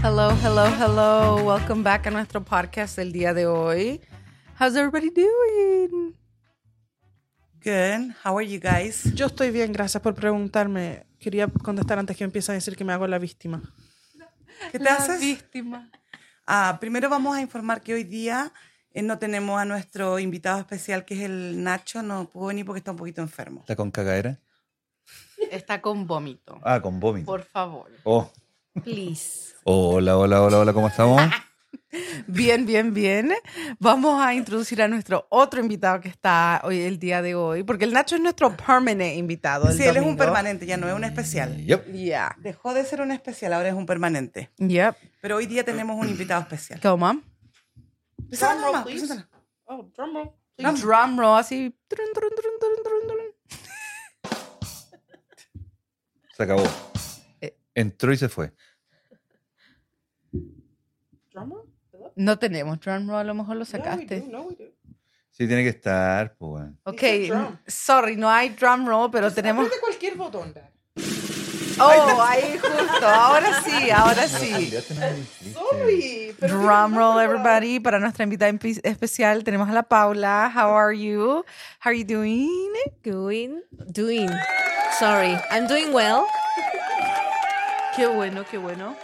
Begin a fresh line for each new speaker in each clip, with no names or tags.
hello, hello. Welcome back a nuestro podcast del día de hoy. How's everybody doing?
Good. How are you guys?
Yo estoy bien, gracias por preguntarme. Quería contestar antes que empiece a decir que me hago la víctima.
¿Qué te
La
haces?
víctima.
Ah, primero vamos a informar que hoy día eh, no tenemos a nuestro invitado especial que es el Nacho. No pudo venir porque está un poquito enfermo.
¿Está con cagadera?
Está con vómito.
Ah, con vómito.
Por favor.
Oh.
Please.
Hola, hola, hola, hola, ¿cómo estamos?
Bien, bien, bien. Vamos a introducir a nuestro otro invitado que está hoy el día de hoy, porque el Nacho es nuestro permanent invitado. del
Sí, él es un
domingo.
permanente, ya no es un especial.
Yep.
Yeah.
Dejó de ser un especial, ahora es un permanente.
Yep.
Pero hoy día tenemos un invitado especial.
Go, mom.
Preséntala
Drum roll,
nomás,
please.
preséntala.
Oh, drumroll.
Drum, drum roll así. Trun, trun, trun, trun, trun, trun.
Se acabó.
Eh.
Entró y se fue.
No tenemos drum roll, a lo mejor lo sacaste.
Sí, tiene que estar, pues. weón.
Ok,
Dice drum.
sorry, no hay drum roll, pero tenemos...
de cualquier botón. Dad.
Oh, ahí justo, ahora sí, ahora
Ah,
sí.
Sorry. pero que
Drum
no
roll,
me-
everybody. Para nuestra invitada empe- especial tenemos a la Paula. How are you? How are you doing?
Doing, doing. Sorry, I'm doing well.
Qué bueno, qué bueno.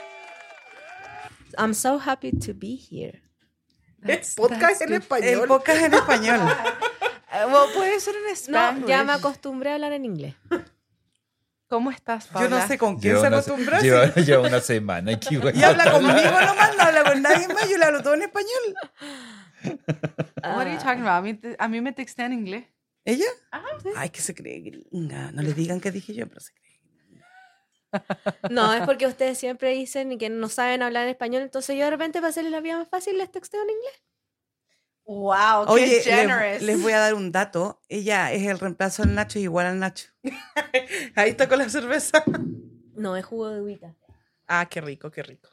I'm so happy to be here.
Es podcast en
El
español.
podcast en español.
Eh, Bueno, puede ser en español.
No, ya me acostumbré a hablar en inglés.
¿Cómo estás, Paula?
Yo no sé con quién
Lleva
se
una
acostumbró.
se-
sí.
Lleva, lleva una semana aquí, weón.
Y habla conmigo nomás, no habla con nadie más, yo le hablo todo en español.
What
Ah,
are you talking about? A mí, te- a mí me textea en inglés.
¿Ella? Ay, que se cree gringa. No le digan que dije yo, pero se cree.
No, es porque ustedes siempre dicen que no saben hablar en español, entonces yo de repente para hacerles la vida más fácil les texteo en inglés.
Wow, Oh, qué
Oye,
generous.
les, les voy a dar un dato. Ella es el reemplazo del Nacho, igual al Nacho.
Ahí está con la cerveza.
No, es jugo de agüita.
Ah, qué rico, qué rico.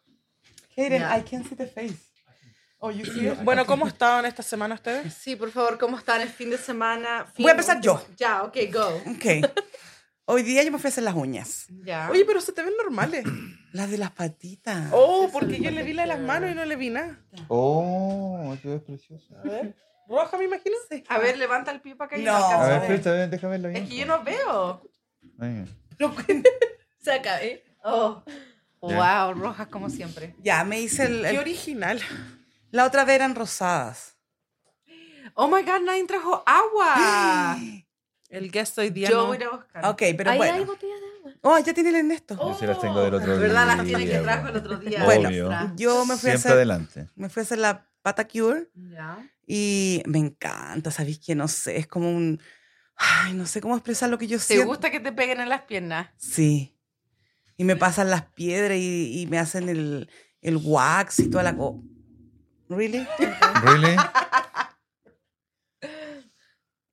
Kaden,
Yeah.
I can't see the face. Oh, you see it?
Bueno, ¿cómo estaban esta semana ustedes?
Sí, por favor, ¿cómo están el fin de semana?
Voy a empezar yo.
Ya, ok, go.
Ok. Hoy día yo me fui a hacer las uñas.
Ya.
Oye, pero se te ven normales.
Las de las patitas.
Oh, porque yo le vi la de las manos y no le vi nada.
Oh, eso es precioso.
A ver. Roja, me imagino.
A ver, levanta el pie para acá y
No.
no
A
alcanzo
ver,
a ver.
espérate, a ver, déjame verla bien. pues.
Es que yo no veo.
Ay,
Saca, ¿eh?
Oh.
Ya.
Wow, rojas como siempre.
Ya, me hice el, el-
Qué original.
La otra vez eran rosadas.
Oh my god, nadie trajo agua.
El guest hoy día
Ah. Yo voy a ir a buscar.
Ok, pero
Ahí hay
bueno.
botellas de agua.
Oh, ya tiene el Ernesto.
Yo sí las tengo del otro
¿Verdad? Las
día,
tiene que
weón.
trajo el otro día.
Bueno,
Extra.
Ah. Yo me fui, a
Siempre
hacer,
adelante.
me fui a hacer la pata cure
Ya.
y me encanta. Sabéis que no sé, es como un. Ay, no sé cómo expresar lo que yo
¿Te
siento.
gusta que te peguen en las piernas?
Sí. Y me pasan las piedras y, y me hacen el, el wax y toda la cosa. ¿Really?
¿Really?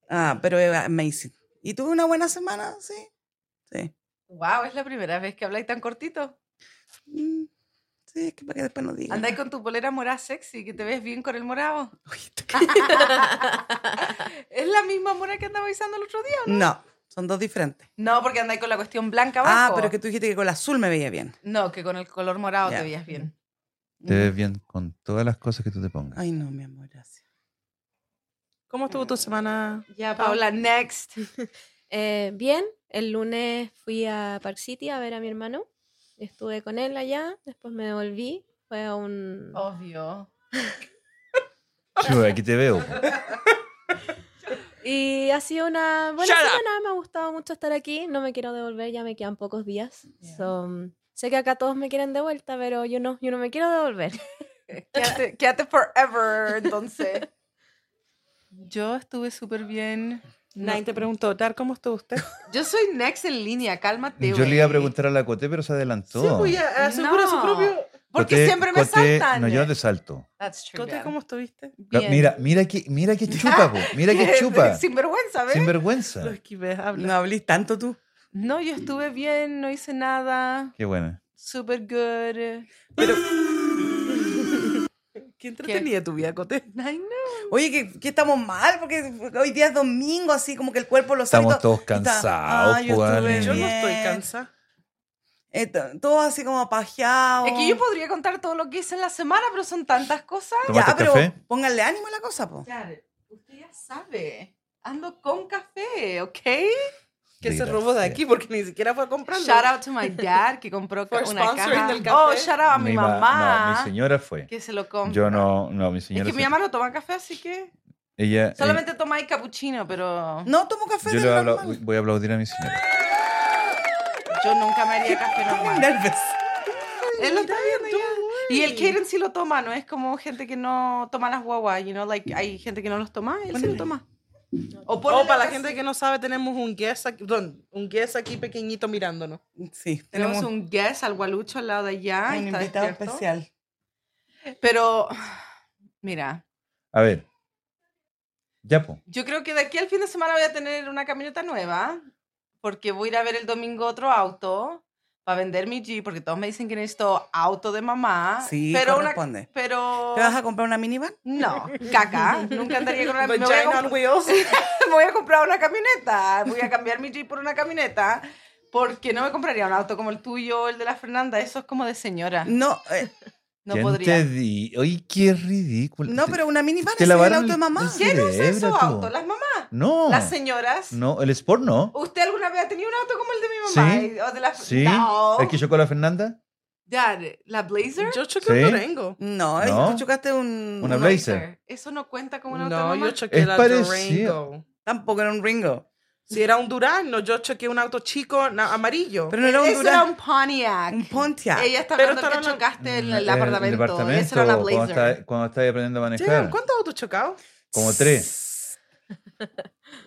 Ah, pero es amazing. ¿Y tuve una buena semana? Sí. Sí.
Wow, es la primera vez que habláis tan cortito.
Mm, Sí, es que para que después no digan.
Andáis con tu polera morada sexy, que te ves bien con el morado.
Uy, esto que-
¿Es la misma mora que andaba usando el otro día?
No, son dos diferentes.
No, porque andáis con la cuestión blanca
Ah,
abajo.
pero que tú dijiste que con el azul me veía bien.
No, que con el color morado
Ya.
te veías bien.
Te ves bien con todas las cosas que tú te pongas.
Ay, no, mi amor, gracias.
¿Cómo estuvo tu semana?
Ya, Paula, next.
Eh, bien, el lunes fui a Park City a ver a mi hermano. Estuve con él allá, después me devolví. Fue a un...
Oh, Obvio.
Chuy, aquí te veo.
Y ha sido una buena
Shut up.
semana, me ha gustado mucho estar aquí, no me quiero devolver, ya me quedan pocos días.
Yeah.
So, sé que acá todos me quieren de vuelta, pero yo no, yo no me quiero devolver.
Quédate, quédate forever, entonces. Yo estuve súper bien.
Nadie te preguntó, Dar, ¿cómo estuvo usted?
Yo soy next en línea, cálmate.
Yo le iba a
güey.
preguntar a la Coté, pero se adelantó.
Sí, pues ya, asegura su
No.
propio.
Porque
Coté-
siempre me
Coté-
saltan.
No, yo no te salto.
That's true.
Cote,
man.
¿cómo estuviste?
La-
Bien.
Mira, mira que, mira que chupa, po. mira que chupa.
Sin vergüenza, ¿ves?
Sin
Lo
vergüenza.
esquivé, habla.
No hablís tanto tú.
No, yo estuve bien, no hice nada.
Qué buena.
Super good.
¿Qué entretenida tu vida, Cote?
I know.
Oye, que, que estamos mal, porque hoy día es domingo, así como que el cuerpo lo sabe
Estamos
todo.
todos
Y está-
cansados, pues,
Ah, yo
po,
estuve
Ale.
Yo no estoy
bien.
cansada.
eh, to- todo así como pajeado.
Es que yo podría contar todo lo que hice en la semana, pero son tantas cosas.
¿Tomaste
pero
café?
pónganle ánimo a la cosa, po.
Claro, usted ya sabe. Ando con café, ¿ok?
Que se
Desgracia.
robó de aquí porque ni siquiera fue a comprarlo.
Shout out to my dad que compró
For
una
sponsoring
caja.
del café.
Oh, shout out a mi,
Mi ma-
mamá
no, mi señora fue.
que se lo compró.
Yo eh, no, no, mi
Es
señora.
que
se-
mi mamá no toma café, así que
Ella, eh,
solamente toma el capuchino, pero
No tomo café
Yo
de
le voy a,
normal.
aplau- voy a aplaudir a mi señora.
yo nunca me haría café
Muy
normal.
nerviosa.
Él lo está viendo ya. Y el Kaden sí lo toma, no es como gente que no toma las guaguas, you know, like hay gente que no los toma, él sí lo toma. O
O
ponele
para la
así.
gente que no sabe, tenemos un guest aquí, perdón, un guest aquí pequeñito mirándonos.
Sí,
tenemos
tenemos un,
un guest al gualucho al lado de allá, está
invitado
despierto.
especial.
Pero mira,
A ver. Ya, po.
Yo creo que de aquí al fin de semana voy a tener una camioneta nueva, porque voy a ir a ver el domingo otro auto para vender mi Jeep, porque todos me dicen que necesito auto de mamá.
Sí,
pero una-
corresponde.
pero
¿Te vas a comprar una minivan?
no, caca, nunca andaría con una me voy, a
Vagina on
comp-
wheels.
me voy a comprar una camioneta, voy a cambiar mi Jeep por una camioneta, porque no me compraría un auto como el tuyo, el de la Fernanda, eso es como de señora.
No, eh,
No
¿Quién
podría.
te di? Oye, qué ridículo.
no,
Te-
pero una minivan
te
es el
lavaron
auto de mamá.
el
¿Quién usa
cerebro,
esos
tú.
autos? Las mamás,
No.
las señoras.
No, el Sport no.
¿Usted alguna vez ha tenido un auto como el de mi mamá?
Sí,
Y- ¿O de la...
Sí.
No.
¿El que chocó a la Fernanda?
Dad, ¿la Blazer?
Yo choqué un
Sí.
Durango.
No,
No.
tú chocaste un...
Una
Un
Blazer.
Eso no cuenta como un auto
No,
de mamá.
yo choqué
Es
la
parecido.
Durango.
Tampoco era un Ringo.
Si era un Durango, yo choqué un auto chico na- amarillo.
Pero no era un
Eso era
Durango.
un Pontiac.
Un Pontiac.
Ella está
Pero
hablando del que
estaba en-
chocaste en el,
El-
apartamento.
eh, El departamento,
Eso era una
cuando
Blazer.
estaba, cuando estaba aprendiendo a
Sí,
manejar.
¿Cuántos autos chocados?
Como tres.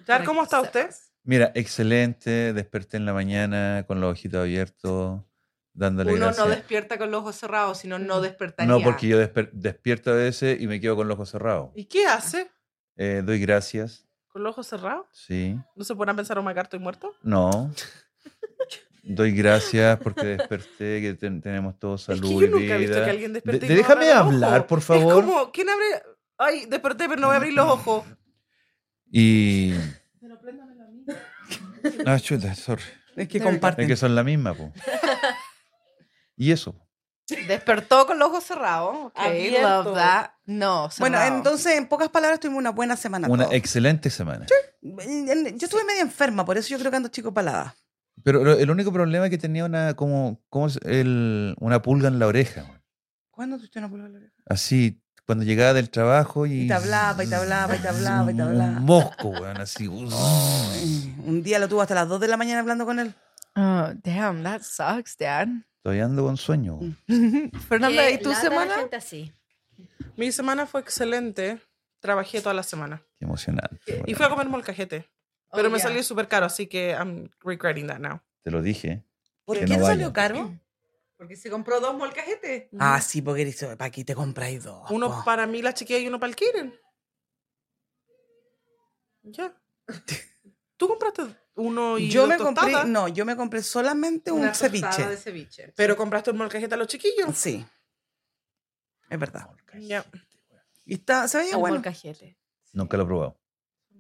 Jar, ¿Cómo está usted?
Mira, excelente. Desperté en la mañana con los ojitos abiertos, dándole
Uno no
gracias.
despierta con los ojos cerrados, sino no despertaría.
No, porque yo desper- despierto a veces y me quedo con los ojos cerrados.
¿Y qué hace?
Eh, doy gracias,
¿Con los ojos cerrados?
sí.
¿No se podrán pensar, oh my God, estoy muerto?
No. Doy gracias porque desperté, que ten- tenemos todos
Es
salud
que yo
y
nunca he visto
vida.
que alguien
De-
despierte. y
de-
no
déjame
abra los
hablar,
ojos.
por favor.
Es como, ¿quién abre? Ay, desperté, pero no voy a abrir los ojos.
Y. Ah, chuta, sorry.
Es que
There we go.
Es
comparten.
que son la misma, po. Y eso.
Despertó con los ojos cerrados. Ok,
Abierto.
love that. No,
Bueno,
cerrado.
entonces, en pocas palabras, tuvimos una buena semana.
Una
todos.
excelente semana.
En- en- Yo estuve media enferma, por eso yo creo que ando chico palada.
Pero lo- el único problema es que tenía una, como, como es el- una pulga en la oreja. güey.
¿Cuándo tuviste una pulga en la oreja?
Así, cuando llegaba del trabajo y.
Y te hablaba, y te hablaba, y te hablaba, y te hablaba.
Un mosco, weón, así.
Ay, Eh, Un día lo tuvo hasta las 2 de la mañana hablando con él.
Oh, damn, that sucks, Dad.
Todavía ando con sueño. güey.
Fernanda,
Qué
¿y tu
lata Eh, la
semana?
gente así.
Mi semana fue excelente. Trabajé toda la semana.
Qué emocionante.
Y
weón.
fui a comer molcajete. Pero
Oh,
me
yeah.
salió súper caro, así que I'm regretting that now.
Te lo dije. ¿eh?
¿Por
Que
qué
no
te
vaya.
salió caro?
Porque se compró dos molcajetes.
Ah, sí, porque eres- pa' aquí te compráis dos.
Uno
po.
para mí, la chiquilla, y uno para el Kiren. Ya. Tú compraste uno y
Yo
dos
me compré,
tostadas,
no, yo me compré solamente
Una
un
tostada
ceviche.
de ceviche.
Pero compraste un molcajete a los chiquillos.
Sí. Es verdad.
Ya.
Y está, se veía
Al
bueno.
molcajete.
Nunca lo he probado.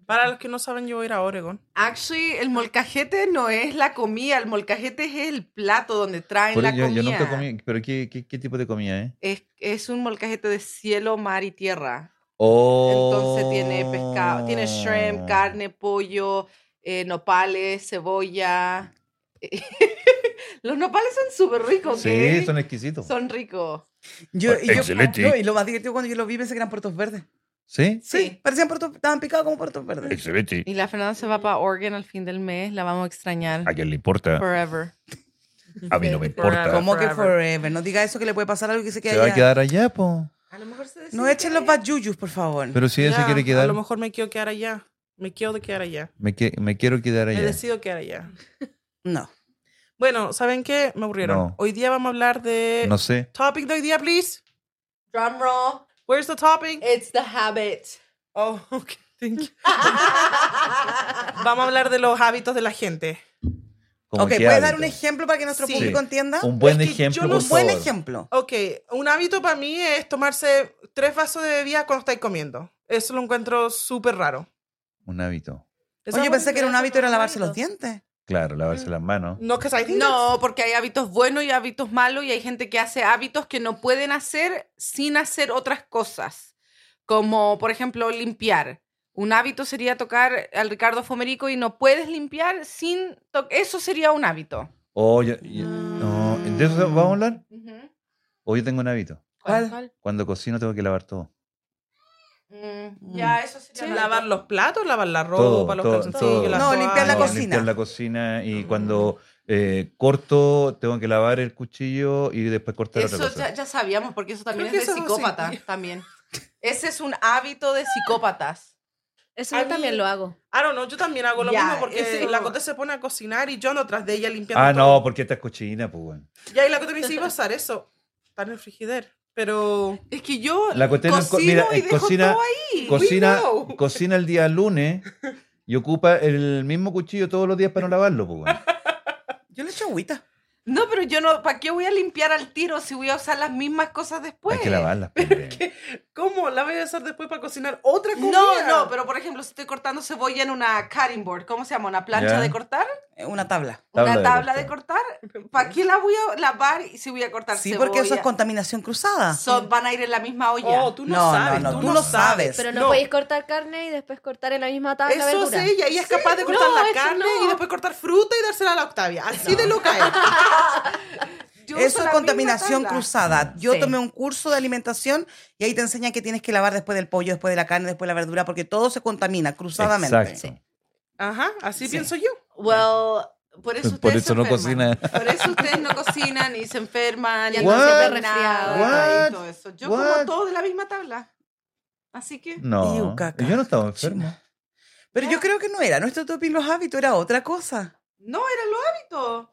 Para los que no saben, yo voy a ir a Oregon.
Actually, el molcajete no es la comida, el molcajete es el plato donde traen
Por-
la
yo,
comida.
yo nunca comí. ¿Pero qué, qué, qué tipo de comida, eh?
Es, es un molcajete de cielo, mar y tierra.
Oh.
Entonces tiene pescado, tiene shrimp, carne, pollo, eh, nopales, cebolla. Los nopales son súper ricos,
Sí,
¿ok?
son exquisitos.
Son ricos.
Yo, y yo-
Excelente.
no, y lo más divertido cuando yo los vi pensé que eran puertos verdes.
¿Sí?
Sí,
Sí.
parecían puertos, estaban picados como puertos verdes.
Excelente.
Y la Fernanda se va para Oregon al fin del mes, la vamos a extrañar.
quién le importa?
Forever.
A mí no me importa.
Como
Ah, ¿Cómo que forever? No diga eso que le puede pasar algo que se queda
Se va a quedar allá, po.
A lo mejor se
No echen los bad yuyus, por favor.
Pero si ella se
Ya,
quiere
A
quedar,
lo mejor me quiero quedar allá. Me quiero de quedar allá.
me, que- me quiero quedar
Me
allá.
decido quedar allá.
No.
Bueno, ¿saben qué? Me aburrieron.
No.
Hoy día vamos a hablar de...
No sé.
Topic de hoy día, please.
Drum roll,
Where's the topic?
Eh.
it's the habit.
Oh, ok. Thank you. Vamos a hablar de los hábitos de la gente.
Como
ok,
que
¿puedes dar un
hábito.
ejemplo para que nuestro
Sí.
público entienda?
Un buen
Es que yo
ejemplo,
no-
por
Un buen
favor.
ejemplo.
Ok, un hábito para mí es tomarse tres vasos de bebida cuando estáis comiendo. Eso lo encuentro súper raro.
Un hábito.
Eso
Oye,
es
yo pensé que era un
eso
hábito
no
era
es
lavarse
hábito.
los dientes.
Claro, lavarse las manos.
No, because I think that's-
No, porque hay hábitos buenos y hábitos malos y hay gente que hace hábitos que no pueden hacer sin hacer otras cosas, como por ejemplo limpiar. Un hábito sería tocar al Ricardo Fomerico y no puedes limpiar sin to- eso sería un hábito.
O Oh, yo- yo- no, ¿de eso vamos a hablar? O yo tengo un hábito.
¿Cuál?
Cuando cocino tengo que lavar todo.
Mm, ya eso sería un hábito.
lavar los platos, lavar la ropa,
Todo,
los
todo,
calzoncillos,
todo.
las
No, limpiar la
toallas.
cocina.
limpiar la cocina y cuando eh, corto tengo que lavar el cuchillo y después cortar otra
Eso
cosa.
ya, ya sabíamos porque eso también
Creo
es
que
de
eso es
psicópata
así.
también. Ese es un hábito de psicópatas.
Eso
A
yo también
mí-
lo hago.
I don't know, yo también hago lo
Ya,
mismo porque
eso-
la Cote se pone a cocinar y yo no tras de ella limpiando.
Ah,
todo.
no, porque esta es cochina, pues bueno.
Y ahí la Cote me dice, iba a usar eso. Está en el frigider. Pero.
Es que yo
La Coté no-
cocino
mira,
y
eh,
dejo
cocina-
todo ahí.
Cocina,
We know.
cocina el día lunes y ocupa el mismo cuchillo todos los días para no lavarlo, pues bueno.
Yo le echo agüita.
No, pero yo no, ¿para qué voy a limpiar al tiro si voy a usar las mismas cosas después?
Hay que lavarlas. pues.
¿Cómo? ¿La voy a usar después para cocinar otra comida?
No, no, pero por ejemplo, si estoy cortando cebolla en una cutting board, ¿cómo se llama? ¿Una plancha
Ya.
de cortar?
Eh, Una tabla.
Tabla
¿Una
de
tabla de cortar? ¿Para qué la voy a lavar y si voy a cortar
Sí,
cebolla?
porque eso es contaminación cruzada.
Son- van a ir en la misma olla.
Oh, tú no,
No, no,
sabes.
no,
tú,
tú
no
no
sabes.
sabes.
Pero no,
No.
podéis cortar carne y después cortar en la misma tabla
Eso
verdura.
es ella. Ella es capaz de
no,
cortar la
eso
carne
no.
y después cortar fruta y dársela a la Octavia. Así de loca es.
Yo uso
Eso
la
es
misma
contaminación
tabla.
cruzada. Yo
Sí.
tomé un curso de alimentación y ahí te enseñan que tienes que lavar después del pollo, después de la carne, después de la verdura, porque todo se contamina cruzadamente.
Exacto.
Ajá, así
Sí.
pienso yo.
Well, por eso
Por
ustedes se
eso no
enferman. Por eso ustedes no cocinan y se enferman y
Y
andan
andan siempre
siempre
resfriados
What?
y todo eso. Yo
What?
como todo de la misma tabla. Así que...
No,
Iu, caca.
yo no estaba enfermo.
Pero yo creo que no era nuestro topic los hábitos, era otra cosa.
No, era lo hábito.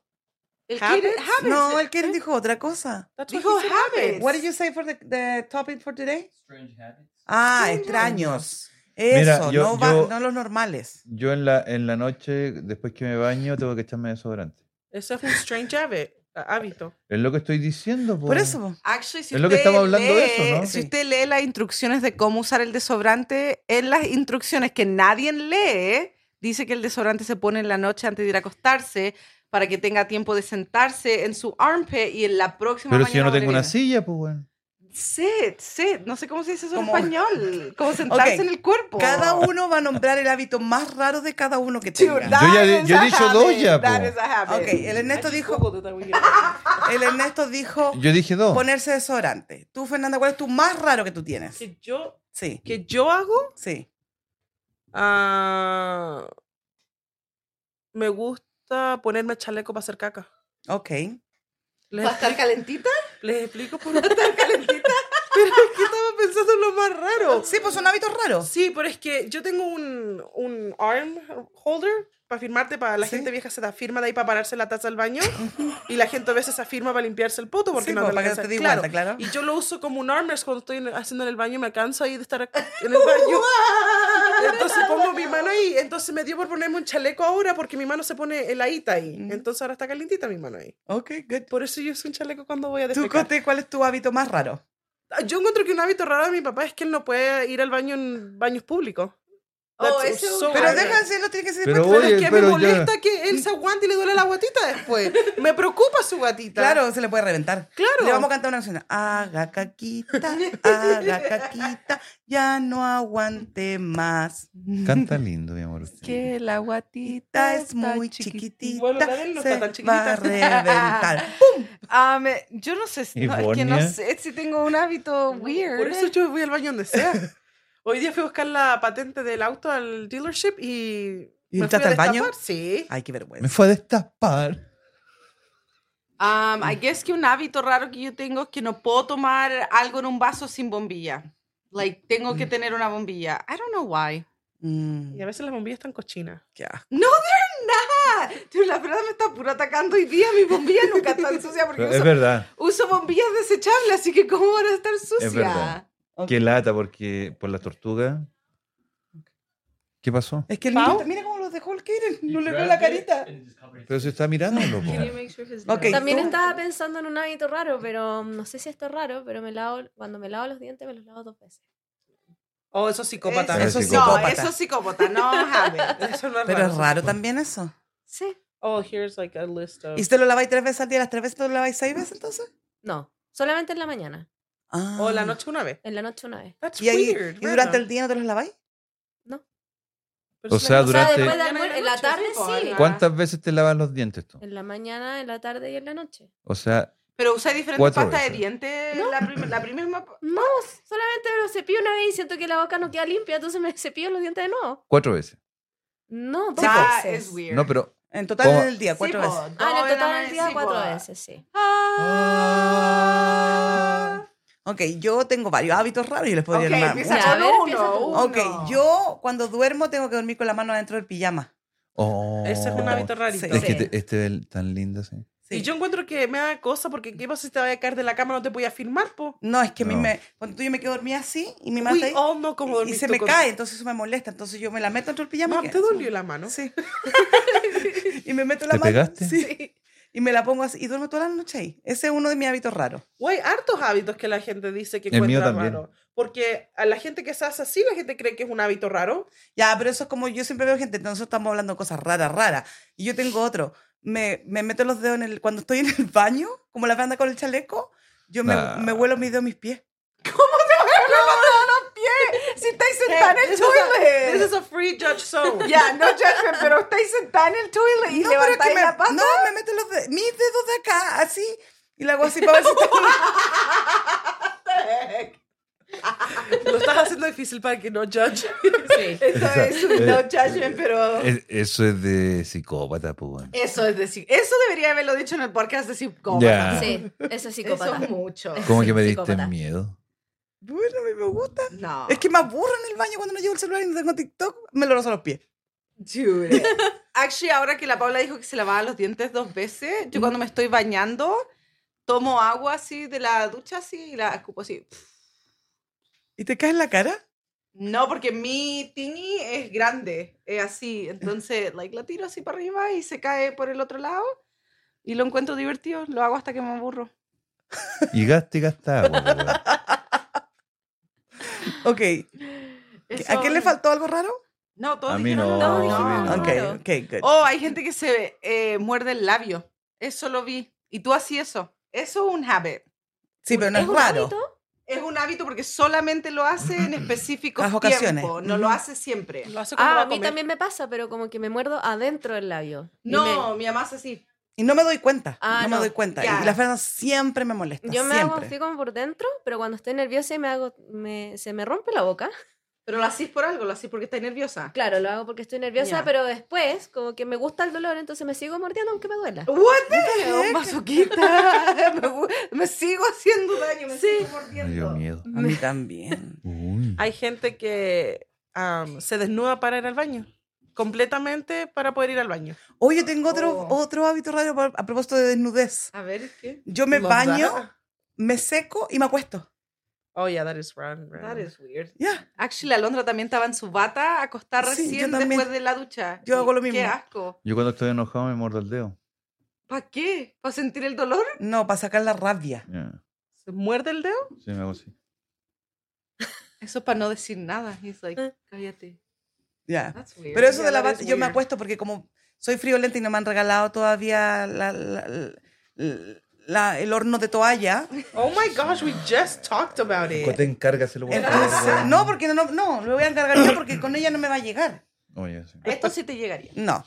El
Habits.
Kieran- habits.
No, el Keren dijo otra cosa.
Dijo habits.
What did you say for the, the topic for today?
Strange habits.
Ah, extraños.
Mira,
Eso,
yo-
no, va-
yo-
no los normales.
Yo en la, en la noche, después que me baño, tengo que echarme desodorante.
Eso es un strange habit, hábito.
Es lo que estoy diciendo. pues. po.
Por eso.
Actually, si
Es lo que
usted
estamos hablando de eso,
lee-
¿no?
Si
Sí.
usted lee las instrucciones de cómo usar el desodorante, en las instrucciones que nadie lee, dice que el desodorante se pone en la noche antes de ir a acostarse para que tenga tiempo de sentarse en su armpit y en la próxima
Pero si yo no
mañana
tengo una
volver
silla, pues bueno.
a ir. Sit, sit. No sé cómo se dice eso
Como-
en español. Como sentarse
Ok.
en el cuerpo.
Cada uno va a nombrar el hábito más raro de cada uno que tenga.
Yo ya- yo he dicho dos ya,
That
po.
is a habit.
Ok, el Ernesto dijo, el Ernesto dijo
Yo dije dos.
ponerse desodorante. Tú, Fernanda, ¿cuál es tu más raro que tú tienes?
Que yo,
Sí,
que yo hago,
sí.
ah, me gusta ponerme chaleco para hacer caca.
Ok.
Les,
¿Va a estar calentita?
les explico por qué. Pero es que estaba pensando en lo más raro.
Sí, pues son hábitos raros.
Sí, pero es que yo tengo un, un arm holder para firmarte, para la
Sí.
gente vieja se da firma de ahí para pararse la taza al baño y la gente a veces se firma para limpiarse el poto porque
Sí,
no
pues,
te
para que
alcanza-
te dé
claro.
vuelta, claro.
Y yo lo uso como un armrest cuando estoy en- haciendo en el baño y me canso ahí de estar en el baño. Entonces pongo mi mano ahí. Entonces me dio por ponerme un chaleco ahora porque mi mano se pone heladita ahí.
Mm.
Entonces ahora está calientita mi mano ahí.
Ok, good.
Por eso yo uso un chaleco cuando voy a
Tú,
defecar.
Cote, ¿cuál es tu hábito más raro?
Yo encuentro que un hábito raro de mi papá es que él no puede ir al baño en baños públicos.
Oh,
That's
ese es un
so
Pero
raro.
deja de decirlo, tiene que ser
Pero
después.
Pero
Oye,
es que
pero
me
ya-
molesta que él se aguante y le duele la guatita después. Me preocupa su guatita.
Claro, se le puede reventar.
Claro.
Le vamos a cantar una canción. Haga caquita, haga caquita, ya no aguante más.
Canta lindo, mi amor. usted.
Que la guatita
Esta es muy chiquitita.
Bueno, la de él no
se
está tan
Va a
chiquitita.
reventar.
Ah, me- yo no sé, si-
¿Y
no, es que no
Bonia?
sé si tengo un hábito weird.
Por eso yo voy al baño donde sea. Hoy día fui a buscar la patente del auto al dealership y.
¿Y
me fui
entraste
a
al baño?
destapar, Sí.
Ay, qué
Me
vergüenza.
fue a destapar.
Um,
Mm.
I guess que un hábito raro que yo tengo es que no puedo tomar algo en un vaso sin bombilla. Like, tengo
Mm.
que tener una bombilla. I don't know why.
Mm,
Y a veces las bombillas están cochinas.
qué asco.
Nada. Dude, La verdad me está pura atacando hoy día. Mi bombilla nunca está sucia porque
Es
uso,
verdad.
uso bombillas desechables, así que ¿cómo van a estar sucia?
verdad. Qué lata, porque por la tortuga. ¿Qué pasó?
Es que el
Pau.
niño, mira cómo los dejó el Keren. No
You
le veo
grabbed
la
it
carita.
and just covered it.
Pero se está mirando, loco.
Ok,
También
tú-
estaba pensando en un hábito raro, pero mm, no sé si esto es raro, pero me lavo, cuando me lavo los dientes me los lavo dos veces.
Oh, eso es psicópata.
Eso
Eso-
es
psicópata.
No, eso es psicópata, no habit.
Eso no es
Pero es raro
también.
también eso.
Sí.
Oh, here's like a list of.
¿Y usted lo laváis tres veces al día? ¿Las tres veces lo laváis seis veces entonces?
No, solamente en la mañana.
Ah.
O Oh, la noche una vez.
En la noche una vez.
That's
¿Y, ahí-
weird.
¿Y durante el
random.
día no te los laváis?
Pero
O
si la
sea,
cosa-
O sea,
durante-
después de
Mañana y
almuerzo,
la
en la
noche,
tarde
sí, po,
sí. pues,
¿no?
¿Cuántas veces te lavas los dientes tú?
En la mañana, en la tarde y en la noche.
O sea,
Pero usáis diferentes
Cuatro
pastas de
veces.
dientes. La, prim- la primera.
No, solamente me lo cepillo una vez y siento que la boca no queda limpia, entonces me cepillo los dientes de nuevo.
cuatro veces.
No, dos
Ah,
veces.
es weird.
No, pero.
En total
Oh.
en el día,
Sí,
cuatro
po,
veces.
Ah, en
dos
el
de la
total
ma-
del día
sí, po.
cuatro veces, sí.
Ah.
Ah. Ok, yo tengo varios hábitos raros y les podría
Ok,
armar
empieza
mucho.
Ya, a ver,
con
empieza
uno.
tú.
uno.
Ok, yo cuando duermo tengo que dormir con la mano dentro del pijama.
Oh.
Ese es un hábito rarito.
Es que
Sí.
te- este es tan lindo, sí.
Sí.
Y yo encuentro que me da cosa porque qué pasa si te vayas a caer de la cama no te voy a firmar, po.
No, es que a mí
No.
me. Cuando tú yo me quedo dormida así y mi mano
Uy,
está ahí,
oh no, como
y
dormiste
se me
con-
cae, entonces eso me molesta. Entonces yo me la meto dentro del pijama.
Mam,
que-
te dolió la mano.
Sí. y me meto la
¿Te
mano.
pegaste?
Sí. Y me la pongo así y duermo toda la noche ahí. Ese es uno de mis hábitos raros.
Güey, hartos hábitos que la gente dice que
El mío
encuentra
también.
raro. Porque a la gente que se hace así, la gente cree que es un hábito raro.
Ya, pero eso es como yo siempre veo gente, entonces estamos hablando de cosas raras, raras. Y yo tengo otro. Me, me meto los dedos en el. Cuando estoy en el baño, como la banda con el chaleco, yo me,
Nah.
me huelo mis dedos en mis pies.
Si estáis sentada en el
This is a- This
toilet.
is a free judge zone.
Ya, no judgment, pero estáis sentada en el toilet y
No, pero es que
levantáis
me,
la pata.
no, me meto los dedos, mis dedos de acá, así. Y la hago así para ver si está-
Lo estás haciendo difícil para que no judge.
Eso
Esa-
es un no
eh,
judgment, pero.
Es- eso es de psicópata, pues. bueno.
Eso es decir. Eso debería haberlo dicho en el podcast de
Ya.
psicópata.
Sí, eso es
Ah. Eso
psicópata.
es mucho.
¿Cómo que me diste
Psicópata.
miedo?
Bueno, a mí me gusta.
No.
Es que me aburro en el baño cuando no llevo el celular y no tengo TikTok, me lo rozo los pies.
Dude. Actually, ahora que la Paula dijo que se lavaba los dientes dos veces, yo cuando me estoy bañando, tomo agua así de la ducha así y la escupo así.
¿Y te caes en la cara?
No, porque mi tini es grande, es así. Entonces, like, la tiro así para arriba y se cae por el otro lado. Y lo encuentro divertido, lo hago hasta que me aburro.
Y gaste y gasta agua, pues, bueno.
Ok. ¿A quién le faltó algo raro?
No, todos
A mí
dijeron
no,
lo
no,
mismo.
no.
Ok,
Raro.
ok, good.
Oh, hay gente que se eh, muerde el labio. Eso lo vi. Y tú así eso. Eso es un habit.
sí, pero no es,
un
raro.
hábito?
Es un hábito porque solamente lo hace en específicos
Las ocasiones.
tiempos, No lo
Ujú.
hace siempre.
Lo hace cuando
Ah,
va
a mí
comer.
también me pasa, pero como que me muerdo adentro del labio. Y
No, mi mamá hace así.
Y no me doy cuenta.
Ah,
no,
no,
me doy cuenta.
ya.
Y las fresas siempre me molestan.
me- yo me hago
siempre.
así como por dentro, pero cuando estoy nerviosa y me hago, me- se me rompe la boca.
Pero lo haces por algo, lo haces porque estás nerviosa.
Claro, lo hago porque estoy nerviosa,
Ya.
pero después como que me gusta el dolor, entonces me sigo mordiendo aunque me duela.
What the hell, oh, masoquita. me, gu- me sigo haciendo daño, me sigo
me dio
mordiendo.
miedo.
A mí también.
Uy.
Hay gente que am, se desnuda para ir al baño. Completamente para poder ir al baño.
Oye, tengo otro,
Oh.
otro hábito raro pa- a propósito de desnudez.
A ver, ¿qué?
Yo me
Love
baño,
that.
me seco y me acuesto.
Oh, yeah, that is wrong.
That is weird.
Ya.
Actually, Alondra también estaba en su bata acostada
Sí, yo
recién
también.
después de la ducha.
Yo hago lo
Qué
mismo.
asco.
Yo cuando estoy enojado me muerdo el dedo.
¿Para qué? ¿Para sentir el dolor?
No, para sacar la rabia.
Ya,
¿Se muerde el dedo?
Sí, me hago así.
Eso es para no decir nada. He's like,
Eh.
cállate.
Ya.
That's weird.
Pero eso
Ya,
de la
that is
bata, yo me
weird.
acuesto porque como soy friolenta y no me han regalado todavía la- la- la- la- la- el horno de toalla.
Oh my gosh, we just talked about it.
encárgaselo, por
Entonces, no, porque no, no, lo voy a encargar yo porque con ella no me va a llegar.
Oye, sí.
Esto sí te llegaría.
No.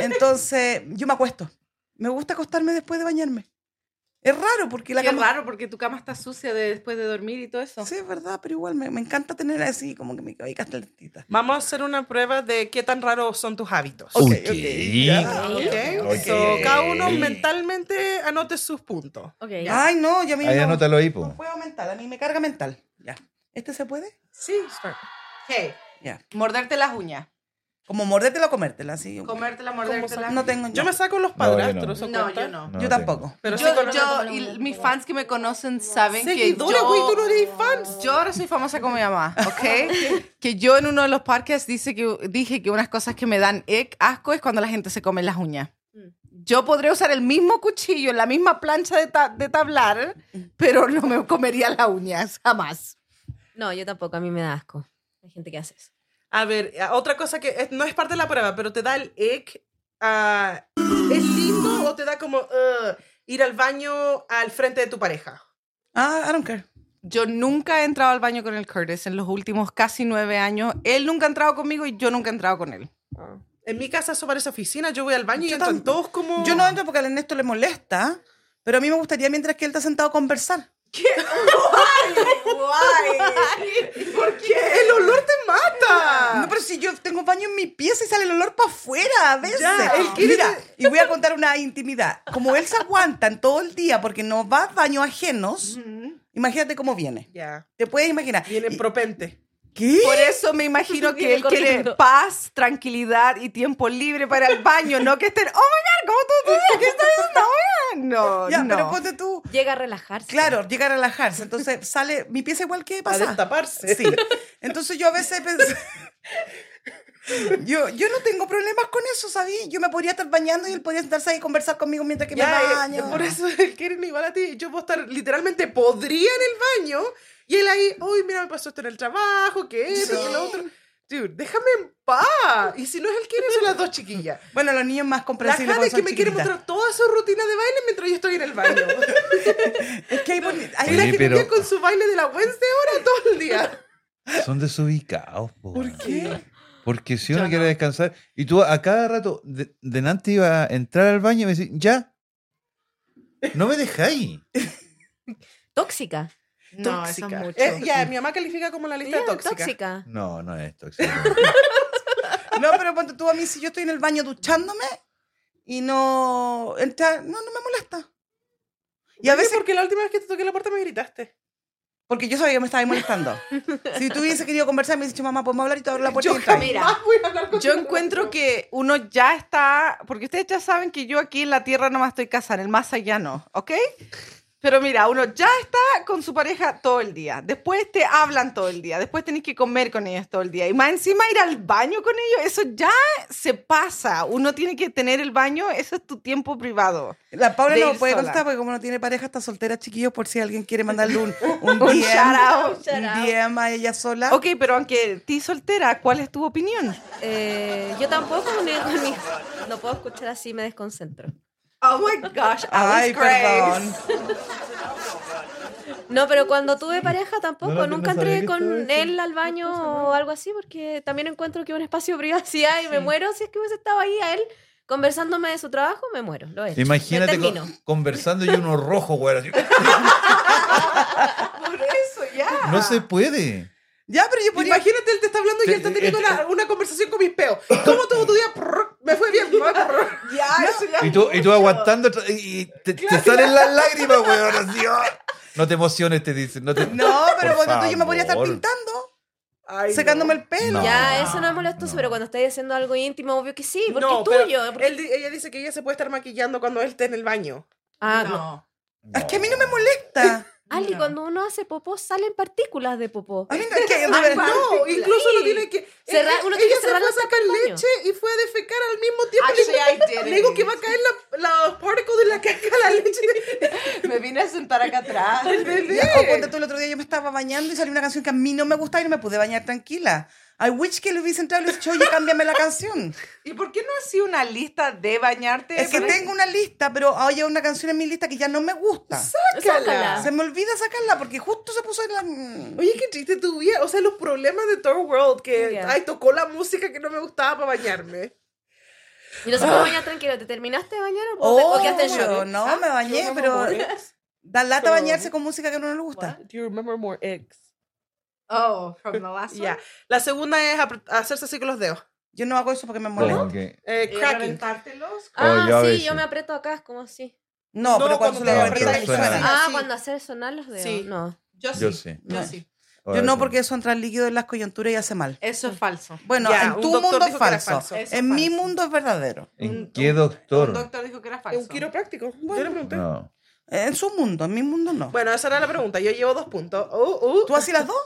Entonces, yo me acuesto. Me gusta acostarme después de bañarme. Es raro porque la
Qué
cama...
raro porque tu cama está sucia de- después de dormir y todo eso.
Sí, es verdad, pero igual me, me encanta tener así como que me quedo ahí calentita.
Vamos a hacer una prueba de qué tan raros son tus hábitos.
Ok.
ya.
Okay.
Ok.
So, cada uno mentalmente anote sus puntos.
Ok.
Ay, no, yo a mí
Ahí
no,
anótalo ahí, po.
no puedo mental, a mí me carga mental. Ya. ¿Este se puede?
Sí, start.
Hey,
Ya.
morderte las uñas.
Como mordértela o comértela, así.
Comértela,
Como-
mordértela.
No tengo...
Yo me saco los
No, yo no.
padrastros. ¿o
No,
cuenta?
yo no.
No
yo
tengo.
tampoco.
Pero sí
yo,
con-
yo y mis fans que me conocen saben
Seguidores,
que yo,
güey, tú no eres fans.
yo ahora soy famosa con mi mamá, ¿ok? que yo en uno de los podcasts dice que, dije que unas cosas que me dan ick, asco es cuando la gente se come las uñas.
Mm.
Yo podré usar el mismo cuchillo, la misma plancha de, ta- de tablar, pero no me comería las uñas, jamás.
No, yo tampoco, a mí me da asco. Hay gente que hace eso.
A ver, a- otra cosa que es- no es parte de la prueba, pero te da el ick ah, ¿es lindo o te da como "Ugh", ir al baño al frente de tu pareja?
Ah, I don't care.
Yo nunca he entrado al baño con el Curtis en los últimos casi nueve años. Él nunca ha entrado conmigo y yo nunca he entrado con él.
En mi casa eso parece oficina, yo voy al baño y
Yo
entran
tam-
todos como...
Yo no entro porque al Ernesto le molesta, pero a mí me gustaría mientras que él está sentado conversar.
¿Por qué? ¡El olor te mata!
No, pero si yo tengo baño en mi pieza y sale el olor para afuera a veces.
Ya, él quiere
Mira, y voy a contar una intimidad. Como él se aguanta en todo el día porque no va a baños ajenos, imagínate cómo viene.
Ya,
Te puedes imaginar.
viene
Y-
propente.
¿Qué?
Por eso me imagino que
Viene
él quiere
corriendo.
paz, tranquilidad y tiempo libre para el baño, no que estén, oh my god, ¿cómo tú tú- ¿Qué estás haciendo ahora?" No,
Ya,
no.
pero pues, ponte tú.
Llega a relajarse.
Claro, llega a relajarse. Entonces sale mi pieza igual que
A
pasa.
destaparse.
Sí. Entonces yo a veces pensé... Yo, yo no tengo problemas con eso, ¿sabí? Yo me podría estar bañando y él podría sentarse ahí y conversar conmigo mientras que
Ya, eh,
me baño.
por eso el Keren igual a ti. Yo puedo estar literalmente podría en el baño y él ahí, uy, mira, me pasó esto en el trabajo, que esto, que lo otro. Dude, déjame en paz. Y si no es el Keren, son las dos chiquillas.
Bueno, los niños más
La
comprensibles
Jade que
cuando son
me quiere
chiquititas.
mostrar toda su rutina de baile mientras yo estoy en el baño.
Es que hay boni- hay-
Mira
Oye,
que
pero-
vive con su baile de la Wednesday ahora todo el día.
Son desubicados, po, weón.
qué?
Porque si
Ya
uno quiere descansar, y tú a cada rato, de, delante iba a entrar al baño y me decís, ya, no me dejáis.
Tóxica.
No, eso es
Tóxica.
mucho.
Eh, ya, mi mamá califica como la lista
Ya,
tóxica.
tóxica.
No, no es tóxico.
No, pero cuando tú a mí, si yo estoy en el baño duchándome y no entra, no, no me molesta. Y a
Oye,
veces,
porque la última vez que te toqué la puerta me gritaste.
porque yo sabía que me estaba ahí molestando. Si tú hubiese querido conversar, me hubiese dicho, mamá, podemos hablar y te abro la puerta.
Yo
y entra.
Mira.
jamás voy a hablar con
Yo encuentro que uno ya está, porque ustedes ya saben que yo aquí en la tierra no más estoy casada, en el más allá no, ¿ok? Pero mira, uno ya está con su pareja todo el día, después te hablan todo el día, después tenés que comer con ellos todo el día y más encima ir al baño con ellos, eso ya se pasa, uno tiene que tener el baño, eso es tu tiempo privado.
La Paula
de
no
ir
puede
sola.
contar porque como no tiene pareja, está soltera, chiquillos, por si alguien quiere mandarle un, un
Un
DM,
shout out.
Shout
un
out.
DM a ella sola.
Ok, pero aunque ti soltera, ¿cuál es tu opinión?
Eh, yo tampoco me uní con mi- No puedo escuchar así, me desconcentro.
Oh my gosh,
Ay, perdón.
No, pero cuando tuve pareja tampoco,
No, no, no
nunca
sabía
entré
que estaba
con
eso.
él al baño o algo así, porque también encuentro que es un espacio de privacidad y me muero. Si es que hubiese estado ahí a él conversándome de su trabajo, me muero. Lo he hecho.
Imagínate
Me
con-
termino.
conversando y uno rojo, weón. así.
Por eso, ya.
No se puede.
Ya, pero yo podría...
Imagínate, él te está hablando y él está
eh,
teniendo una, una conversación con mis peos. ¿Cómo todo tu día? Prr, Me fue bien. prr, prr.
Ya, eso ya
Y
es
tú, y tú
mucho.
aguantando y y te, te salen las lágrimas, weón. así, ah. No te emociones, te dicen. No, te-
No, pero
Por
cuando tú yo me podría estar
favor.
pintando,
Ay,
secándome
no.
el pelo.
No.
Ya, eso no es molestoso,
no.
pero cuando estáis haciendo algo íntimo, obvio que sí, porque
No,
es
pero
tuyo. porque-
él di- ella dice que ella se puede estar maquillando cuando él esté en el baño.
Ah, no.
No.
Es que a mí no me molesta.
Ali,
No.
cuando uno hace popó, salen partículas de popó.
A mí no, es que, de verdad,
Ah, No, incluso
Sí.
lo tiene que.
Cerrar-
ella-
uno tiene que
ella se
cerrar
fue a
los
sacar
tapones.
leche y fue a defecar al mismo tiempo. Le
Actually, I did
digo-
it.
Le digo que va a caer la, la particle de la caca a la leche.
Me vine a sentar acá atrás.
Ya, o ponte tú el otro día yo me estaba bañando y salió una canción que a mí no me gustaba y no me pude bañar tranquila. I wish que le hubiese entrado y le hubiese dicho, oye, cámbiame la canción.
¿Y por qué no has sido una lista de bañarte?
Es que
Para-
tengo una lista, pero hay una canción en mi lista que ya no me gusta.
Sácala.
Se me olvida sacarla porque justo se puso en la...
Oye, qué triste tu vida. O sea, los problemas de Third World que.
Ya.
Ay, tocó la música que no me gustaba para bañarme.
Y no se
Ah.
puede bañar tranquilo. ¿Te terminaste de bañar o,
Oh,
o quedaste en
yo
shock?
no me bañé, pero da lata bañarse con música que no nos gusta.
Do you remember more eggs?
Oh, from the last
Ya. La segunda es apre- hacerse así con los dedos.
Yo no hago eso porque me molesta.
Como que-
Eh,
Eh,
cracking.
reventártelos.
Ah,
Oh, yo a
sí,
veces.
yo me aprieto acá, es como así.
No,
No,
pero cuando
cuando
se
te
lo
apretas
aprieta,
el
suena.
suena.
Ah,
así.
cuando hacer sonar los dedos.
Sí.
No.
Yo sí.
Yo sí.
No.
Yo sí.
Yo no porque eso entra el líquido en las coyunturas y hace mal.
Eso es falso.
Bueno,
Ya,
en
un
tu
doctor
mundo es
dijo que era
falso.
falso.
Eso es
En mi
falso.
mundo es verdadero.
¿En qué
Un
doctor?
doctor dijo que era
Es
falso.
un quiropráctico. Yo le pregunté.
No.
En su mundo, en mi mundo no.
Bueno, esa era la pregunta. Yo llevo dos puntos. Uh, uh.
¿Tú así las dos?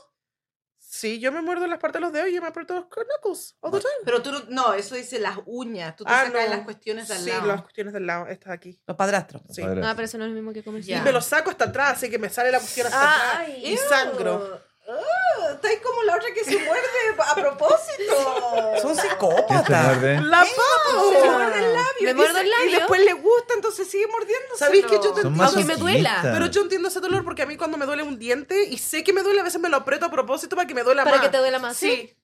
Sí, yo me muerdo las partes de los dedos y yo me aprieto los knuckles. all the time.
Pero tú no, no, eso dice las uñas. Tú te
Ah,
sacas
no.
las cuestiones de al
Sí,
lado.
las cuestiones del lado. Estas aquí.
Los padrastros.
Sí.
Padre.
No, pero eso no es lo mismo que comer.
Ya.
Y me lo saco hasta atrás, así que me sale la cuestión hasta
Ah,
atrás.
ay.
Y sangro.
Ah, está ahí como la otra que se muerde a propósito.
Son
¿Quién te
psicópatas.
muerde?
¡La pau!
muerde el labio. y, dice-
Me muerdo el
y
labio.
después le gusta, entonces sigue mordiéndose.
¿Sabéis que yo te
Son
entiendo?
más
Aunque me duela,
Ah, Pero yo entiendo ese dolor porque a mí cuando me duele un diente y sé que me duele, a veces me lo aprieto a propósito para que me duela
para
más.
que te duela más. Sí.
Sí.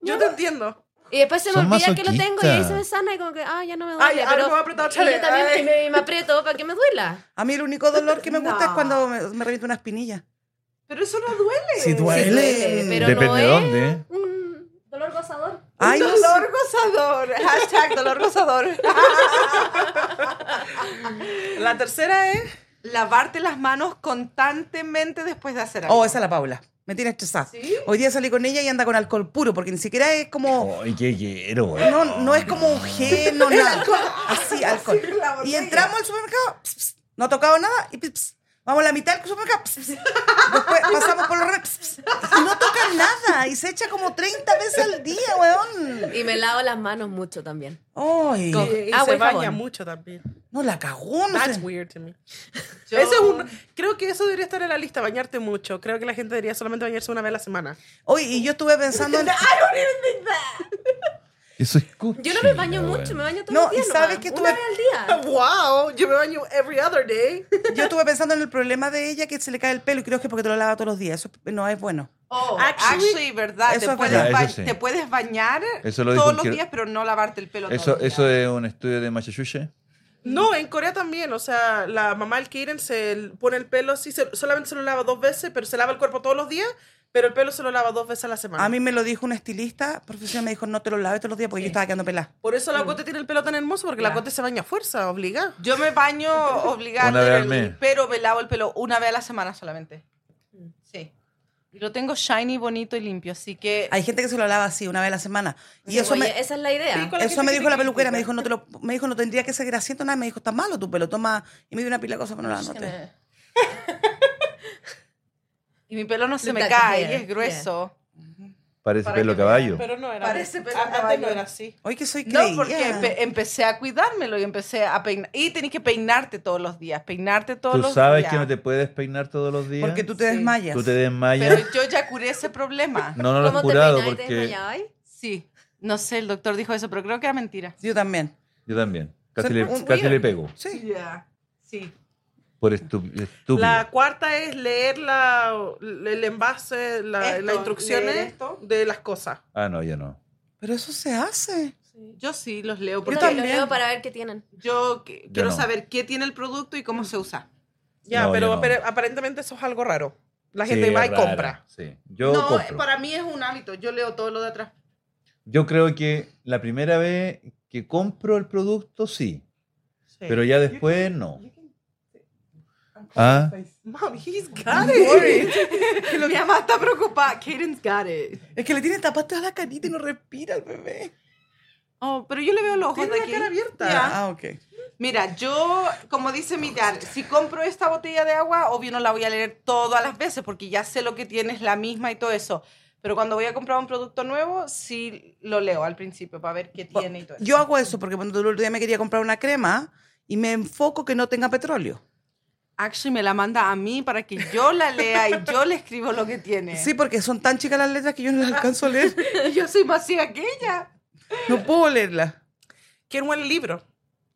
Yo te entiendo.
Y después se me
Son
olvida que lo tengo y ahí se me
masoquistas.
sana y como que, ah, ya no me duele.
Ay, ahora
pero
me voy a apretar otra
y yo
vez.
también
Ay.
me, me aprieto para que me duela.
A mí el único dolor que me gusta es
No.
cuando me, me reviento una espinilla.
Pero eso no duele.
Sí,
Sí, duele, pero
Depende
no
de
es
dónde, ¿eh?
un dolor gozador.
Ay, no sé.
dolor gozador. Hashtag dolor gozador.
La tercera es.
Lavarte las manos constantemente después de hacer algo.
Oh, esa es la Paula. Me tiene estresada. Hoy día salí con ella y anda con alcohol puro, porque ni siquiera es como.
Ay, qué quiero, güey.
No, no es como un gel, no nada. Así, alcohol.
la
Y
botella.
entramos al supermercado, ps, ps, no ha tocado nada, y ps, ps, vamos a la mitad del supermercado, ps, ps. después pasamos por los re- ps, ps, y no toca nada, y se echa como 30 veces al día, weón.
Y me lavo las manos mucho también.
Ay,
Con-
eh, Y, y
agua
se
y
baña
jabón.
mucho también.
no la cagó, no
That's
sé.
weird to me.
Yo-
Ese es un, creo que eso debería estar en la lista, bañarte mucho. Creo que la gente debería solamente bañarse una vez a la semana.
Oye, y yo estuve pensando en...
Eso es cuchi,
Yo no me baño
güey.
mucho, me baño todos
No,
los
y
días.
sabes
nomás,
que
Una
tuve-
vez al
Ah.
día.
¡Wow! Yo me baño every other day.
Yo estuve pensando en el problema de ella que se le cae el pelo y creo que es porque te lo lava todos los días. Eso no es bueno.
Oh,
Ah,
Actually-
actually, verdad.
Eso
Te
es
puedes,
verdad.
ba-
Eso sí.
te puedes bañar
Eso lo dijo
todos
un
los
quiro-
días, pero no lavarte el pelo.
Eso,
todos los
eso
días.
es un estudio de Massachusetts.
No, en Corea también. O sea, la mamá del Kiren se l- pone el pelo así, se- solamente se lo lava dos veces, pero se lava el cuerpo todos los días, pero el pelo se lo lava dos veces a la semana.
A mí me lo dijo una estilista profesional, me dijo, no te lo laves todos los días porque yo estaba quedando pelada.
Por eso la Cote tiene el pelo tan hermoso, porque la Cote se baña a fuerza, obligada.
Yo me baño obligada,
Una vez
pero-
al mes.
pero me lavo el pelo una vez a la semana solamente. Sí. Y lo tengo shiny, bonito y limpio, así que...
Hay gente que se lo lava así una vez a la semana. Y eso
Oye,
me...
Esa es la idea.
con la
Eso
gente
me
que
dijo
te
la peluquera, me dijo,
critica.
no te lo, me dijo, no tendría que seguir haciendo nada. Me dijo, está malo tu pelo, toma. Y me dio una pila de cosas, pero no la
este.
noté.
Y mi pelo no se me
Exacto,
cae,
yeah,
y es grueso.
Parece
Para
pelo
que-
caballo.
Pero no era.
Parece pelo
a- antes
caballo.
no era así.
Oye, que soy
No, porque empe- empecé a cuidármelo y empecé a peinar. Y tenés que peinarte todos los días, peinarte todos
Tú
los
sabes
días.
que no te puedes peinar todos los días.
Porque tú te
Sí.
desmayas.
Tú te desmayas.
Pero yo ya curé ese problema.
No, no lo
¿Cómo
has curado
terminás y te
porque.
desmayabas ahí?
Sí, no sé, el doctor dijo eso, pero creo que era mentira.
Yo también.
Yo también. Casi,
Son
le,
un-
casi
weird.
le pego.
Sí.
Sí.
Por estu- estúpido.
La cuarta es leer la, el envase, la,
Esto,
las instrucciones
leer esto.
de las cosas.
Ah, no, yo no.
Pero eso se hace.
Yo sí los leo
Yo
porque
también.
también.
Lo leo para ver qué tienen.
yo que- quiero
no.
saber qué tiene el producto y cómo se usa.
Ya,
No,
pero
yo no.
apare- aparentemente eso es algo raro. La
Sí,
gente va y
rara.
compra.
Sí. Yo
no,
compro.
para mí es un hábito. Yo leo todo lo de atrás.
Yo creo que la primera vez que compro el producto, sí.
Sí.
Pero ya después, no. Ah,
Mom, he's got it.
Mi mamá está preocupada. Kaden's got it.
Es que le tiene tapaste a la carita y no respira el bebé.
Oh, pero yo le veo los ojos
Tiene
de
la
aquí.
cara abierta.
Ya.
Ah, ok.
Mira, yo, como dice mi dad, si compro esta botella de agua, obvio no la voy a leer todas las veces porque ya sé lo que tiene, es la misma y todo eso. Pero cuando voy a comprar un producto nuevo, sí lo leo al principio para ver qué tiene y todo eso.
Yo hago eso porque cuando el otro día me quería comprar una crema y me enfoco que no tenga petróleo.
Actually, me la manda a mí para que yo la lea y yo le escribo lo que tiene.
Sí, porque son tan chicas las letras que yo no las alcanzo a leer.
Y yo soy más ciega que ella.
No puedo leerlas.
¿Quién huele el libro?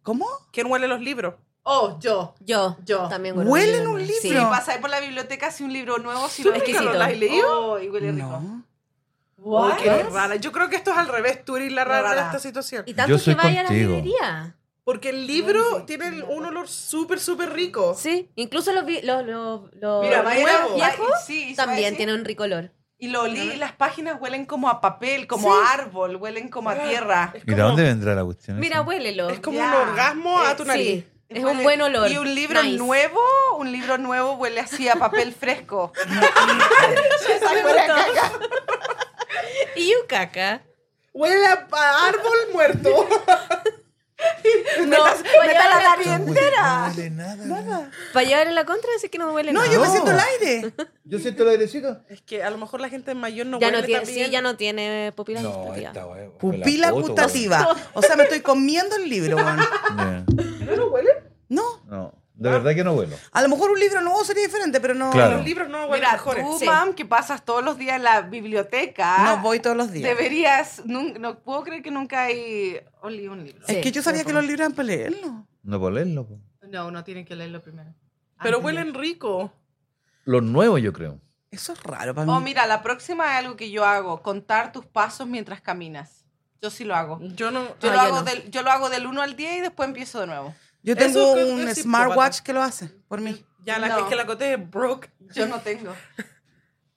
¿Cómo?
¿Quién huele los libros?
Oh, yo.
Yo,
Yo.
también
Huelen
huelo
un
libro.
Sí,
libro. No.
pasar por la biblioteca si un libro nuevo, si lo
Súper
leí.
rico.
¿Lo has leído? Oh, y huele rico.
No.
Ay,
What?
qué rara. Yo creo que esto es al revés. Tú eres la
La
rara de
rara.
esta situación.
Sí. Y
Yo
tanto
soy
que vaya
contigo.
a la librería.
Porque el libro tiene el- un olor súper, súper rico.
Sí, incluso los, vi- los, los, los
Mira,
va a
vaya
ir a-
nuevos
va-
viejos
sí, y se va a
también
decir-
tienen un rico olor.
Y lo olí y las páginas huelen como a papel, como a árbol, huelen como a tierra.
Es
¿y de
como-
dónde vendrá la cuestión?
Mira,
esa?
huélelo.
Es como
Ya.
un orgasmo a tu nariz.
Sí, es un buen olor.
Y un libro
Nice.
nuevo, un libro nuevo huele así a papel fresco.
Y un caca.
Huele a, a árbol muerto.
No, para llevar, a la,
No huele- no huele nada.
para llevar a la contra, así que no huele
No,
nada.
yo me
No.
siento el aire.
Yo siento el airecito.
es que a lo mejor la gente mayor no
ya
huele
no tiene,
tan bien.
sí, ya no tiene pupilas
No,
gustativas.
esta hueá.
Pupila gustativa. O sea, me estoy comiendo el libro, weón.
Ya,
¿No lo huele?
No.
No, De verdad que no bueno.
A lo mejor un libro nuevo sería diferente, pero no.
Claro.
Los libros no huelen
Mira,
mejores.
tú,
Sí.
mam, que pasas todos los días en la biblioteca.
Ah,
No voy todos los días.
Deberías, nun- no, puedo creer que nunca hay o leí un libro.
Sí.
Es que yo sabía que los libros eran para leerlos.
No por leerlo. po.
No, uno tiene que leerlo primero. Ah,
Pero
Antes de-
huelen rico.
Los nuevos, yo creo.
Eso es raro para mí.
Oh, mira, la próxima es algo que yo hago, contar tus pasos mientras caminas. Yo sí lo hago.
Yo no.
Yo, lo,
Ah, yo
hago
no.
del, yo lo hago del 1 al 10 y después empiezo de nuevo.
Yo
Eso
tengo
creo que
un
es
smartwatch
psicópata.
que lo hace por mí.
Ya la
No.
es que la coté es broke.
Yo no tengo.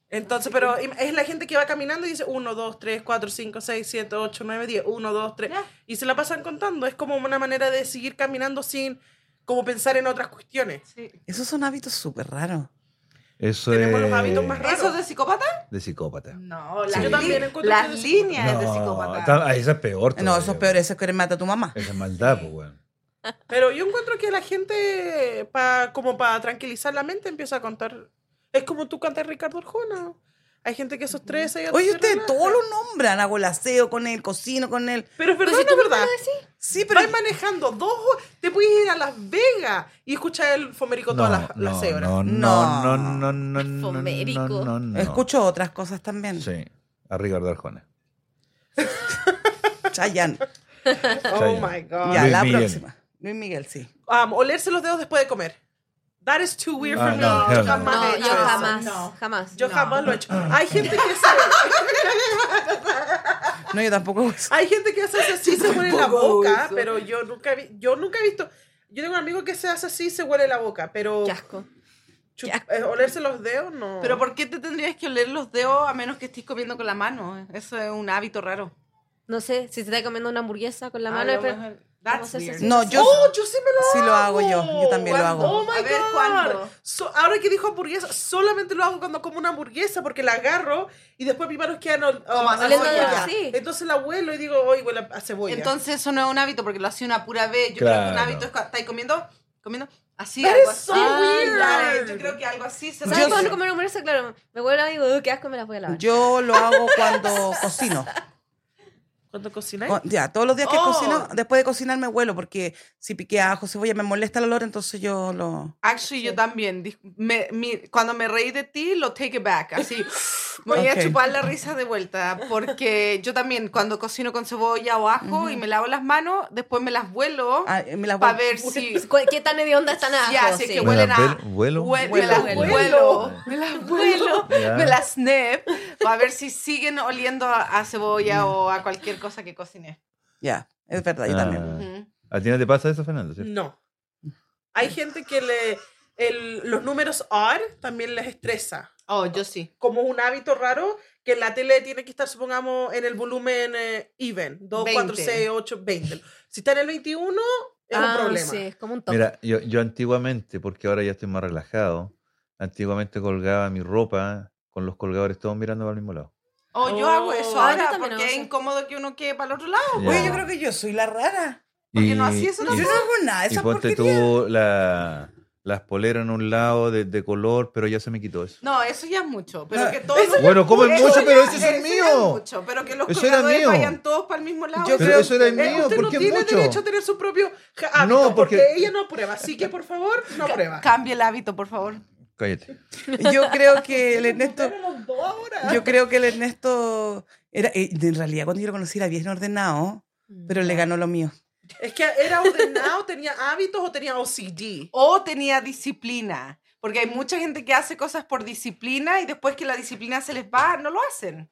Entonces, pero im- es la gente que va caminando y dice 1, 2, 3, 4, 5, 6, 7, 8, 9, 10, 1, 2, 3.
Ya.
Y se la pasan contando. Es como una manera de seguir caminando sin como pensar en otras cuestiones.
Sí.
Esos son hábitos súper raros.
Eso
Tenemos
es
los hábitos más raros.
¿Eso es de psicópata?
de psicópata.
No,
Sí.
las,
Yo también
li-
encuentro
las
que es de
líneas es de
No,
psicópata.
ta- ah, esa es peor.
No,
todavía,
eso es
po.
peor, eso es que mata a tu mamá.
Esa es maldad, pues, weón.
Pero yo encuentro que la gente, pa- como para tranquilizar la mente, empieza a contar. Es como tú cantas Ricardo Arjona. Hay gente que esos tres... ellos
Oye,
se
ustedes
relajan.
todos lo nombran. Hago el aseo con él, cocino con él.
Pero es verdad,
si
no es verdad.
Sí, pero.
Vas manejando dos horas, te puedes ir a Las Vegas y escuchar el fomerico todas las, las seis horas.
No, no, no,
No.
no, no, no,
Fomérico.
no, no, no.
Escucho otras cosas también.
Sí, a Ricardo Arjona.
Chayanne.
Oh
Chayanne.
my God.
Ya,
Ah. Luis
la
Miguel.
próxima. Luis Miguel, sí.
Um, olerse los dedos después de comer. That is too weird
Ah,
for me.
no,
yo
hell no.
jamás
No,
he hecho
yo
eso.
jamás,
No.
jamás.
Yo
no.
jamás lo he hecho. Hay gente que se,
No, yo tampoco. hago eso.
hay gente que se hace así, se huele la
Tampoco
boca,
uso.
pero yo nunca, vi- yo nunca he visto. Yo tengo un amigo que se hace así, se huele la boca, pero
Qué asco.
chu-
qué asco.
eh, olerse los dedos no.
Pero ¿por qué te tendrías que oler los dedos a menos que estés comiendo con la mano? Eso es un hábito raro.
No sé, si se está comiendo una hamburguesa con la
A
mano.
lo
pero-
mejor-
¿Cómo
That's
se hace
weird.
eso?
No, yo.
oh, yo sí me lo
Sí
hago.
lo hago yo, yo también lo
¿Cuándo?
hago.
Oh my
A ver,
God.
¿cuándo?
So- ahora que dijo hamburguesa, solamente lo hago cuando como una hamburguesa porque la agarro y después mis manos quedan ol- oh,
Como
a
a
cebolla.
cebolla, sí.
Entonces la huelo y digo, hoy huele a cebolla.
Entonces eso no es un hábito porque lo hacía una pura vez. Yo creo que un
Claro.
hábito es cuando estáis comiendo, comiendo así,
That
algo
is
así.
so
Ay,
weird.
ya, Yo creo que algo así se
¿Sabes
Yo
cuando
sé.
comer hamburguesa? Claro, me huele y digo, "Uy, qué asco, me las voy a lavar.
Yo lo hago cuando cocino.
Cuando cocináis.
Cu- Ya, todos los días que
Oh.
cocino, después de cocinar me huelo, porque si piqué ajo, cebolla, me molesta el olor, entonces yo lo.
Actually, yo también. Dis- me- mi- cuando me reí de ti, lo take it back. Así, voy
Ok.
a chupar la risa de vuelta. Porque yo también, cuando cocino con cebolla o ajo y me lavo las manos, después me las vuelo
Ah, eh, me las
para
huelo.
ver si...
Pues, ¿Cu- ¿Qué tan hedionda están abajo?
Ya, sí,
Sí.
que
Me
huelen
la
a...
pel- vuelo.
hue- me
Huelo,
las
huelo.
vuelo, me las vuelo,
Ya.
me las snap, para ver si siguen oliendo a, a cebolla o a cualquier cosa que cocine.
Ya, es verdad, yo
Ah.
también.
Ujú.
¿A ti no te pasa eso, Fernando? cierto?
No. Hay gente que le el- los números odd también les estresa.
Oh, yo sí.
Como un hábito raro que en la tele tiene que estar, supongamos, en el volumen eh, even. 2, 4,
20.
6, 8, 20. Si está en el 21, es
Ah,
un problema.
sí, es como un toque.
Mira, yo, yo antiguamente, porque ahora ya estoy más relajado, antiguamente colgaba mi ropa con los colgadores todos mirando para el mismo lado.
Oh, yo hago eso
Oh, yo
ahora
también
porque
hago
es
eso.
incómodo que uno quede para el otro lado.
Ya.
Ah, Oye, yo creo que yo soy la rara.
porque no hacía eso
y-
Yo no hago nada,
Y
esa
ponte
porquería.
tú la- las poleras en un lado de, de color, pero ya se me quitó eso.
No, eso ya es mucho. Pero
No,
que todos los-
bueno, como es
Eso
mucho,
ya-
pero ese es el
eso ya es
mío.
mucho, pero que los
Eso era
colgadores
mío.
vayan todos para el mismo lado.
Yo
Pero
creo
eso era el
Eh,
mío,
usted no
porque
tiene
mucho.
derecho a tener su propio ja- hábito,
No, porque-
porque... ella no prueba. Así que, por favor, no prueba.
Cambia el hábito, por favor.
Cállate.
Yo creo que el Ernesto.
Pero los dos ahora.
Yo creo que el Ernesto. Era, eh, en realidad, cuando yo lo conocí, era bien ordenado, pero le ganó lo mío.
Es que era ordenado, tenía hábitos o tenía OCD.
O tenía disciplina. Porque hay mucha gente que hace cosas por disciplina y después que la disciplina se les va, no lo hacen.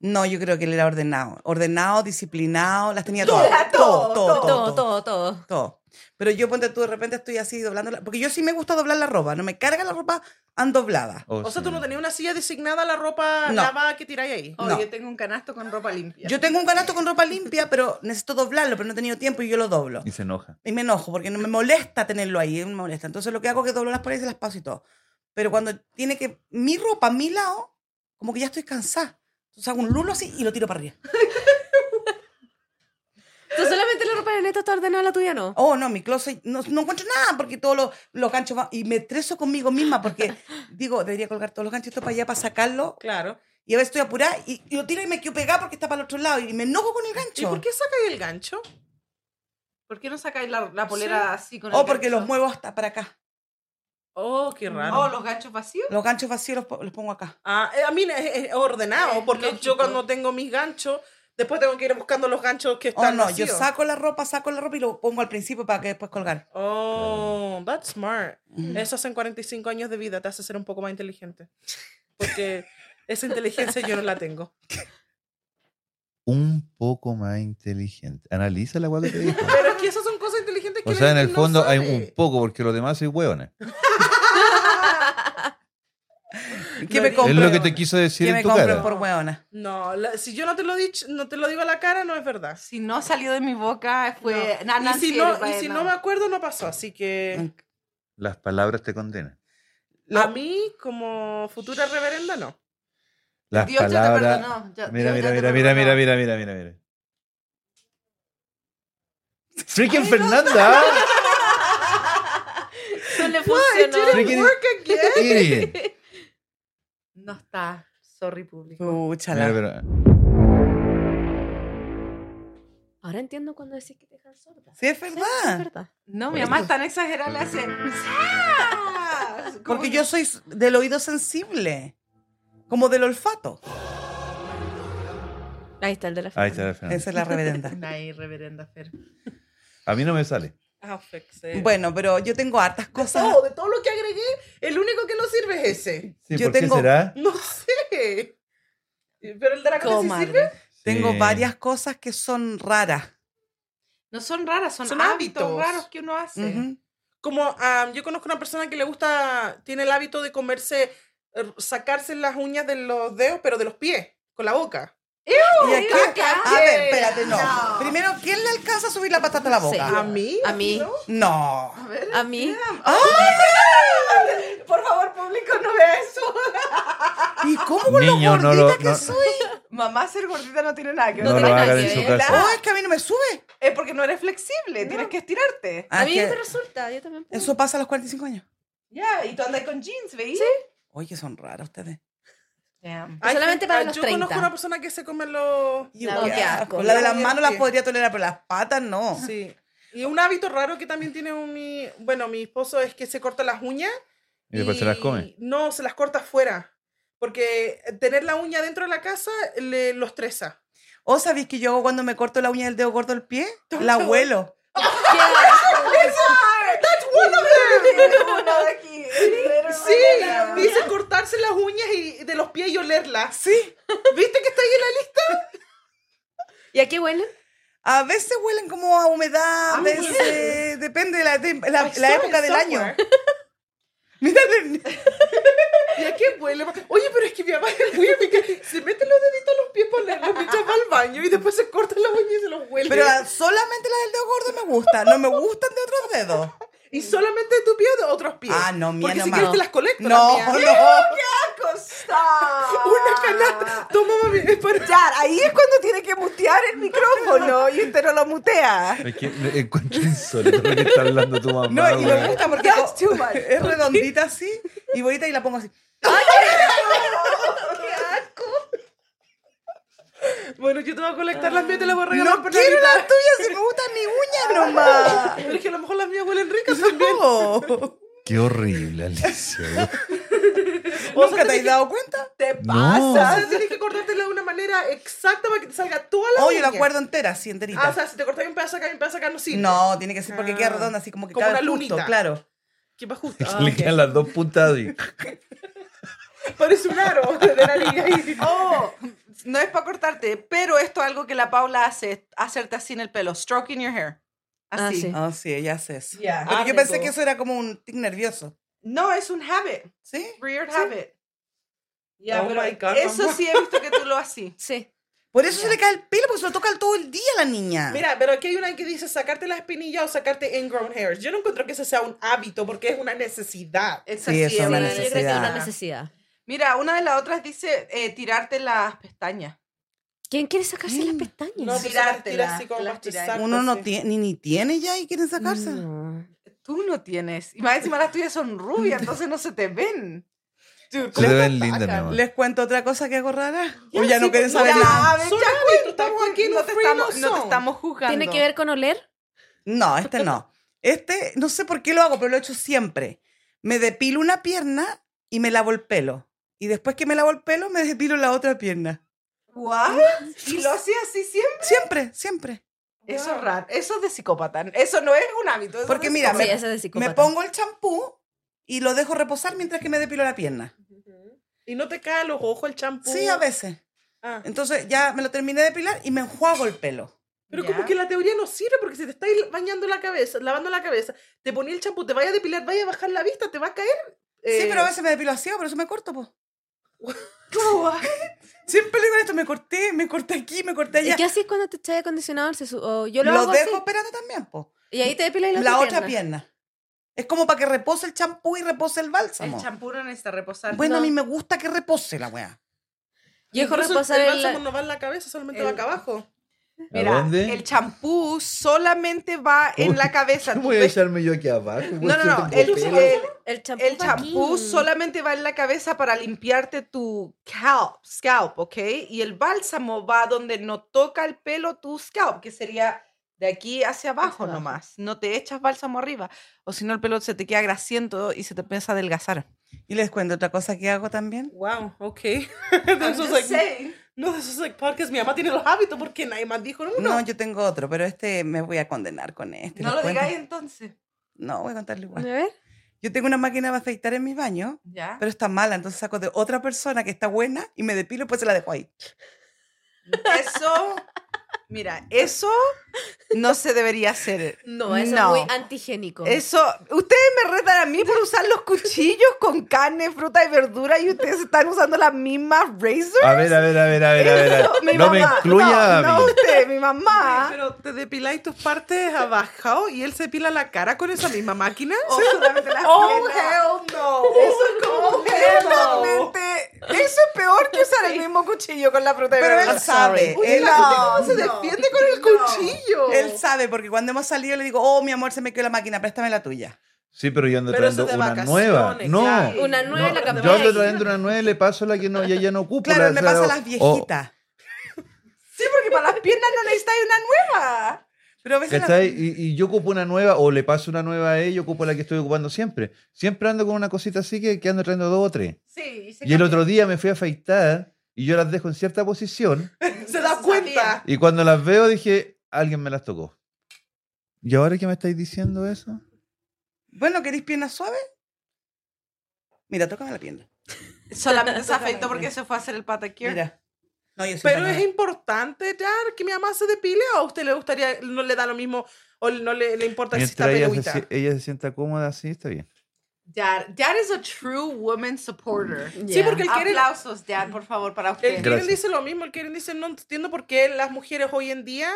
No, yo creo que él era ordenado. Ordenado, disciplinado, las tenía
Todo,
todas. todo,
todo,
todo,
todo, todo, todo.
todo. Pero yo ponte tú, de repente estoy así doblando. la- Porque yo sí me gusta doblar la ropa. No me carga la ropa andoblada.
Oh,
O sea,
sí.
tú no tenías una silla designada a la ropa
No.
lavada que tiráis ahí.
Oh,
No.
yo tengo un canasto con ropa limpia.
Yo tengo un canasto con ropa limpia, pero necesito doblarlo, pero no he tenido tiempo y yo lo doblo.
Y se enoja.
Y me enojo porque no me molesta tenerlo ahí, me molesta. Entonces lo que hago es que doblo las paredes y se las paso y todo. Pero cuando tiene que mi ropa a mi lado, como que ya estoy cansada. Entonces hago un lulo así y lo tiro para arriba.
Tú solamente la ropa de Neto está ordenada, la tuya no.
Oh, no, mi closet, no, no encuentro nada porque todos los, los ganchos van. Y me estreso conmigo misma porque digo, debería colgar todos los ganchos esto para allá para sacarlo.
Claro.
Y a veces estoy apurada y, y lo tiro y me quedo pegada porque está para el otro lado. Y me enojo con el
¿Y
gancho.
por qué sacáis el gancho?
¿Por qué no sacáis la, la polera así con el
Oh,
O porque los
gancho?
muevo hasta para acá.
Oh, qué raro.
Oh, los ganchos vacíos.
Los ganchos vacíos los, po- los pongo acá.
Ah, eh, a mí es, es ordenado,
Es
porque
lógico.
yo cuando tengo mis ganchos, después tengo que ir buscando los ganchos que
Oh,
están
no, yo
vacíos.
saco la ropa, saco la ropa y lo pongo al principio para que después colgar.
Oh, that's smart. Eso hacen 45 años de vida, te hace ser un poco más inteligente. Porque esa inteligencia yo no la tengo.
Un poco más inteligente. Analiza la weá que te dijo.
Pero es que esas son cosas inteligentes que
O
la
sea, en
gente
el
no
fondo hay
sabe.
un poco, porque los demás soy hueones.
¿Qué
Lo
me
di-
Es
compro?
lo que te quiso decir
¿Qué
en
me
tu
compro
cara.
por hueona?
No, la- si yo no te lo dicho, no te lo digo a la cara, no es verdad.
Si no salió de mi boca, fue.
No. Y si, no, y si no me
me...
acuerdo, no pasó. Así que
Las palabras te condenan. Mm.
a mí, como futura reverenda, no.
Las
Dios ya te
palabras.
perdonó, ya-
mira,
Dios ya
mira,
te
mira, mira,
perdonó.
mira, mira, mira, mira, mira. Freaking Fernanda.
No le funcionó.
Freaking idiot.
No está. Sorry, público.
Mira,
Púchala.
pero-
Ahora entiendo cuando decís que te dejan sorda.
Sí, es
Es
verdad.
verdad.
No, mi mamá es tan exagerada, le hace. "Ah", como
Porque
que-
yo soy s- del oído sensible. Como del olfato.
Ahí está el de la
Ahí está la
Esa
Fernanda.
es la reverenda.
Ay, reverenda Fer.
A mí no me sale.
Ah,
Bueno, pero yo tengo hartas cosas.
Todo, de todo lo que agregué, el único que no sirve es ese.
Sí,
Yo
¿Por qué
tengo-
será?
No sé. Pero el dragón sí
Comadre.
sirve.
Tengo
Sí.
varias cosas que son raras.
No son raras, son,
Son
hábitos,
hábitos.
raros que uno hace.
Ujú.
Como ah, yo conozco una persona que le gusta, tiene el hábito de comerse, eh, sacarse las uñas de los dedos, pero de los pies, con la boca.
¿Y a qué?
caca!
A ver, espérate, no.
No.
Primero, ¿quién le alcanza a subir la patata a la boca?
Ah,
Sí.
¿A mí?
A mí.
¿No?
No.
A mí.
Por favor, público, no vea eso.
¿Y cómo con lo
Niño,
gordita
no lo-
que
no-
soy?
Mamá, ser gordita no tiene nada que
No
ver.
lo
tiene
hagan
nada
en
que
su
ver.
casa.
Oh, es que a mí no me sube.
Es porque no eres flexible, tienes que estirarte.
Ah,
a mí
que
me resulta. Yo también puedo.
Eso pasa a los 45 años.
Ya, y tú andas con jeans, ¿veis?
Oye, son raros ustedes.
Damn.
Pero
gente-
solamente para
ah,
los
Yo conozco
30.
una persona que se come los...
Claro,
Igual.
qué asco.
La de las
Yo
manos las
que-
podría tolerar, pero las patas no.
Sí. Y un hábito raro que también tiene un- mi... Bueno, mi esposo es que se corta las uñas.
Y después se las come.
No, se las corta afuera. Porque tener la uña dentro de la casa le, lo estresa.
¿O sabéis que yo hago cuando me corto la uña del dedo gordo del pie? La abuelo.
Ah, Una de aquí.
Sí, dice cortarse las uñas y, de los pies y olerlas.
Sí.
¿Viste que está ahí en la lista?
¿Y a qué huelen?
A veces huelen como a humedad, a
Ah,
veces depende de la, de- la-
I
la
saw
época
it
del
somewhere.
año. Mira, de-
¿Y a qué huele? Oye, pero es que mi mamá es muy eficaz. Se mete los deditos a los pies para olerlos mientras va al baño y después se corta la uña y se los huele.
pero la- solamente las del dedo gordo me gustan, no me gustan de otros dedos.
¿Y solamente de tu pie o de otros pies?
Ah, no, mía
Porque si
nomás.
quieres te las colecto.
No,
las mías.
no.
Una canasta. Toma, mami, es para...
Ya, ahí es cuando tiene que mutear el micrófono y usted no lo mutea.
Es que le encuentro insólito lo que está hablando tu mamá.
No, y me
weón.
gusta porque
That's
co-
too much.
es redondita así y bonita y la pongo así.
Bueno, yo te voy a colectar las mías y te las voy a regalar
No
por
quiero
Navidad.
las tuyas, si me gusta mi uña nomás.
Pero es que a lo mejor las mías huelen ricas también.
No.
Qué horrible, Alicia. weón.
¿Nunca te has dado cuenta?
No.
O sea, tienes que cortártela de una manera exacta para que te salga toda la
Oye,
uña.
la cuerda entera, así enterita.
Ah, o sea, si te cortas un pedazo acá y un pedazo acá no sirve.
no, tiene que ser porque queda
Ah.
redonda, así como que
Como
cabe
una
justo,
lunita.
claro.
¿Qué más justo?
Es
Ah,
que le
ok.
quedan las dos puntadas. y-
Parece un aro de la línea ahí.
Oh, no es para cortarte, pero esto es algo que la Paula hace, hacerte así en el pelo, stroking your hair.
Ah,
Así.
sí.
Ah, sí, Ah, ella hace eso.
Ya.
Pero
Hazle
yo pensé
todo.
que eso era como un tic nervioso.
No, es un habit,
¿Sí?
weird habit. Ya,
Oh
pero
my God,
eso
mamá.
sí he visto que tú lo haces.
Sí.
Por eso se le cae el pelo, porque se lo toca todo el día a la niña.
Mira, pero aquí hay una que dice sacarte las espinillas o sacarte ingrown hairs. Yo no encuentro que ese sea un hábito porque es una necesidad.
Es
Sí,
así, es
eso es
Sí,
una
una
yo creo que es una
necesidad.
necesidad.
Mira, una de las otras dice eh, tirarte las pestañas.
¿Quién quiere sacarse las pestañas?
No, pues
Tirártela,
las tiras así como
las
para
tiras.
estresarte,
Uno no
sí.
tiene, ni, ni tiene ya y quieren sacarse.
No.
Tú no tienes. Y más encima las tuyas son rubias, entonces no se te ven. Dude,
Se te
¿cómo
ven lindas, mi
sacan?
amor.
Les cuento otra cosa que hago rara.
Ya,
O ya no
sí,
quieren
pues,
saber
ya,
nada.
ven,
Son
ya,
hábitos,
güey,
estamos aquí,
no
no
te
free, no
estamos, no te
zone.
estamos juzgando.
¿Tiene que ver con oler?
No, este no. Este, no sé por qué lo hago, pero lo he hecho siempre. Me depilo una pierna y me lavo el pelo. Y después que me lavo el pelo, me depilo la otra pierna.
¿What?
Y lo hacía así siempre.
Siempre, siempre.
Eso es
raro. Eso es de psicópata. Eso no es un hábito. eso
Porque
es
mira,
Sí,
me-
ese es de
Me
psicópata.
pongo el champú y lo dejo reposar mientras que me depilo la pierna.
Y no te cae a los ojos el champú.
Sí, a veces.
Uh. Ah.
Entonces ya me lo terminé de depilar y me enjuago el pelo.
Pero
Ya.
como que la teoría no sirve porque si te estáis bañando la cabeza, lavando la cabeza, te ponía el champú, te vaya a depilar, vaya a bajar la vista, te va a caer.
Sí,
eh,
pero a veces me depilo así, pero eso me corto, pues.
guau.
Siempre le digo esto, me corté, me corté aquí, me corté
¿Y
allá.
qué haces cuando te echas acondicionador? Se su- o yo lo,
lo
hago así,
dejo operando también, po.
y ahí te depilas
La, otra pierna. Es como para que repose el champú y repose el bálsamo.
El champú no necesita reposar.
bueno, a
no.
mí me gusta que repose la weá.
Y dejo
Incluso
reposar
el
el-
bálsamo no va en la cabeza, solamente va
el-
acá abajo.
Mira,
¿A dónde?
el champú solamente va en
Uy,
la cabeza.
¿Cómo
tú
voy a
ves-
echarme yo aquí abajo?
No, no, no. El, el-
El champú.
el
pa'
champú
aquí.
solamente va en la cabeza para limpiarte tu scalp, scalp, ¿ok? Y el bálsamo va donde no toca el pelo tu scalp, que sería de aquí hacia abajo
abajo.
nomás. No te echas bálsamo arriba, o si no el pelo se te queda grasiento y se te empieza a adelgazar.
Y les cuento otra cosa que hago también.
Wow, ok.
Ah,
Entonces, eh, like, no, eso es like podcast. Mi mamá tiene los hábitos porque nadie más dijo uno.
No, yo tengo otro, pero este me voy a condenar con este.
No
les
lo
cuento.
digáis entonces.
No, voy a contarlo
A
igual.
ver.
Yo tengo una máquina para afeitar en mi baño,
¿Ya?
pero está mala, entonces saco de otra persona que está buena y me depilo y pues se la dejo ahí.
Eso, mira, eso no se debería hacer.
No, eso
No.
es muy antigénico.
Eso, ustedes me retan a mí por usar los cuchillos con carne, fruta y verdura y ustedes están usando la misma razor.
A ver, a ver, a ver, a ver, a ver.
Eso, mi
No me
mamá.
incluya
no,
a
no
mí.
usted, mi mamá.
Pero te depiláis tus partes abajo y él se depila la cara con esa misma máquina.
O solamente las piernas.
Oh, hell no.
Eso es como realmente- Eso es peor que usar el mismo cuchillo con la fruta y
Pero
verdura.
él sabe,
Uy,
él-
la gente
no,
cómo se
no.
defiende con el cuchillo.
Él sabe, porque cuando hemos salido le digo, oh, mi amor, se me quedó la máquina, préstame la tuya.
Sí, pero yo ando
Pero eso
trayendo
es de
una
vacaciones,
nueva. No.
claro.
Una nueva en la
no,
camilla.
yo ando trayendo una nueva y le paso la que no, ya, ya no ocupo.
Claro,
la-
él me
o sea,
pasa
o-
las
o-
viejitas.
Sí, porque para las piernas no necesitáis una nueva.
Pero a veces las-
¿Cachai? Y, y yo ocupo una nueva, o le paso una nueva a ella, ocupo la que estoy ocupando siempre. Siempre ando con una cosita así que, que ando trayendo dos o tres.
Sí,
Y el otro día me fui a afeitar y yo las dejo en cierta posición.
Se da cuenta.
Y cuando las veo dije, alguien me las tocó. ¿Y ahora que me estáis diciendo eso?
Bueno, ¿queréis piernas suaves? Mira, tócame la pierna.
Solamente se afectó porque se fue a hacer el patacure.
Mira. No, yo soy
Pero
bacana.
es importante, Jar, que mi mamá se depile o a usted le gustaría, no le da lo mismo o no le, le importa si está
Mientras ella se,
peluita.
si- ella se sienta cómoda así, está bien.
Dad, dad is a true woman supporter.
Sí, porque el Keren,
Aplausos, Dad, por favor, para
el
usted.
Keren
Gracias.
dice lo mismo. El Keren dice, no entiendo por qué las mujeres hoy en día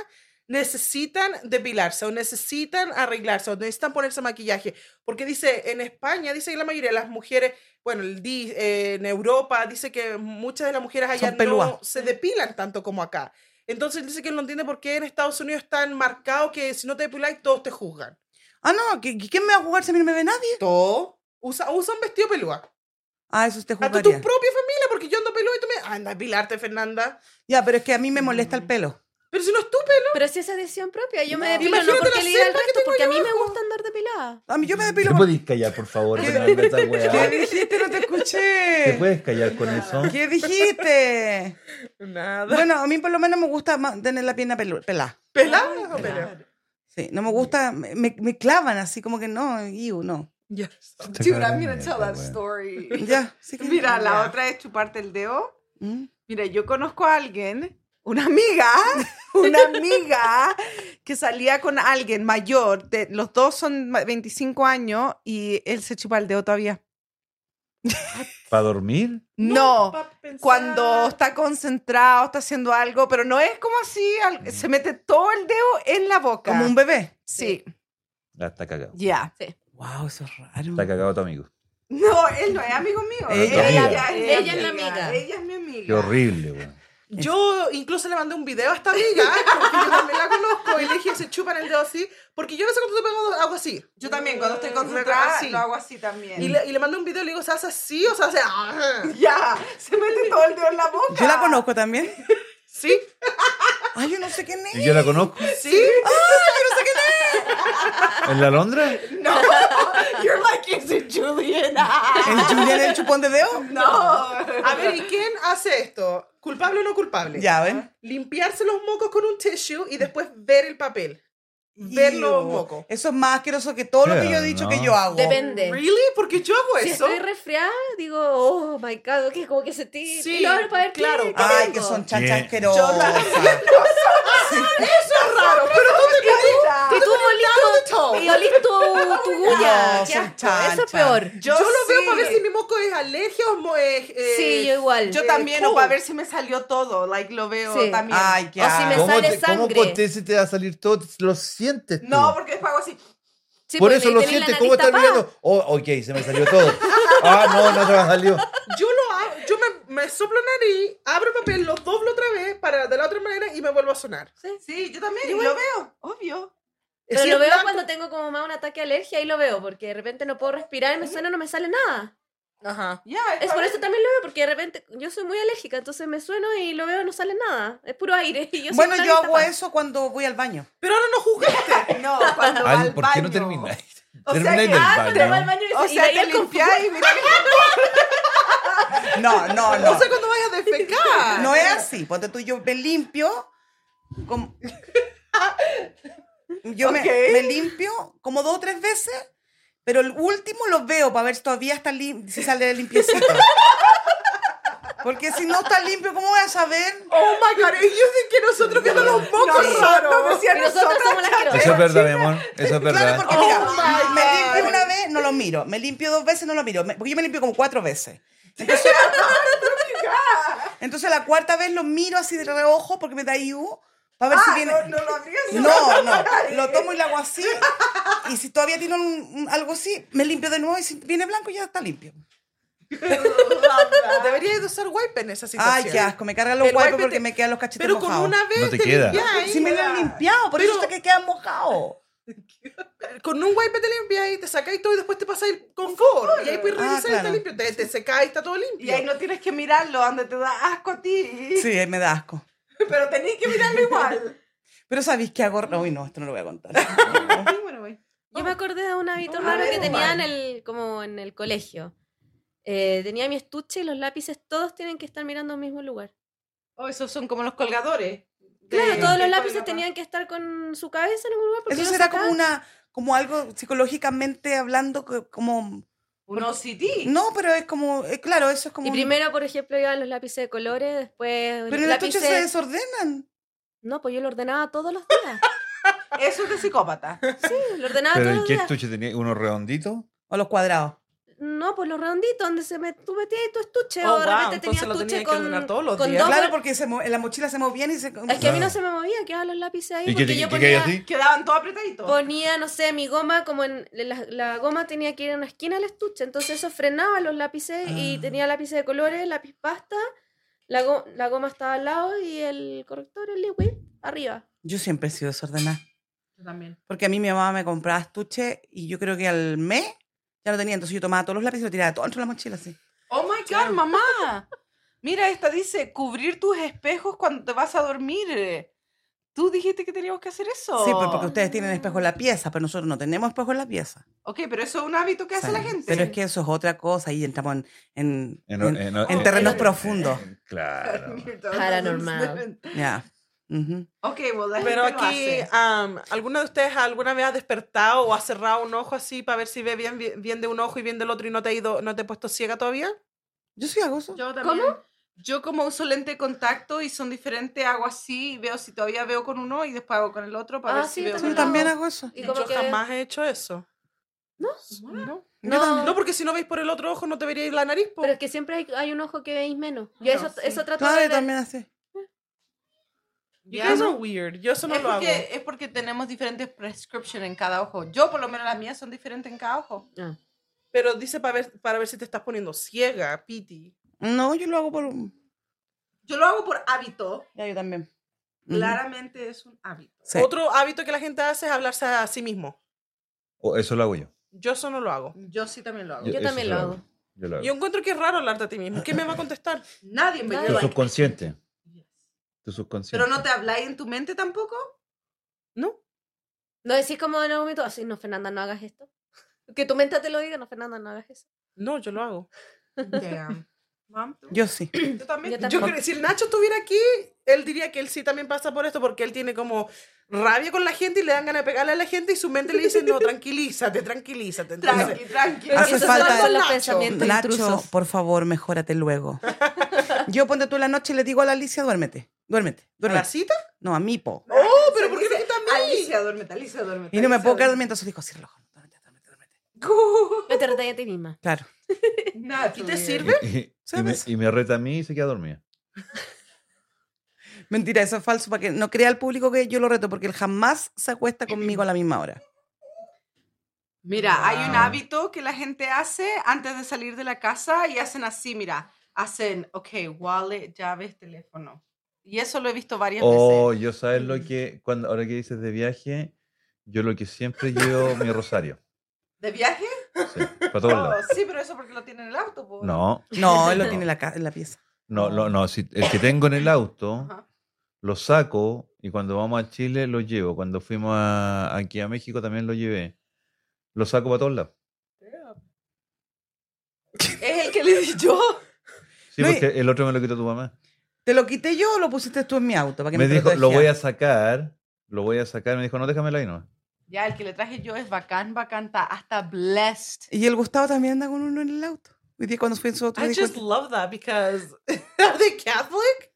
necesitan depilarse o necesitan arreglarse o necesitan ponerse maquillaje. Porque dice, en España, dice que la mayoría de las mujeres, bueno, el di- eh, en Europa, dice que muchas de las mujeres allá
Son pelúas.
no se depilan tanto como acá. Entonces dice que él no entiende por qué en Estados Unidos es tan marcado que si no te depilas todos te juzgan.
Ah, no, ¿qui- ¿quién me va a jugar si a mí no me ve nadie?
Todo. Usa, usa un vestido pelúa.
Ah, eso usted
A tu,
jugaría.
tu propia familia, porque yo ando peluda y tú me. Anda, a depilarte, Fernanda.
Ya, pero es que a mí me molesta el pelo.
Pero si no es tu pelo.
Pero si es decisión propia, yo me
No.
depilo no
Imagínate
porque
la
le diga al
cepa que
resto,
tengo
porque a mí me
abajo.
gusta andar depilada.
A mí yo me
¿Te
depilo con...
podéis callar, por favor, Fernanda, esta weá?
¿Qué dijiste? No te
¿Te
escuché.
puedes callar con eso?
¿Qué dijiste?
Nada.
Bueno, a mí por lo menos me gusta más tener la pierna pelu- pelada.
¿Pelado? Pelado.
Sí, no me gusta, me, me clavan así como que no, iu, no.
Dude, I'm gonna tell that story.
Ya, sí que-
Mira, la otra es chuparte el dedo.
¿Mm?
Mira, yo conozco a alguien, una amiga, una amiga que salía con alguien mayor. de- los dos son ma- 25 años y él se chupa el dedo todavía.
¿Para dormir?
No.
pa' pensar.
Cuando está concentrado, está haciendo algo, pero no es como así, al- se mete todo el dedo en la boca.
Como un bebé.
Sí,
Ah, está cagado.
ya.
Wow, eso es raro.
Está cagado tu amigo.
No, él no es amigo mío.
Ella-
ella es la amiga.
Ella es mi amiga.
Qué horrible, weón.
Yo incluso le mandé un video a esta amiga, porque yo también la conozco, y le dije, se chupan el dedo así. Porque yo no sé cuando te pego, hago así.
Yo también, cuando estoy
Mm,
concentrada,
así.
lo hago así también.
Y le, y le mandé un video y le digo, ¿se hace así o se hace.? ah?
Ya, se mete todo el dedo en la boca.
Yo la conozco también.
¿Sí?
Ay, yo no sé quién es.
Yo la conozco.
¿Sí?
Ay, yo no sé quién
¿En la Londra?
No, you're like, is it Julian?
¿El Julián el chupón de dedo?
No. A ver, ¿y quién hace esto? ¿Culpable o no culpable?
Ya, ven.
Limpiarse los mocos con un tissue y después ver el papel. Ver los
Ew.
mocos.
Eso es más asqueroso que todo lo que yo he dicho que
No.
yo hago.
Depende.
¿Really? ¿Por qué yo hago
Si
eso?
estoy resfriada, digo, oh my god, que como que se tira.
Sí,
y lo abro para ver qué-
claro.
qué
Ay,
tengo.
que son
Bien.
chanchas
Yo la-
asquerosas.
Eso es raro, pero tú te
Y tú olís
pones todo.
tu, y olís tu, tu gulla.
No,
qué
son
asco, Eso es
chanchas.
peor.
Yo, lo veo
sí.
para ver si mi moco es alergia o mo- es, eh,
sí, yo igual.
Yo
Eh,
también, o
cool.
para ver si me salió todo, like lo veo
Sí.
también.
Ay, qué
O si me
asco.
sale
te, Ah, ¿Cómo
sangre.
con- te- se te va a salir todo? Lo sientes tú.
no, porque después hago así.
Sí,
Por
porque
eso
ahí
lo
tenés pues, la
sientes.
nariz
¿Cómo estás
tapada.
viendo? Oh, ok, se me salió todo. Ah, no, no se me salió.
Yo lo hago, yo me, me soplo nariz, abro papel, lo doblo otra vez para de la otra manera y me vuelvo a sonar.
Sí, yo también,
Igual.
lo veo, obvio.
Pero
Si
lo
es
veo
blanco-
cuando tengo como más un ataque de alergia, ahí lo veo, porque de repente no puedo respirar, me suena, no me sale nada. Ajá.
Ya,
Es por eso también lo veo, porque de repente yo soy muy alérgica, entonces me sueno y lo veo, no sale nada. Es puro aire. y soy
Bueno,
una
yo
nariz
hago
tapada.
eso cuando voy al baño.
Pero ahora no juzgaste.
No, cuando va
Ay,
al
¿Por qué no
baño.
termináis?
O sea
Termináis
que-
del
Ah, cuando va al
baño.
baño y,
O
y
sea,
ahí
te
el confu-
limpiáis y mira
No, no,
No
no.
sé cuándo vayas a defecar.
No es así. Ponte tú, yo me limpio. como- Yo me-
Ok.
me, limpio como dos o tres veces, pero el último lo veo para ver si todavía está limpio, si sale limpiecito. Porque si no está limpio, ¿cómo voy a saber?
Oh my god, ellos dicen que nosotros viendo los mocos
No, no,
raros.
no, no, sí,
Y nosotros somos las que
Eso es verdad, mi amor. Eso es verdad.
Claro, porque
Oh
mira,
my
me
God.
limpio una vez, no lo miro. Me limpio dos veces, no lo miro. Me- Porque yo me limpio como cuatro veces. Entonces, entonces la cuarta vez lo miro así de reojo porque me da IU para ver si viene.
Ah, no, no lo abrías.
No, no, lo tomo y lo hago así. Y si todavía tiene un- un- algo así, me limpio de nuevo y si viene blanco ya está limpio.
Deberías de usar wipe en esa situación.
Ay, qué asco, me cargan los
Pero
guaypes
guaype
porque
te-
me quedan los cachetes
Pero con
mojados.
una vez
No te
te
queda.
limpiáis,
Si me lo han
weá.
limpiado, por eso
Pero-
es que quedan mojados.
Con un wipe te limpiáis, te sacáis todo y después te pasáis el confort. Y ahí puedes
Ah,
revisar y está
claro.
limpio. Te, te secáis, está todo limpio.
Y ahí no tienes que mirarlo, donde te da asco a ti.
Sí, me da asco.
Pero tenés que mirarlo igual.
Pero ¿sabéis qué hago? Uy, no, esto no lo voy a contar.
Yo me acordé de un hábito
A
raro
ver,
que tenía en
Omar.
el, como en el colegio. Eh, tenía mi estuche y los lápices todos tienen que estar mirando al mismo lugar.
Oh, esos son como los colgadores.
Claro, todos los lápices
colgador.
tenían que estar con su cabeza en algún lugar. Porque
Eso
lo
será como
sacaban.
una como algo psicológicamente hablando que- como
Un OCD.
no, pero es como eh, claro, eso es como
Y
un-
primero, por ejemplo, iban los lápices de colores, después
pero en el estuche
lápices...
se desordenan.
No, pues yo lo ordenaba todos los días.
Eso es de psicópata.
Sí, lo ordenaba
¿Pero
todos
en
los
qué
días.
estuche tenía? ¿Uno redondito?
O los cuadrados.
No, pues los redonditos, donde se me, tú metías ahí tu estuche.
Oh,
o de
wow,
repente
entonces
tenías
lo
estuche
tenía que
con,
ordenar todos los
con
días.
dos...
claro, porque se mo- en la mochila se movían y se
Es que a mí no
Claro.
se me movía, quedaban los lápices ahí.
¿Y qué
porque
qué-
yo
qué hay
ponía,
así?
Quedaban todos apretaditos.
ponía, no sé, mi goma, como en la, la goma tenía que ir a una esquina del estuche, entonces eso frenaba los lápices y
Ah.
tenía lápices de colores, lápiz pasta, la, go- la goma estaba al lado y el corrector, el liquid, arriba.
Yo siempre he sido desordenada,
Yo también.
porque a mí mi mamá me compraba estuche y yo creo que al mes ya lo tenía, entonces yo tomaba todos los lápices y lo tiraba todo dentro de la mochila así.
Oh my God, mamá. Mira, esta dice cubrir tus espejos cuando te vas a dormir. Tú dijiste que teníamos que hacer eso.
Sí, pero porque ustedes tienen espejo en la pieza, pero nosotros no tenemos espejo en la pieza.
Ok, pero eso es un hábito que hace la
Sí.
gente.
Pero es que eso es otra cosa y entramos en, en-
En,
en-
en-
en terrenos
en-
profundos.
en- Claro.
Paranormal.
Ya. Ujú.
Ok, well, la
Pero
gente lo
aquí,
hace.
am, ¿alguno de ustedes alguna vez ha despertado o ha cerrado un ojo así para ver si ve bien, bien bien de un ojo y bien del otro y no te ha ido, no te he puesto ciega todavía?
Yo soy agoso.
Yo también. Yo como uso lente de contacto y son diferentes, hago así, veo si todavía veo con uno y después hago con el otro para
Ah,
ver
sí,
si veo
yo
Yo
con
no.
también hago eso.
Y como
Yo
que-
jamás he hecho eso.
¿No?
No.
Yo
No,
No, porque si no veis por el otro ojo no te veríais la nariz. po.
pero es que siempre hay, hay un ojo que veis menos. Yo
No,
eso,
sí.
eso trato
Claro,
de
yo
ver.
también así.
You
Ya,
guys
¿no?
are weird. Yo eso no
es
lo hago.
porque, es porque tenemos diferentes prescriptions en cada ojo. Yo, por lo menos, las mías son diferentes en cada ojo.
Ah.
Pero dice para ver, para ver si te estás poniendo ciega, Piti.
No, yo lo hago por.
Yo lo hago por hábito.
Ya, yo también. Ujú.
Claramente es un hábito.
Sí.
Otro hábito que la gente hace es hablarse a sí mismo.
O Oh, eso lo hago yo.
Yo eso no lo hago.
Yo sí también lo hago.
Yo
eso
también
sí
lo
lo
hago.
hago. Yo lo hago.
Yo encuentro que es raro hablarte a ti mismo. ¿Quién me va a contestar?
Nadie me
Nadie.
Tu
lleva.
subconsciente. Tu subconsciente.
Pero no te habláis en tu mente tampoco.
¿No?
No decís como en algún momento, así, no, Fernanda, no hagas esto. Que tu mente te lo diga, no, Fernanda, no hagas eso.
No, yo lo hago.
Yo sí.
Yo también. Yo
Yo tampoco.
creo- si el Nacho estuviera aquí, él diría que él sí también pasa por esto, porque él tiene como rabia con la gente y le dan ganas de pegarle a la gente y su mente le dice, no, tranquilízate, tranquilízate. Entonces,
Tranqui, tranqui.
Hace
Esos
falta-
son los
Nacho.
pensamientos
Nacho,
intrusos.
por favor, mejórate luego. Yo ponte tú en la noche y le digo a la Alicia, duérmete, duérmete,
¿A la
duérmete.
cita?
No, a mí, po.
Oh, pero ¿por qué me quita a mí?
Alicia, duérmete, Alicia, duérmete.
Y no me
Alicia,
puedo quedar dormida, entonces dijo, cierra los ojos, duérmete, duérmete, duérmete.
No te retáis a ti misma.
Claro.
duérmete. Nacho,
¿Y te
bien.
sirve?
Y, y- y me,
¿Sabes?
y me reta a mí y se queda dormida.
Mentira, eso es falso, para que no crea al público que yo lo reto, porque él jamás se acuesta conmigo a la misma hora.
Mira, hay un
Wow.
hábito que la gente hace antes de salir de la casa y hacen así, mira, hacen, ok, wallet, llaves, teléfono. Y eso lo he visto varias
O
veces.
Oh, yo sabes
Mm.
lo que, cuando, ahora que dices de viaje, yo lo que siempre llevo mi rosario.
¿De viaje?
Sí, para todos lados.
sí, pero eso porque lo tienen en el auto. pues. po.
No,
No, él lo tiene en la, ca- en la pieza.
no, lo- no, si el que tengo en el auto,
Ajá.
lo saco y cuando vamos a Chile lo llevo. Cuando fuimos a- aquí a México también lo llevé. Lo saco para todos lados.
Es el que le di yo.
Sí,
No, y-
porque el otro me lo quitó tu mamá.
¿Te lo quité yo o lo pusiste tú en mi auto? Para que
Me dijo, lo voy
protegiera?
a sacar, lo voy a sacar. Me dijo, no, déjamelo ahí nomás.
Ya, el que le traje yo es bacán, bacán, está hasta blessed.
Y el Gustavo también anda con uno en el auto. Hoy día cuando fui en su auto me
I
di
just
cuenta.
love that because are they Catholic?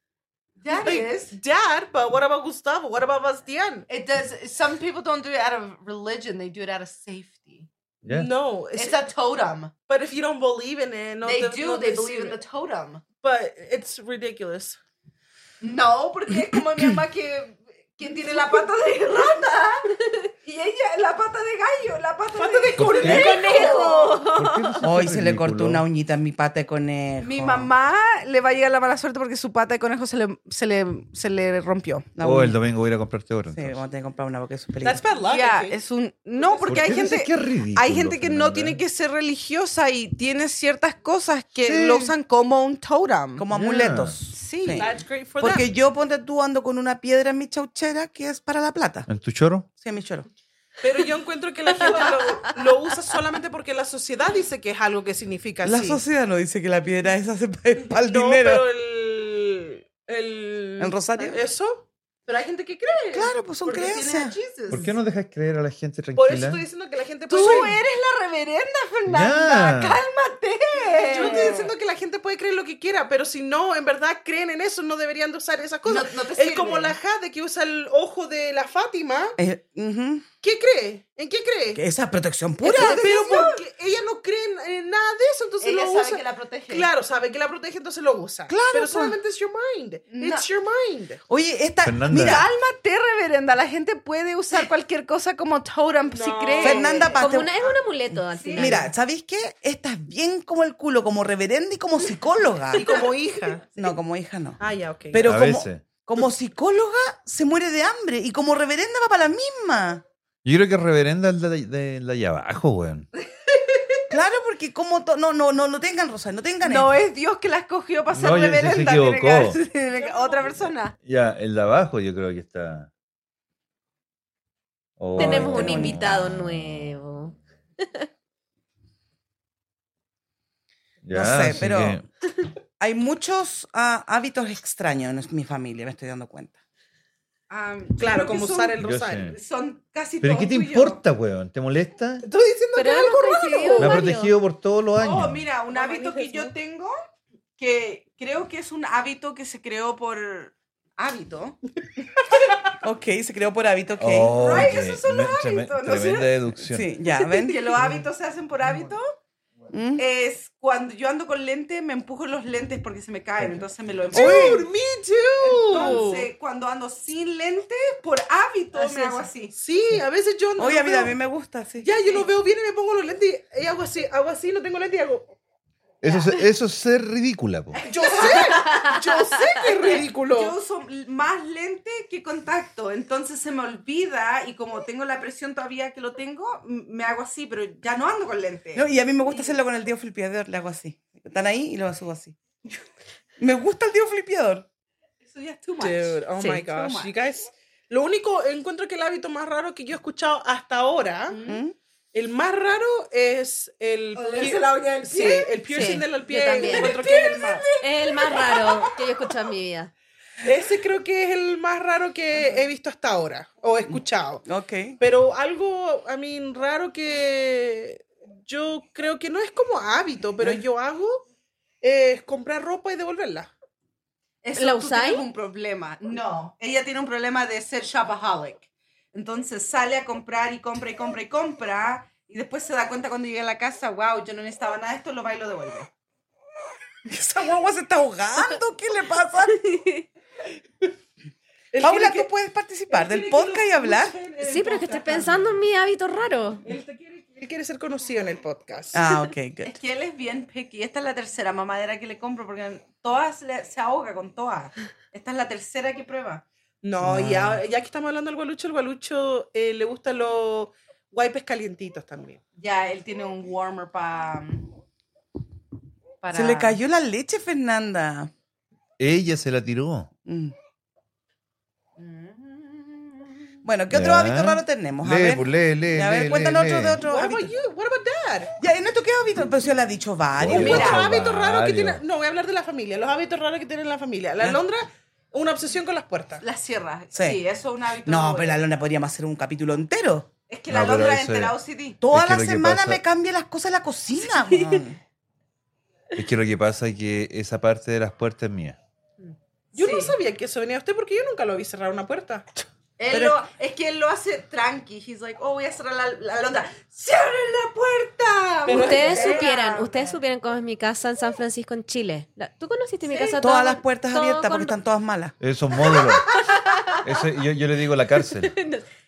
Ya
Like,
es.
Dad, but what about Gustavo? What about Bastián?
It does, some people don't do it out of religion, they do it out of safety.
¿Ya?
No,
It's,
it's,
a totem.
but if you don't believe in it, no,
they
the-
do,
no
they
decir-
believe in the totem.
But it's ridiculous.
No, porque es como mi mamá que, que tiene la pata de rata y ella la pata de gallo, la pata,
Pata de
¿Por qué?
conejo.
¿Por qué no se
Hoy
fue
se le cortó
ridículo?
una uñita en mi pata de conejo.
Mi mamá le va a llegar la mala suerte porque su pata de conejo se le, se le, se le rompió.
La
Oh, el
uña.
domingo voy a ir a comprarte oro.
Sí,
entonces.
vamos a tener que comprar una porque eso es
That's
peligroso.
bad luck. I
Ya,
think.
es un... No,
¿Por
porque hay
qué dices
gente...
que es ridículo,
Hay gente que no
Fernanda?
tiene que ser religiosa y tiene ciertas cosas que
Sí.
lo usan como un totem.
Como
Ya.
amuletos.
Sí.
Sí.
That's great for them.
Porque yo ponte tú ando con una piedra en mi chauchera que es para la plata.
¿En tu choro?
Sí, en mi choro.
Pero yo encuentro que la gente lo, lo usa solamente porque la sociedad dice que es algo que significa
La
así.
sociedad no dice que la piedra esa se es para el
No,
dinero.
pero el... El,
¿El rosario?
Eso. Pero hay gente que cree.
Claro, pues son
Porque tienen
creencias.
Jesus.
¿Por qué no dejas creer a la gente
Por eso estoy
tranquila?
diciendo que la gente
Tú
puede...
eres la reverenda, Fernanda.
Ya.
¡Cálmate!
Yo no estoy diciendo que la gente puede creer lo que quiera, pero si no, en verdad creen en eso, no deberían de usar esas cosas.
No- no te
es
sirve.
como la Jade que usa el ojo de la Fátima.
Eh, ujú.
¿Qué cree? ¿En qué cree?
Que Esa es protección pura.
Pura, pero porque ella no cree en, en nada de eso, entonces
Ella
lo
sabe
usa.
que la protege.
Claro, sabe que la protege, entonces lo usa.
Claro,
Pero
pues.
solamente es your mind.
No.
It's your mind.
Oye, esta.
Fernanda.
Mira,
Cálmate, reverenda. La gente puede usar cualquier cosa como totem si
No.
cree.
Fernanda Paz.
Como una, es un amuleto al final.
Mira, ¿sabéis qué? Estás bien como el culo, como reverenda y como psicóloga.
Y como hija.
No, como hija no.
Ah, ya, ok.
Pero
a
como,
veces.
como psicóloga se muere de hambre y como reverenda va para la misma.
Yo creo que reverenda es la de, de la allá abajo, weón.
Claro, porque como to- no, no, no, no tengan rosario, no tengan
No
esto.
es Dios que la escogió para ser
No, yo- se- se
reverenda. tiene que haber-
equivocó.
tiene que- otra persona.
Ya, el de abajo yo creo que está. Oh,
Tenemos
qué
un
bonito.
invitado nuevo.
Ya,
No sé,
así
pero-
que-
Hay muchos ah, hábitos extraños en mi familia, me estoy dando cuenta.
Ah,
claro, como usar el
Yo
rosario.
sé.
Son casi
¿Pero
todos
qué te
tuyos.
importa, weón? ¿Te molesta?
Estoy diciendo que
Pero hemos
algo
coincidido
Me ha
varios.
protegido por todos los años.
Oh, mira, un
Como
hábito que
manifestó.
yo tengo, que creo que es un hábito que se creó por hábito.
Ok, se creó por hábito, ok.
Oh,
Right,
qué
esos son los
treme-
hábitos, ¿no es
Tremenda
cierto?
deducción.
Sí, ya, ¿ven?
Que los hábitos se hacen por hábito.
Mm.
Es cuando yo ando con lentes, me empujo los lentes porque se me caen, entonces me lo empujo.
Dude, me too.
Entonces, cuando ando sin lentes, por hábito
Así
me hago
es.
así.
Sí, a veces yo no
Oye, a mí,
veo-
a mí me gusta, sí.
Ya, yo lo veo bien y me pongo los lentes y- y hago así, hago así, no tengo lentes y hago...
Eso, es- eso es ser ridícula, po.
Yo sé, yo sé que es ridículo.
Yo uso más lente que contacto, entonces se me olvida y como tengo la presión todavía que lo tengo, m- me hago así, pero ya no ando con lentes.
No, y a mí me gusta hacerlo con el dedo flipeador, le hago así. Están ahí y lo subo así. Me gusta el dedo flipeador.
Eso ya es too much.
Dude, oh
Sí.
my
Too
gosh,
much.
you guys... Lo único, encuentro que el hábito más raro que yo he escuchado hasta ahora,
¿Mm?
el más raro es el...
Olerse la uña del
Sí,
pie.
el piercing
Sí,
del
yo
pie.
también.
encuentro que es el más-
Es el más raro que yo he escuchado en mi vida.
Ese creo que es el más raro que he visto hasta ahora, o he escuchado.
Ok.
Pero algo, a mí, raro que yo creo que no es como hábito, pero yo hago es comprar ropa y devolverla.
¿La
tú
usáis?
tienes un problema. No, ella tiene un problema de ser shopaholic. Entonces sale a comprar y compra y compra y compra y después se da cuenta cuando llega a la casa, wow, yo no necesitaba nada de esto, lo va y lo devuelve.
Esa guagua se está ahogando. ¿Qué le pasa?
Él
Paula,
quiere
tú puedes participar
él
del
quiere que lo
podcast y hablar.
escuchen en
Sí, pero es que este
podcast
estoy pensando en mis hábitos raros.
también. Él, te quiere, él quiere ser conocido en el podcast.
Ah, ok, good.
Es que él es bien picky. Esta es la tercera mamadera que le compro porque todas le- se ahoga con todas. Esta es la tercera que prueba.
No, y ahora- ya que estamos hablando del gualucho, el gualucho eh, le gustan los wipes calientitos también.
Ya, él tiene un warmer pa- mm, para...
Se le cayó la leche, Fernanda.
Ella se la tiró.
Mm.
Mm.
Bueno, ¿qué otro
Ya.
hábito raro tenemos? A
Lee,
ver,
pues, lee, lee,
a ver,
lee,
cuéntanos
lee,
otro de
lee.
otro
What
hábito.
about you? What about that?
Ya, ¿en esto qué hábito? Pero si le ha dicho varios.
Oye,
Muchos
Mira.
hábitos raros que tiene.
Varios.
No, voy a hablar de la familia. Los hábitos raros que tiene la familia. La Londra, una obsesión con las puertas.
La sierra.
Sí.
Sí. eso es un hábito.
No,
bueno.
pero la lona podríamos hacer un capítulo entero.
Es que
No,
la
pero
Londra ha
eso es-
enterado CD.
Toda
Es que
la
lo que
semana
pasa-
me cambia las cosas en la cocina. man.
Es que lo que pasa es que esa parte de las puertas es mía.
Yo
Sí.
no sabía que eso venía a usted porque yo nunca lo vi cerrar una puerta.
Él
Pero-
lo- es que él lo hace tranqui. He's like, oh, voy a cerrar la, la Londra. ¡Cierren la puerta!
Pero-
ustedes
Era-
supieran, ustedes supieran cómo es mi casa en San Francisco, en Chile. La- ¿Tú conociste mi
Sí.
casa?
Todas
Todo
las
con-
puertas
todo
abiertas porque
con-
están todas malas.
Esos módulos. Eso- yo, yo le digo la cárcel.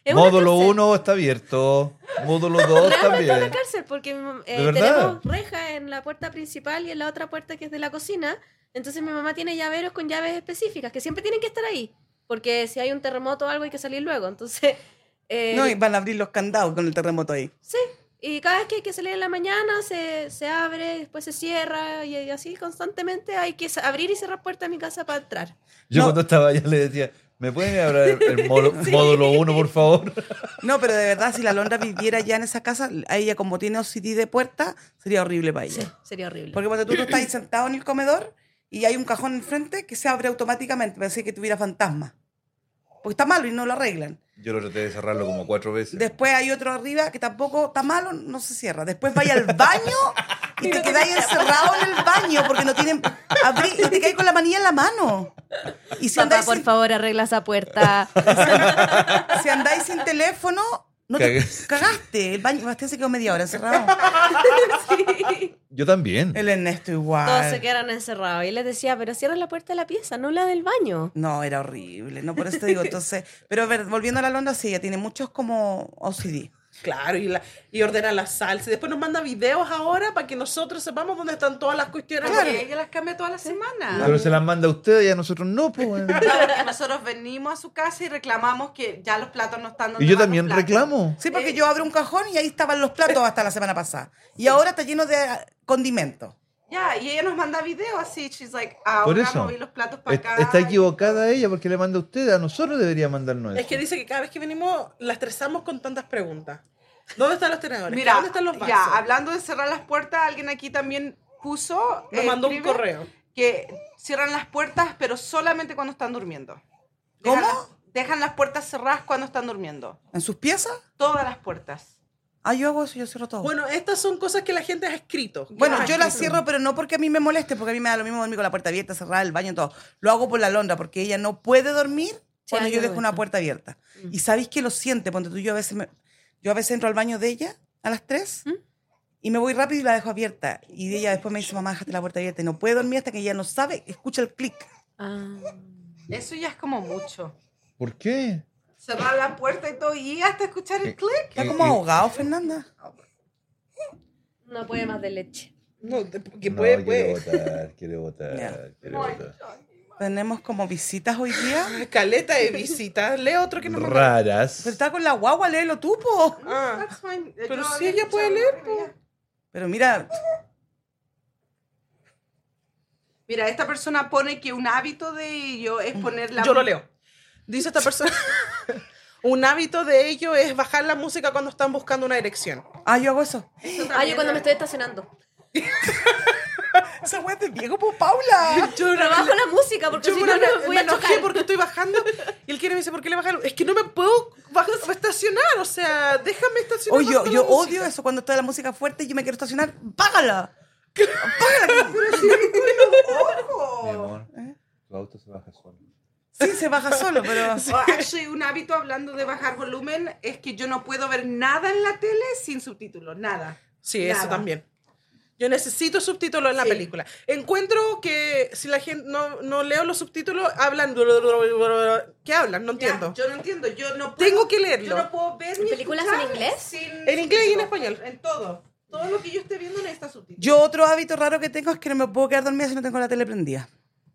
Es una
Módulo
cárcel.
1 está abierto. Módulo 2
Realmente es
también.
una cárcel porque mi mam- eh,
¿De verdad?
tenemos rejas en la puerta principal y en la otra puerta que es de la cocina. Entonces mi mamá tiene llaveros con llaves específicas que siempre tienen que estar ahí. Porque si hay un terremoto o algo hay que salir luego. Entonces, eh,
No, y van a abrir los candados con el terremoto ahí.
sí. Y cada vez que hay que salir en la mañana se, se abre, después se cierra y, y así constantemente hay que sa- abrir y cerrar puertas de mi casa para entrar.
Yo
No.
cuando estaba allá le decía, ¿me pueden abrir el, módulo- módulo 1, por favor?
No, pero de verdad, si la Londra viviera ya en esa casa, a ella como tiene OCD de puerta, sería horrible para ella.
Sí, sería horrible.
Porque cuando tú, tú estás ahí sentado en el comedor y hay un cajón enfrente que se abre automáticamente, pensé que tuviera fantasma. Porque está malo y no lo arreglan.
Yo lo traté de cerrarlo como cuatro veces.
Después hay otro arriba que tampoco está malo, no se cierra. Después vaya al baño y te quedáis encerrado en el baño porque no tienen. abrí- y te caes con la manilla en la mano. Y si
Papá,
andáis,
por
sin,
favor, arregla esa puerta.
si andáis sin teléfono, no te-
Cagué.
cagaste. El baño, Bastián se quedó media hora encerrado.
Yo también.
El Ernesto
Todos se
igual.
quedaron encerrados. Y les decía, pero cierra la puerta de la pieza, no la del baño.
No, era horrible. No, por eso te digo, entonces. Pero a ver, volviendo a la Londra, sí, ella tiene muchos como OCD.
Claro, y, la, y ordena la salsa. Y después nos manda videos ahora para que nosotros sepamos dónde están todas las cuestiones.
Porque ella las cambia toda la semana.
Pero se las manda a ustedes y a nosotros no, pues. weón.
Ah. No, porque nosotros venimos a su casa y reclamamos que ya los platos no están donde
Y yo
van los
también
platos.
reclamo.
Sí,
Eh.
porque yo abro un cajón y ahí estaban los platos hasta la semana pasada. Y ahora está lleno de ah, condimentos.
Ya, y ella nos manda videos así. She's like, ahora
Por eso.
moví los platos para
Est-
acá.
Está equivocada ella porque le manda a ustedes. A nosotros debería mandarnos eso.
Es que dice que cada vez que venimos la estresamos con tantas preguntas. ¿Dónde están los tenedores?
Mira,
¿Dónde están los vasos?
ya, hablando de cerrar las puertas, alguien aquí también puso...
Nos
eh,
mandó un
escribe
correo.
Que cierran las puertas, pero solamente cuando están durmiendo.
¿Cómo?
las- dejan las puertas cerradas cuando están durmiendo.
¿En sus piezas?
Todas las puertas.
Ah, yo hago eso, yo cierro todo. Bueno,
Bueno, estas son cosas que la gente ha escrito.
yo las cierro, pero no porque a mí me moleste, porque a mí me da lo mismo dormir con la puerta abierta, cerrada, el baño, todo. Lo hago por la Londra, porque ella no puede dormir cuando
hay
yo
algo
dejo
de
una
eso.
puerta abierta. Y sabéis que lo siente, cuando tú yo a veces me- yo a veces entro al baño de ella a las 3
¿Mm?
y me voy rápido y la dejo abierta. Y ella después me dice, mamá, déjate la puerta abierta. Y no puede dormir hasta que ella no sabe, escucha el clic.
Eso ya es como mucho.
¿Por qué?
Cerrar la puerta y todo, y hasta escuchar el
Eh,
clic.
Está
Eh,
como
eh.
ahogado, Fernanda.
no puede más de leche.
No, de- porque
No,
puede, pues.
quiere
puede.
votar, quiere votar,
Ya.
quiere votar.
Tenemos como visitas hoy día.
Caleta de visitas. Lee otro que nos mandó.
Pero
Raras.
está con la guagua, léelo tú, po.
Ah.
That's fine. Eh,
Pero
yo
si
había
ella puede
escuchado
leer,
horrible.
Pero mira,
Mira, esta persona pone que un hábito de ello es poner la...
Mm. Yo lo leo. Dice esta persona. Un hábito de ello es bajar la música cuando están buscando una erección.
Ah, yo hago eso.
Ah, yo cuando me estoy estacionando.
Esa wea de Diego por Paula.
Yo una vez
Trabajo
le-
la música porque
yo
si
una
no,
vez
no me voy
me
a
enojé
chocar.
porque estoy bajando y el quiere me dice, ¿por qué le bajas? la- Es que no me puedo bajar, estacionar, o sea, déjame estacionar.
Oye, yo,
bajo la
yo
música.
odio eso cuando está la música fuerte y yo me quiero estacionar. ¡Págala! ¡Págala!
Mi amor, tu auto se baja solo.
Sí, se baja solo, pero.
Oh, actually, un hábito hablando de bajar volumen es que yo no puedo ver nada en la tele sin subtítulos, nada.
Sí, eso
Nada.
también. Yo necesito subtítulos en la
Sí.
película. Encuentro que si la gente no, no leo los subtítulos, hablan. blu, blu, blu, blu, blu. ¿Qué hablan? No
Ya,
entiendo.
yo no entiendo, yo no puedo.
Tengo que
Yo
leerlo.
no puedo ver ni
películas en
escuchar
inglés?
sin
En inglés y en
subtítulos,
español.
En todo. Todo lo que yo esté viendo necesita subtítulos.
Yo otro hábito raro que tengo es que no me puedo quedar dormida si no tengo la tele prendida.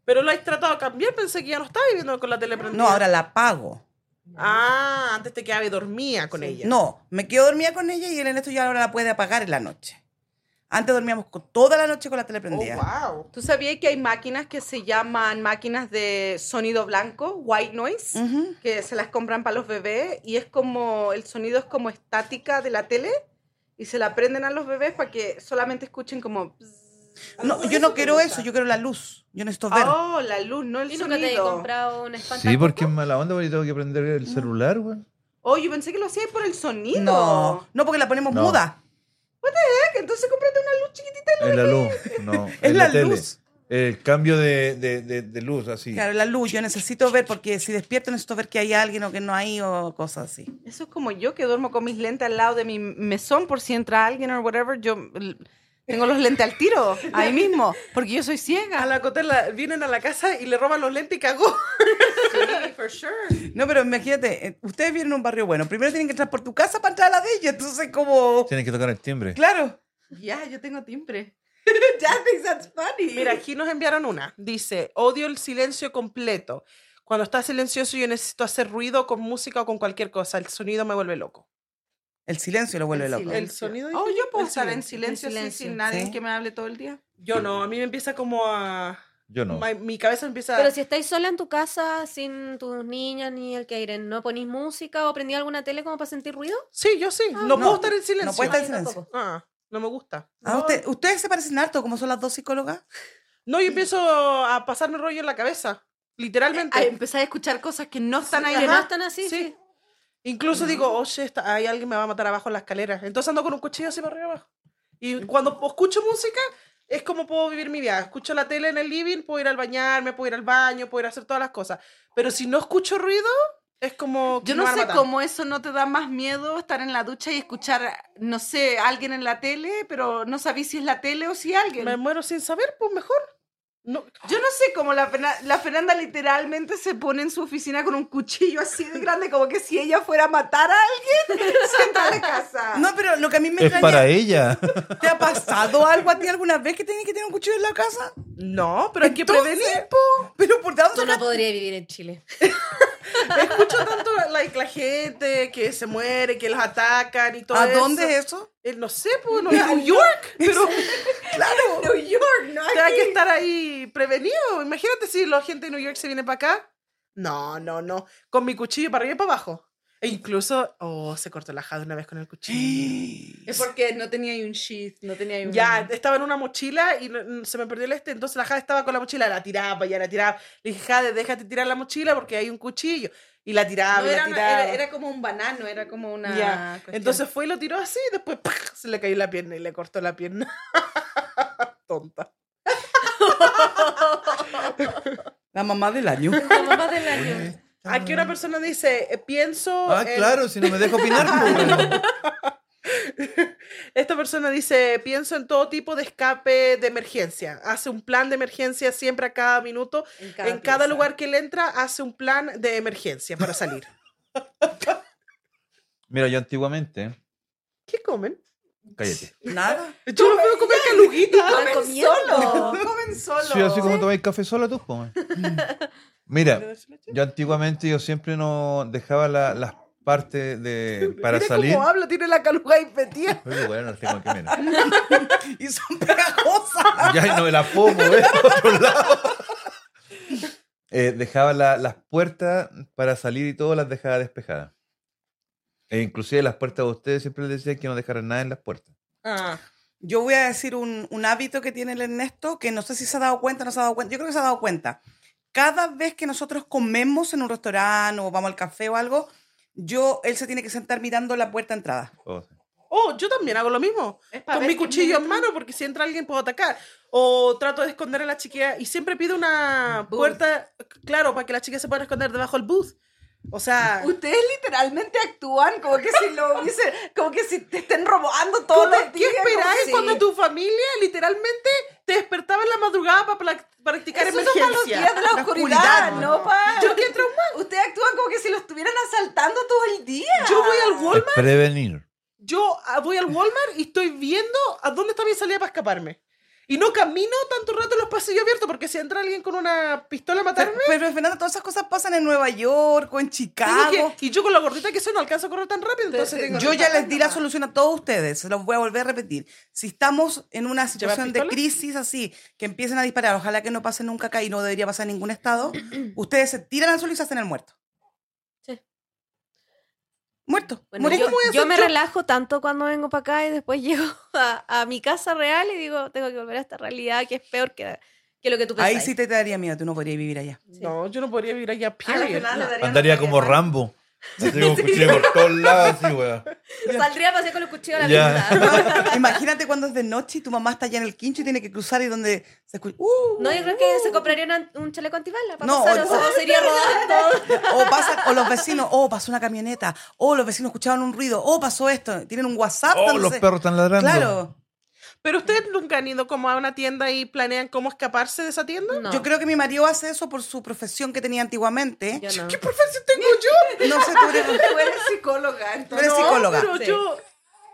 Pero lo has tratado de cambiar. Pensé que ya no estaba viviendo con la tele prendida.
No, ahora la apago.
Ah, antes te quedaba y dormía con ella.
No, me quedo dormida con ella y el Ernesto ya ahora la puede apagar en la noche. Antes dormíamos con- toda la noche con la tele prendida.
Oh, wow.
¿Tú sabías que hay máquinas que se llaman máquinas de sonido blanco, white noise?
Mm.
Ujú.
que se las compran para los bebés y es como el sonido es como estática de la tele y se la prenden a los bebés para que solamente escuchen como
No, yo no quiero eso, Ah, yo quiero la luz. Yo necesito ver.
oh la luz no el
¿Y nunca te he
sonido
comprado una espanta?
Sí, porque es mala onda, porque tengo que prender el celular, güey.
oh yo pensé que lo hacía por el sonido
No, no porque la ponemos
No.
muda.
Heck, entonces cómprate una luz chiquitita
En la luz, no. en
la
la, tele.
luz.
El cambio de, de, de, de luz, así.
Claro, la luz, yo necesito ver porque si despierto necesito ver que hay alguien o que no hay o cosas así.
eso es como yo que duermo con mis lentes al lado de mi mesón por si entra alguien o whatever yo l- tengo los lentes al tiro ahí mismo porque yo soy
A
ciega
la Cotela vienen a la casa y le roban los lentes y cagó.
No, pero imagínate, eh, ustedes vienen a un barrio bueno. Primero tienen que entrar por tu casa para entrar a la de ella. Entonces, como.
Tienes que tocar el timbre.
Claro.
ya yo tengo timbre ya thinks that's funny
Mira, aquí nos enviaron una. Dice, odio el silencio completo. Cuando está silencioso yo necesito hacer ruido con música o con cualquier cosa. El sonido me vuelve loco.
El silencio lo vuelve
El
loco.
silencio.
El sonido
Oh,
dije,
yo puedo
el
estar en
silencio.
silencio,
En
así,
silencio.
sin nadie
Sí.
que me hable todo el día.
Yo no, a mí me empieza como a...
Yo no.
ma- Mi cabeza empieza...
Pero si estáis sola en tu casa, sin tus niñas ni el que aire, ¿no ponís música o prendí alguna tele como para sentir ruido?
Sí, yo sí. no,
Ah. no.
puedo estar en silencio.
No puede estar en
Ay, yo
silencio.
Ah, no me gusta.
Ah, usted- ustedes se parecen harto, como son las dos psicólogas.
No, yo empiezo a pasarme rollo en la cabeza. Literalmente.
Ay, empecé a escuchar cosas que no están ahí.
Que no
¿verdad?
están así,
sí.
sí.
Incluso digo, oye, está, hay alguien me va a matar abajo en la escalera. Entonces ando con un cuchillo así para arriba y abajo. Y cuando escucho música, es como puedo vivir mi vida. Escucho la tele en el living, puedo ir al bañarme, puedo ir al baño, puedo ir a hacer todas las cosas. Pero si no escucho ruido, es como. que
Yo
me
no
van a
sé
matar.
cómo eso no te da más miedo estar en la ducha y escuchar, no sé, alguien en la tele, pero no sabí si es la tele o si alguien.
Me muero sin saber, pues mejor. No,
Yo no sé cómo la, Fena- la Fernanda literalmente se pone en su oficina con un cuchillo así de grande, como que si ella fuera a matar a alguien, se entra a la
Ah.
casa.
No, pero lo que a mí me
Es para
extraña.
ella.
¿Te ha pasado algo a ti alguna vez que tienes que tener un cuchillo en la casa?
no pero hay que
Entonces,
prevenir.
Pero por tanto.
Yo no podría vivir en Chile.
Escucho tanto like, la gente que se muere, que los atacan y todo
¿A
eso.
dónde es eso?
Eh, no sé, pues, no, New York, pero
Claro.
New York, no
te hay que estar ahí prevenido. Imagínate si la gente de New York se viene para acá. No, no, no. Con mi cuchillo para arriba y para abajo. E incluso, oh, se cortó la jada una vez con el cuchillo.
Es porque no tenía ahí un sheath, no tenía ahí un...
Ya, estaba en una mochila y no- no- se me perdió el este, entonces la Jade estaba con la mochila, la tiraba para allá, la tiraba. Le dije, Jade, déjate tirar la mochila porque hay un cuchillo. Y la tiraba,
No,
y la
era, una-
tiraba.
era- era como un banano, era como una...
Ya.
cuestión.
Entonces fue y lo tiró así, y después ¡pac! se le cayó la pierna y le cortó la pierna. Tonta.
La mamá del año.
La mamá del año.
Aquí Ah, una persona dice, eh, pienso...
Ah,
en-
claro, si no me dejo opinar, pues, bueno.
Esta persona dice, pienso en todo tipo de escape de emergencia. Hace un plan de emergencia siempre a cada minuto.
En cada
en cada
pieza.
lugar que él entra, hace un plan de emergencia para salir.
Mira, yo antiguamente.
¿Qué comen?
Cállate.
Nada.
Yo lo veo comer caluguita.
Están comiendo.
comen solo.
Sí, así como tomáis café sola tú, pues. Mira, yo antiguamente yo siempre no dejaba la- las partes
eh,
de para
Mira
salir.
cómo habla, tiene la caluga ahí metida.
Oye, bueno, tengo que mirar.
Y son pegajosas.
Ya no me la puedo mover a otro lado. eh, dejaba la- las puertas para salir y todo las dejaba despejadas. E inclusive las puertas de ustedes siempre les decía que no dejaran nada en las puertas.
Ah.
Yo voy a decir un, un hábito que tiene el Ernesto, que no sé si se ha dado cuenta o no se ha dado cuenta. Yo creo que se ha dado cuenta. Cada vez que nosotros comemos en un restaurante o vamos al café o algo, yo, él se tiene que sentar mirando la puerta de entrada.
O sea,
Oh, yo también hago lo mismo.
Es pa'
Con
ver
mi
quién
cuchillo
viene
en mano, porque si entra alguien puedo atacar. O trato de esconder a la chiquilla y siempre pido una
Booth.
puerta, claro, para que la chiquilla se pueda esconder debajo del booth. O sea,
Ustedes literalmente actúan como que si lo hubiese, como que si te estén robando todos
puta,
los
¿qué
días.
esperáis
como si-
cuando tu familia literalmente te despertaba en la madrugada para plac- practicar
Esos son
emergencia?
para los días de la,
La
oscuridad,
oscuridad,
¿no? Pa?
Yo qué trauma.
Ustedes actúan como que si lo estuvieran asaltando todo el día.
Yo voy al
es
Walmart,
prevenir.
yo ah, voy al Walmart y estoy viendo a dónde está mi salida para escaparme. Y no camino tanto rato en los pasillos abiertos porque si entra alguien con una pistola a
Pero,
matarme,
pero, Fernanda, todas esas cosas pasan en Nueva York o en
tengo
Chicago.
que- y yo con la gordita que soy no alcanzo a correr tan rápido, entonces tengo
Yo
que-
ya les di la solución a todos ustedes, se los voy a volver a repetir. Si estamos en una situación de
pistola?
crisis así, que empiecen a disparar, ojalá que no pase nunca acá y no debería pasar en ningún estado, ustedes se tiran al suelo y se hacen el muerto.
Sí.
Muerto.
Bueno,
muerto.
yo, yo me relajo tanto cuando vengo para acá y después llego a, a mi casa real y digo, tengo que volver a esta realidad que es peor que, que lo que tú pensás.
Ahí sí te daría miedo, tú no podrías vivir allá.
No, yo no podría vivir allá,
A la
period.
Fernanda le daría
Andaría
un
como
ataque de
Rambo. Así como cuchillo por todos lados, así, weón.
Saldría a pasear con los cuchillos a la
Ya.
vista.
Imagínate cuando es de noche y tu mamá está allá en el quincho y tiene que cruzar y donde se escucha. ¡uh!
No, yo creo que se compraría una- un chaleco antibala para
No,
pasar,
o-
o sea, no sería rodando.
O, pasa, o los vecinos, oh, pasó una camioneta, oh, los vecinos escuchaban un ruido, oh, pasó esto, tienen un WhatsApp.
Oh,
entonces-
los perros están ladrando.
Claro.
Pero ustedes nunca han ido como a una tienda y planean cómo escaparse de esa tienda.
No,
Yo creo que mi marido hace eso por su profesión que tenía antiguamente.
yo no.
¿Qué profesión tengo yo?
No sé, tú eres,
Tú eres psicóloga,
tú
entonces.
eres psicóloga.
Pero
Sí.
yo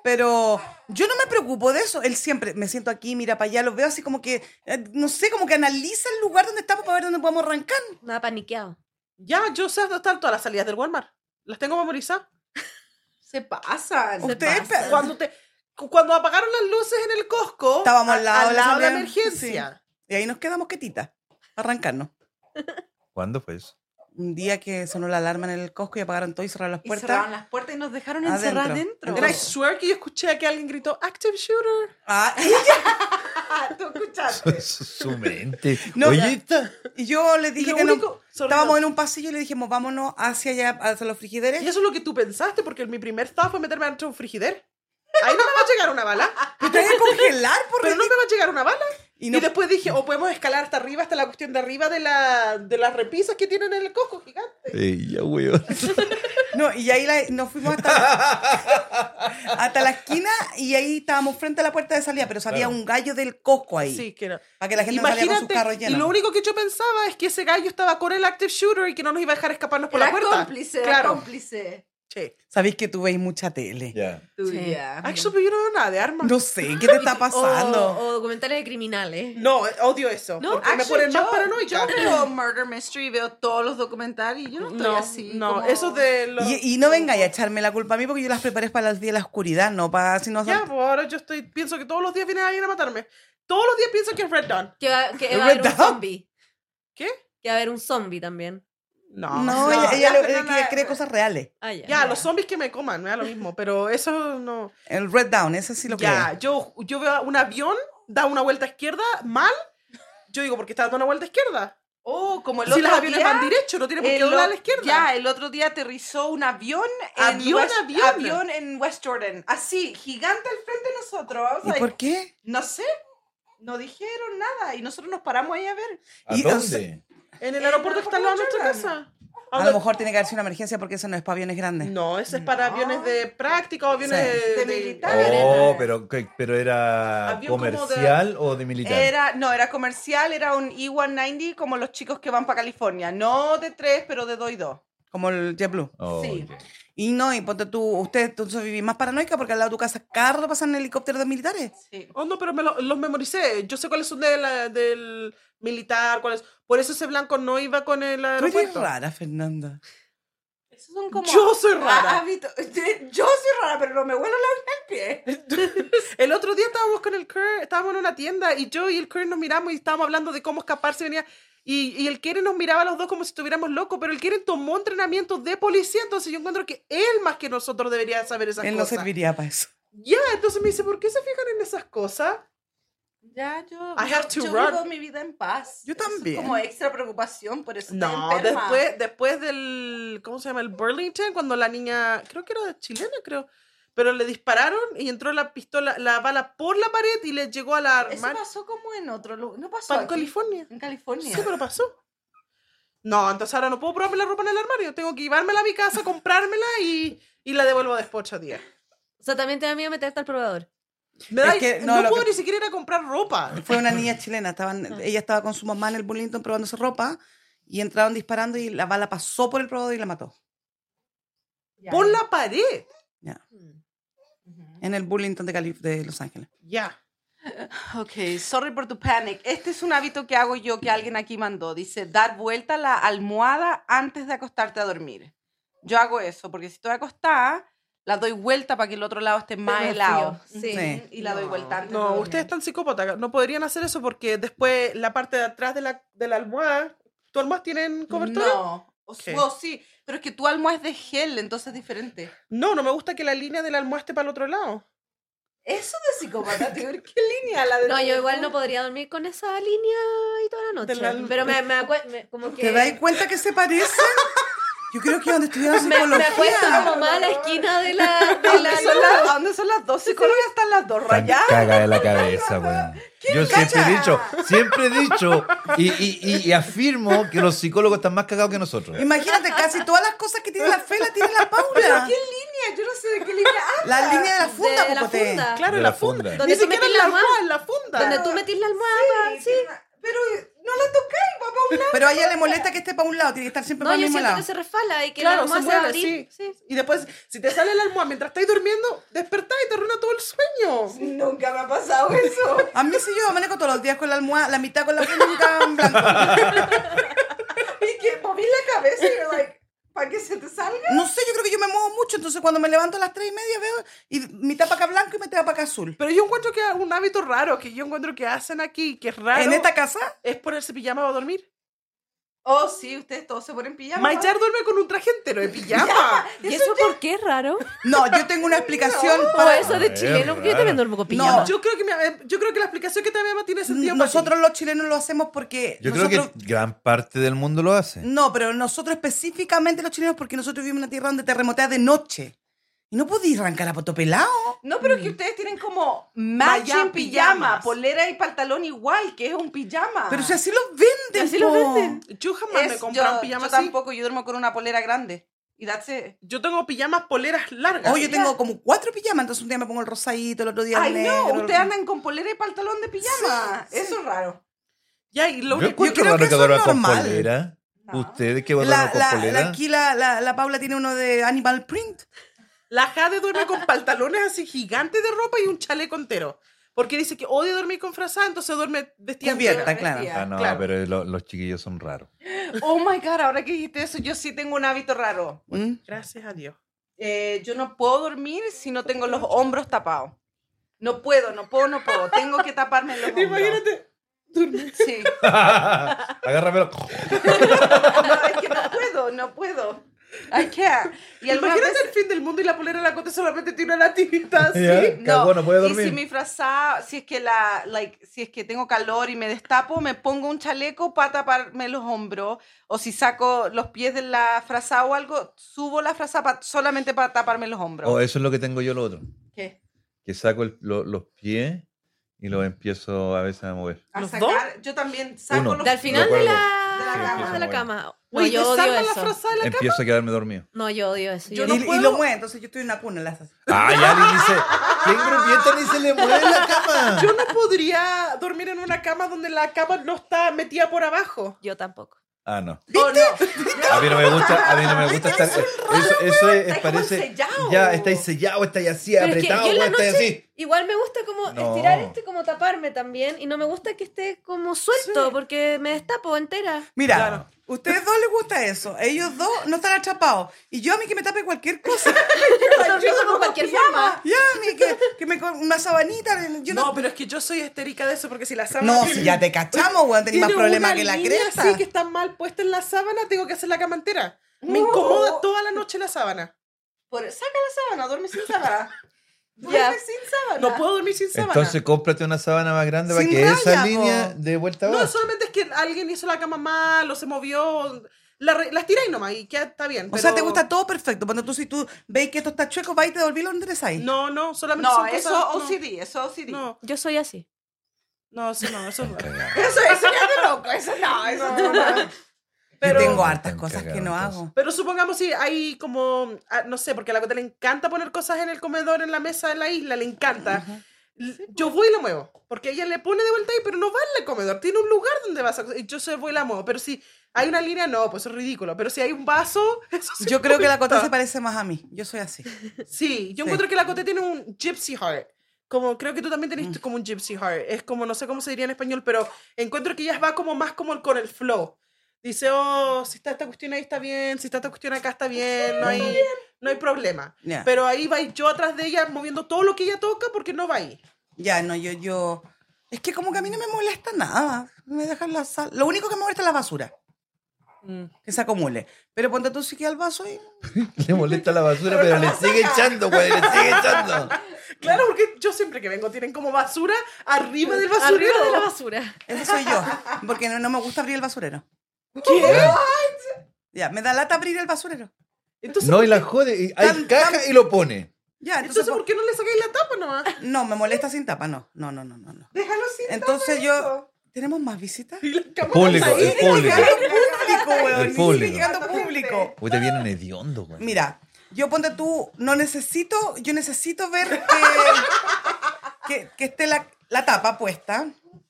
Pero yo no me preocupo de eso. Él siempre me siento aquí, mira para allá, los veo así como que, eh, no sé, como que analiza el lugar donde estamos para ver dónde podemos arrancar.
Nada paniqueado.
ya yo sé dónde están todas las salidas del Walmart. Las tengo memorizadas.
Se pasan.
Se
Ustedes,
pasa.
pe-
Cuando te cu- cuando apagaron las luces en el Costco,
Estábamos al lado de
de
la
la,
asamblea.
emergencia.
y ahí nos quedamos quietitas, arrancarnos.
¿Cuándo fue eso?
Un día que sonó la alarma en el Costco y apagaron todo y cerraron las
Y cerraron
puertas.
las puertas y nos dejaron
Adentro.
encerrar adentro.
And I swear que yo escuché que alguien gritó Active Shooter.
Ah,
¿Tú escuchaste?
Su, su- su mente.
No,
Oye,
ya.
esta-
y yo les dije
Lo
que no-
único- sorry,
Estábamos
no.
en un pasillo y le dijimos, vámonos hacia allá, hacia los frigideres.
Y eso es lo que tú pensaste, porque mi primer estado fue meterme dentro de un frigider. Ahí no me va a llegar una bala.
Pero te vas a Ah, congelar, por
Pero no me va a llegar una bala.
Y
Y,
no-
después dije, o podemos escalar hasta arriba, hasta la cuestión de arriba de, la, de las repisas que tienen en el Costco gigante.
Ey, ya, weón.
No, y ahí la- nos fuimos hasta, hasta la esquina y ahí estábamos frente a la puerta de salida, pero salía
Claro.
un gallo del Cosco ahí.
Sí, que era.
Para que la gente no salía con sus carros
y
llenos.
lo único que yo pensaba es que ese gallo estaba con el active shooter y que no nos iba a dejar escaparnos por
Era
la puerta.
cómplice, era
claro.
cómplice.
Sí.
Sabéis que tú veis mucha tele.
Ya.
Tuya.
Actually, pero yo no veo nada de armas.
No sé, ¿qué te
Oh,
está
O,
pasando?
o documentales de criminales.
No, odio eso.
No,
porque me
Actually,
ponen más
ah, yo-
paranoica.
Yo veo Murder Mystery, veo todos los documentales y yo no estoy
no,
así.
no,
como-
eso de los...
Y, y no vengáis a echarme la culpa a mí porque yo las preparé para el día de la oscuridad, no para si no
Ya, pues ahora yo estoy, pienso que todos los días viene alguien a matarme. Todos los días pienso que es Red Dawn.
Que va, que va a haber un
¿Verdad?
zombie.
¿Qué?
Que va a haber un zombie también.
No.
No,
No,
ella, ella
ya,
lo-
Fernanda,
ella cree cosas reales.
Ah, ya.
Ya, los zombies que me coman, me da lo mismo, pero eso no...
El Red Down, ese sí lo creo.
Ya, yo, yo veo un avión, da una vuelta izquierda, mal. Yo digo, ¿por qué está dando una vuelta izquierda?
Oh, como el
si
otro
los aviones
día,
van derecho, no tiene por qué
el o-
doblar a la izquierda.
Ya, el otro día aterrizó un avión en
Avión,
West,
avión.
avión en West Jordan. Así, gigante al frente de nosotros. I was
¿Y
like,
por qué?
No sé, no dijeron nada y nosotros nos paramos ahí a ver.
¿A
Y, o
dónde?
En el aeropuerto que está al lado de nuestra casa.
A lo mejor tiene que haber sido una emergencia porque eso no es para aviones grandes.
No, ese es para aviones de práctica o aviones
Sí.
De
de, de-
militares.
Oh, pero, que- pero era
Avión como de-
comercial o de militar.
Era, no, era comercial, era un E E190 como los chicos que van para California. No de tres, pero de dos y dos.
Como el JetBlue.
Oh,
sí.
ya.
Y no, y ponte tú, usted entonces vivís más paranoica porque al lado de tu casa cada rato pasan helicópteros de militares.
Sí.
Oh, no, pero me lo- los memoricé. Yo sé cuáles son de la- del militar, cuáles. Por eso ese blanco no iba con el
Tú eres
aeropuerto.
rara, Fernanda.
Esos son como
Yo soy rara.
Ah, hábito- Yo soy rara, pero no me huelo la uña al pie.
El otro día estábamos con el Kerr, estábamos en una tienda y yo y el Kerr nos miramos y estábamos hablando de cómo escaparse. Venía, Y, y el Keren nos miraba a los dos como si estuviéramos locos, pero el Keren tomó entrenamientos de policía, entonces yo encuentro que él más que nosotros debería saber esas
Él no
cosas.
serviría para eso.
Ya, entonces me dice, ¿por qué se fijan en esas cosas?
Ya, yo,
I have to
yo
run.
vivo mi vida en paz.
Yo
Eso es
también.
como extra preocupación, por eso
No,
estoy enferma.
después, después del, ¿cómo se llama? El Burlington, cuando la niña, creo que era chilena, creo, pero le dispararon y entró la pistola, la bala por la pared y le llegó a la
Eso
hermana
pasó como en otro lugar. No pasó
para
aquí,
California.
en California.
Sí, pero pasó. No, entonces ahora no puedo probarme la ropa en el armario. Tengo que llevármela a mi casa, comprármela y, y la devuelvo después ocho días.
O sea, también te da miedo meterte al probador.
Me
Es
da-
que, no,
no
lo
puedo
que-
ni siquiera ir a comprar ropa.
Fue una niña chilena,
Ah.
estaban, ella estaba con su mamá en el Burlington probándose ropa y entraron disparando y la bala pasó por el probador y la mató.
Ya.
Por la pared.
Hmm.
Ujú.
En el Burlington de, Cali- de Los Ángeles.
Ya.
Ok, sorry por tu panic. Este es un hábito que hago yo que alguien aquí mandó. Dice, dar vuelta la almohada antes de acostarte a dormir. Yo hago eso, porque si estoy acostada, la doy vuelta para que el otro lado esté más
más
helado.
frío, sí.
Ujú, Y la doy
No,
vuelta antes. de
No,
dormir.
ustedes están psicópatas. No podrían hacer eso porque después la parte de atrás de la, de la almohada, ¿tu almohadas tienen cobertura? No.
No. O s-
¿Qué?
o sí, pero es que tu almohada es de gel, entonces es diferente.
no, me gusta que la línea de la almohada esté para el otro lado.
Eso de psicópata, tío, ¿qué línea? La de
No, yo igual no podría dormir con esa línea y toda la noche.
De la-
Pero me, me, acue- me- como que
¿Te dais cuenta que se parecen? Yo creo que donde estudiaron
me, me
psicología.
acuesto como más a la esquina de la, de la
¿Dónde son, las, ¿Dónde son las dos psicólogas? Están las dos rayadas.
Caga de la cabeza, weón. Yo siempre he dicho, siempre he dicho y, y- y- y afirmo que los psicólogos están más cagados que nosotros.
Imagínate, casi todas las cosas que tiene la fe la tiene la Paula.
Yo no sé de qué línea Ah,
La línea de la funda,
de la
Pocoté.
funda.
Claro,
De
en
la
la funda.
funda.
Donde
Ni
tú
siquiera
metís
en la
la almohada.
almohada, en la funda.
Donde tú metís la almohada, pa, sí.
Pero eh, no la tocáis, papá.
Pero a ella le molesta que esté para un lado, tiene que estar siempre
No,
para el
yo
mismo
siento
lado.
que se resfala y que
Claro,
la almohada
se
se va a
mueve,
abrir. Sí.
Y después, si te sale la almohada mientras estás durmiendo, despertás y te arruina todo el sueño.
Nunca me ha pasado eso.
A mí sí yo manejo todos los días con la almohada, la mitad con la funda y la mitad en blanco.
Y que moví la cabeza y yo, like, ¿para que se te salga?
No sé, yo creo que yo me muevo mucho, entonces cuando me levanto a las tres y media veo y mitad para acá blanco y mitad para acá azul.
Pero yo encuentro que un hábito raro que yo encuentro que hacen aquí, que es raro,
En esta casa,
es ponerse pijama para dormir.
Oh, sí, ustedes todos se ponen pijama.
Mayar duerme con un traje entero de pijama.
¿Y eso por qué es raro?
no, yo tengo una explicación
O
para
eso de
Ah,
chileno,
es
porque yo
raro.
también duermo con
No,
pijama.
Yo creo que mi- eh, yo creo que la explicación que te mi mamá tiene sentido para ti.
Nosotros los chilenos lo hacemos porque
Yo
nosotros...
creo que gran parte del mundo lo hace.
No, pero nosotros específicamente los chilenos porque nosotros vivimos en una tierra donde terremotea de noche. Y no podía arrancar a potopelado.
No, pero es
Mm.
que ustedes tienen como matching
Maya
pijama,
pijamas.
polera y pantalón igual, que es un pijama.
Pero si así los venden,
Así los
po.
venden.
Yo jamás
es,
me compré
yo,
un pijama
yo
así.
tampoco, yo duermo con una polera grande. Y that's it.
Yo tengo pijamas poleras largas.
Oh, yo tengo como cuatro pijamas, entonces un día me pongo el rosadito, el otro día
Ay,
el negro.
no, ustedes andan con polera y pantalón de pijama. Eso es raro.
Ya, y lo
Yo
único-
encuentro
creo que
raro que
eso es
duerman con
normal.
polera.
No.
Ustedes que
La,
duerman con
la- la-
polera.
aquí la, la, la Paula tiene uno de Animal Print.
La Jade duerme con pantalones así gigantes de ropa y un chaleco entero. Porque dice que odia dormir con frazada, entonces duerme vestida
Cubierta,
entera.
claro.
Vestida.
Ah, no,
claro.
pero lo- los chiquillos son raros.
Oh my god, ahora que dijiste eso, yo sí tengo un hábito raro.
¿Mm?
Gracias a Dios.
Eh, yo no puedo dormir si no tengo los hombros tapados. No puedo, no puedo, no puedo. Tengo que taparme los
Oh,
hombros.
Imagínate. dormir.
Sí.
Agárramelo.
No, es que no puedo, no puedo. I can't. Y algunas
Imagínate
veces-
el fin del mundo y la polera de la cote solamente tiene una latita así.
Ya. Cagó, no puede
Y si
dormir.
mi frazada, si es que la, like, si es que tengo calor y me destapo, me pongo un chaleco para taparme los hombros. O si saco los pies de la frazada o algo, subo la frazada pa- solamente para taparme los hombros.
Oh, eso es lo que tengo yo lo otro.
¿Qué?
Que saco el- lo- los pies y los empiezo a veces a mover.
A
¿Los
sacar- yo también saco
Uno.
los
De al final de
Recuerdo.
De la
la,
cama.
de la cama. No,
Uy,
yo
te
odio
saca la
eso.
frazada de la
Empiezo a quedarme dormido.
No, yo odio eso.
Yo
Yo
no
y, y
puedo.
lo mueve, entonces yo estoy en una cuna. Las...
Ah, ya le dice. ¿Qué engrupienta ni se le mueve la cama?
Yo no podría dormir en una cama donde la cama no está metida por abajo.
Yo tampoco.
Ah, no.
Oh, no.
A mí no me gusta, a mí no me gusta estar. eh, Eso, eso es,
Estáis como
parece.
sellado.
Ya, estáis sellado, estáis así,
Pero es que
apretado,
yo en la
weón, estáis así.
Igual me gusta como
No.
estirar esto y como taparme también. Y no me gusta que esté como suelto porque me destapo entera.
Mira,
Claro.
ustedes dos les gusta eso. a Ellos dos no están atrapados. Y yo a mí que me tape cualquier cosa.
Yo como cualquier forma.
Ya, a mí que, que me con una sabanita. Yo no,
No, pero es que yo soy histérica de eso porque si la sábana.
no, si ya te cachamos, weón. Tenés más
tiene
problemas
una
que la
línea
cresta.
así que está mal puesta en la sábana, tengo que hacer la cama entera. Me incomoda toda la noche la sábana.
Por- saca la sábana, duerme sin sábana. Duerme
Ya.
sin sábana.
No puedo dormir sin sábana.
Entonces cómprate una sábana más grande para
Sin
que esa
raya, po.
línea de vuelta
no,
abajo.
solamente es que alguien hizo la cama mal o se movió. La, re- la estiráis nomás y ya está bien.
O sea,
pero-
te gusta todo perfecto. Cuando tú, si tú veis que esto está chueco, vais y te devolví lo enderezáis.
No, no, solamente
No,
son
eso
cosas- no,
OCD, eso OCD.
No,
Yo soy así.
no, eso no, eso
Eso, eso ya es de loco, eso no, eso no.
pero-
Yo tengo hartas
Tan
cosas que
cagado,
no
entonces.
hago.
Pero supongamos si hay como, ah, no sé, porque a la Cota le encanta poner cosas en el comedor, en la mesa de la isla, le encanta. L-
pues.
Yo voy y la muevo, porque ella le pone de vuelta ahí, pero no va al comedor, tiene un lugar donde vas a... y Yo se voy y la muevo, pero si hay una línea, no, pues eso es ridículo, pero si hay un vaso, eso sí
Yo creo que la Cota se
importa.
parece más a mí. Yo soy así.
Sí, yo
Sí.
encuentro que la Cota tiene un gypsy heart. Como, creo que tú también tenés como un gypsy heart. Es como, no sé cómo se diría en español, pero encuentro que ella va como más como el- con el flow. Dice, oh, si está esta cuestión ahí está bien, si está esta cuestión acá está bien, no hay, no hay problema.
Ya.
Pero ahí va yo atrás de ella moviendo todo lo que ella toca porque no va ahí.
Ya, no, yo, yo. Es que como que a mí no me molesta nada. Me dejan la sal. Lo único que me molesta es la basura.
Mm.
Que se acumule. Pero ponte tú si queda el vaso y.
Le molesta la basura, pero le sigue echando, güey, le sigue echando.
Claro, porque yo siempre que vengo tienen como basura arriba del basurero.
Arriba de la basura.
Ese soy yo. Porque no, no me gusta abrir el basurero. Ya, me da lata abrir el basurero.
Entonces,
No, y la jode, y hay
Tan-
caja y lo pone.
Ya, entonces.
entonces, ¿por qué no le sacáis la tapa nomás?
po- No, me molesta sin tapa, no. No, no, no, no. no.
Déjalo sin
Entonces yo. ¿Tenemos más visitas?
Y la cama
Público,
ahí.
el público.
Público, weón.
El
sigue
público.
llegando público.
Uy, te vienen hediondo, güey.
Mira, yo ponte tú, no necesito, yo necesito ver que, que, que esté la, la tapa puesta.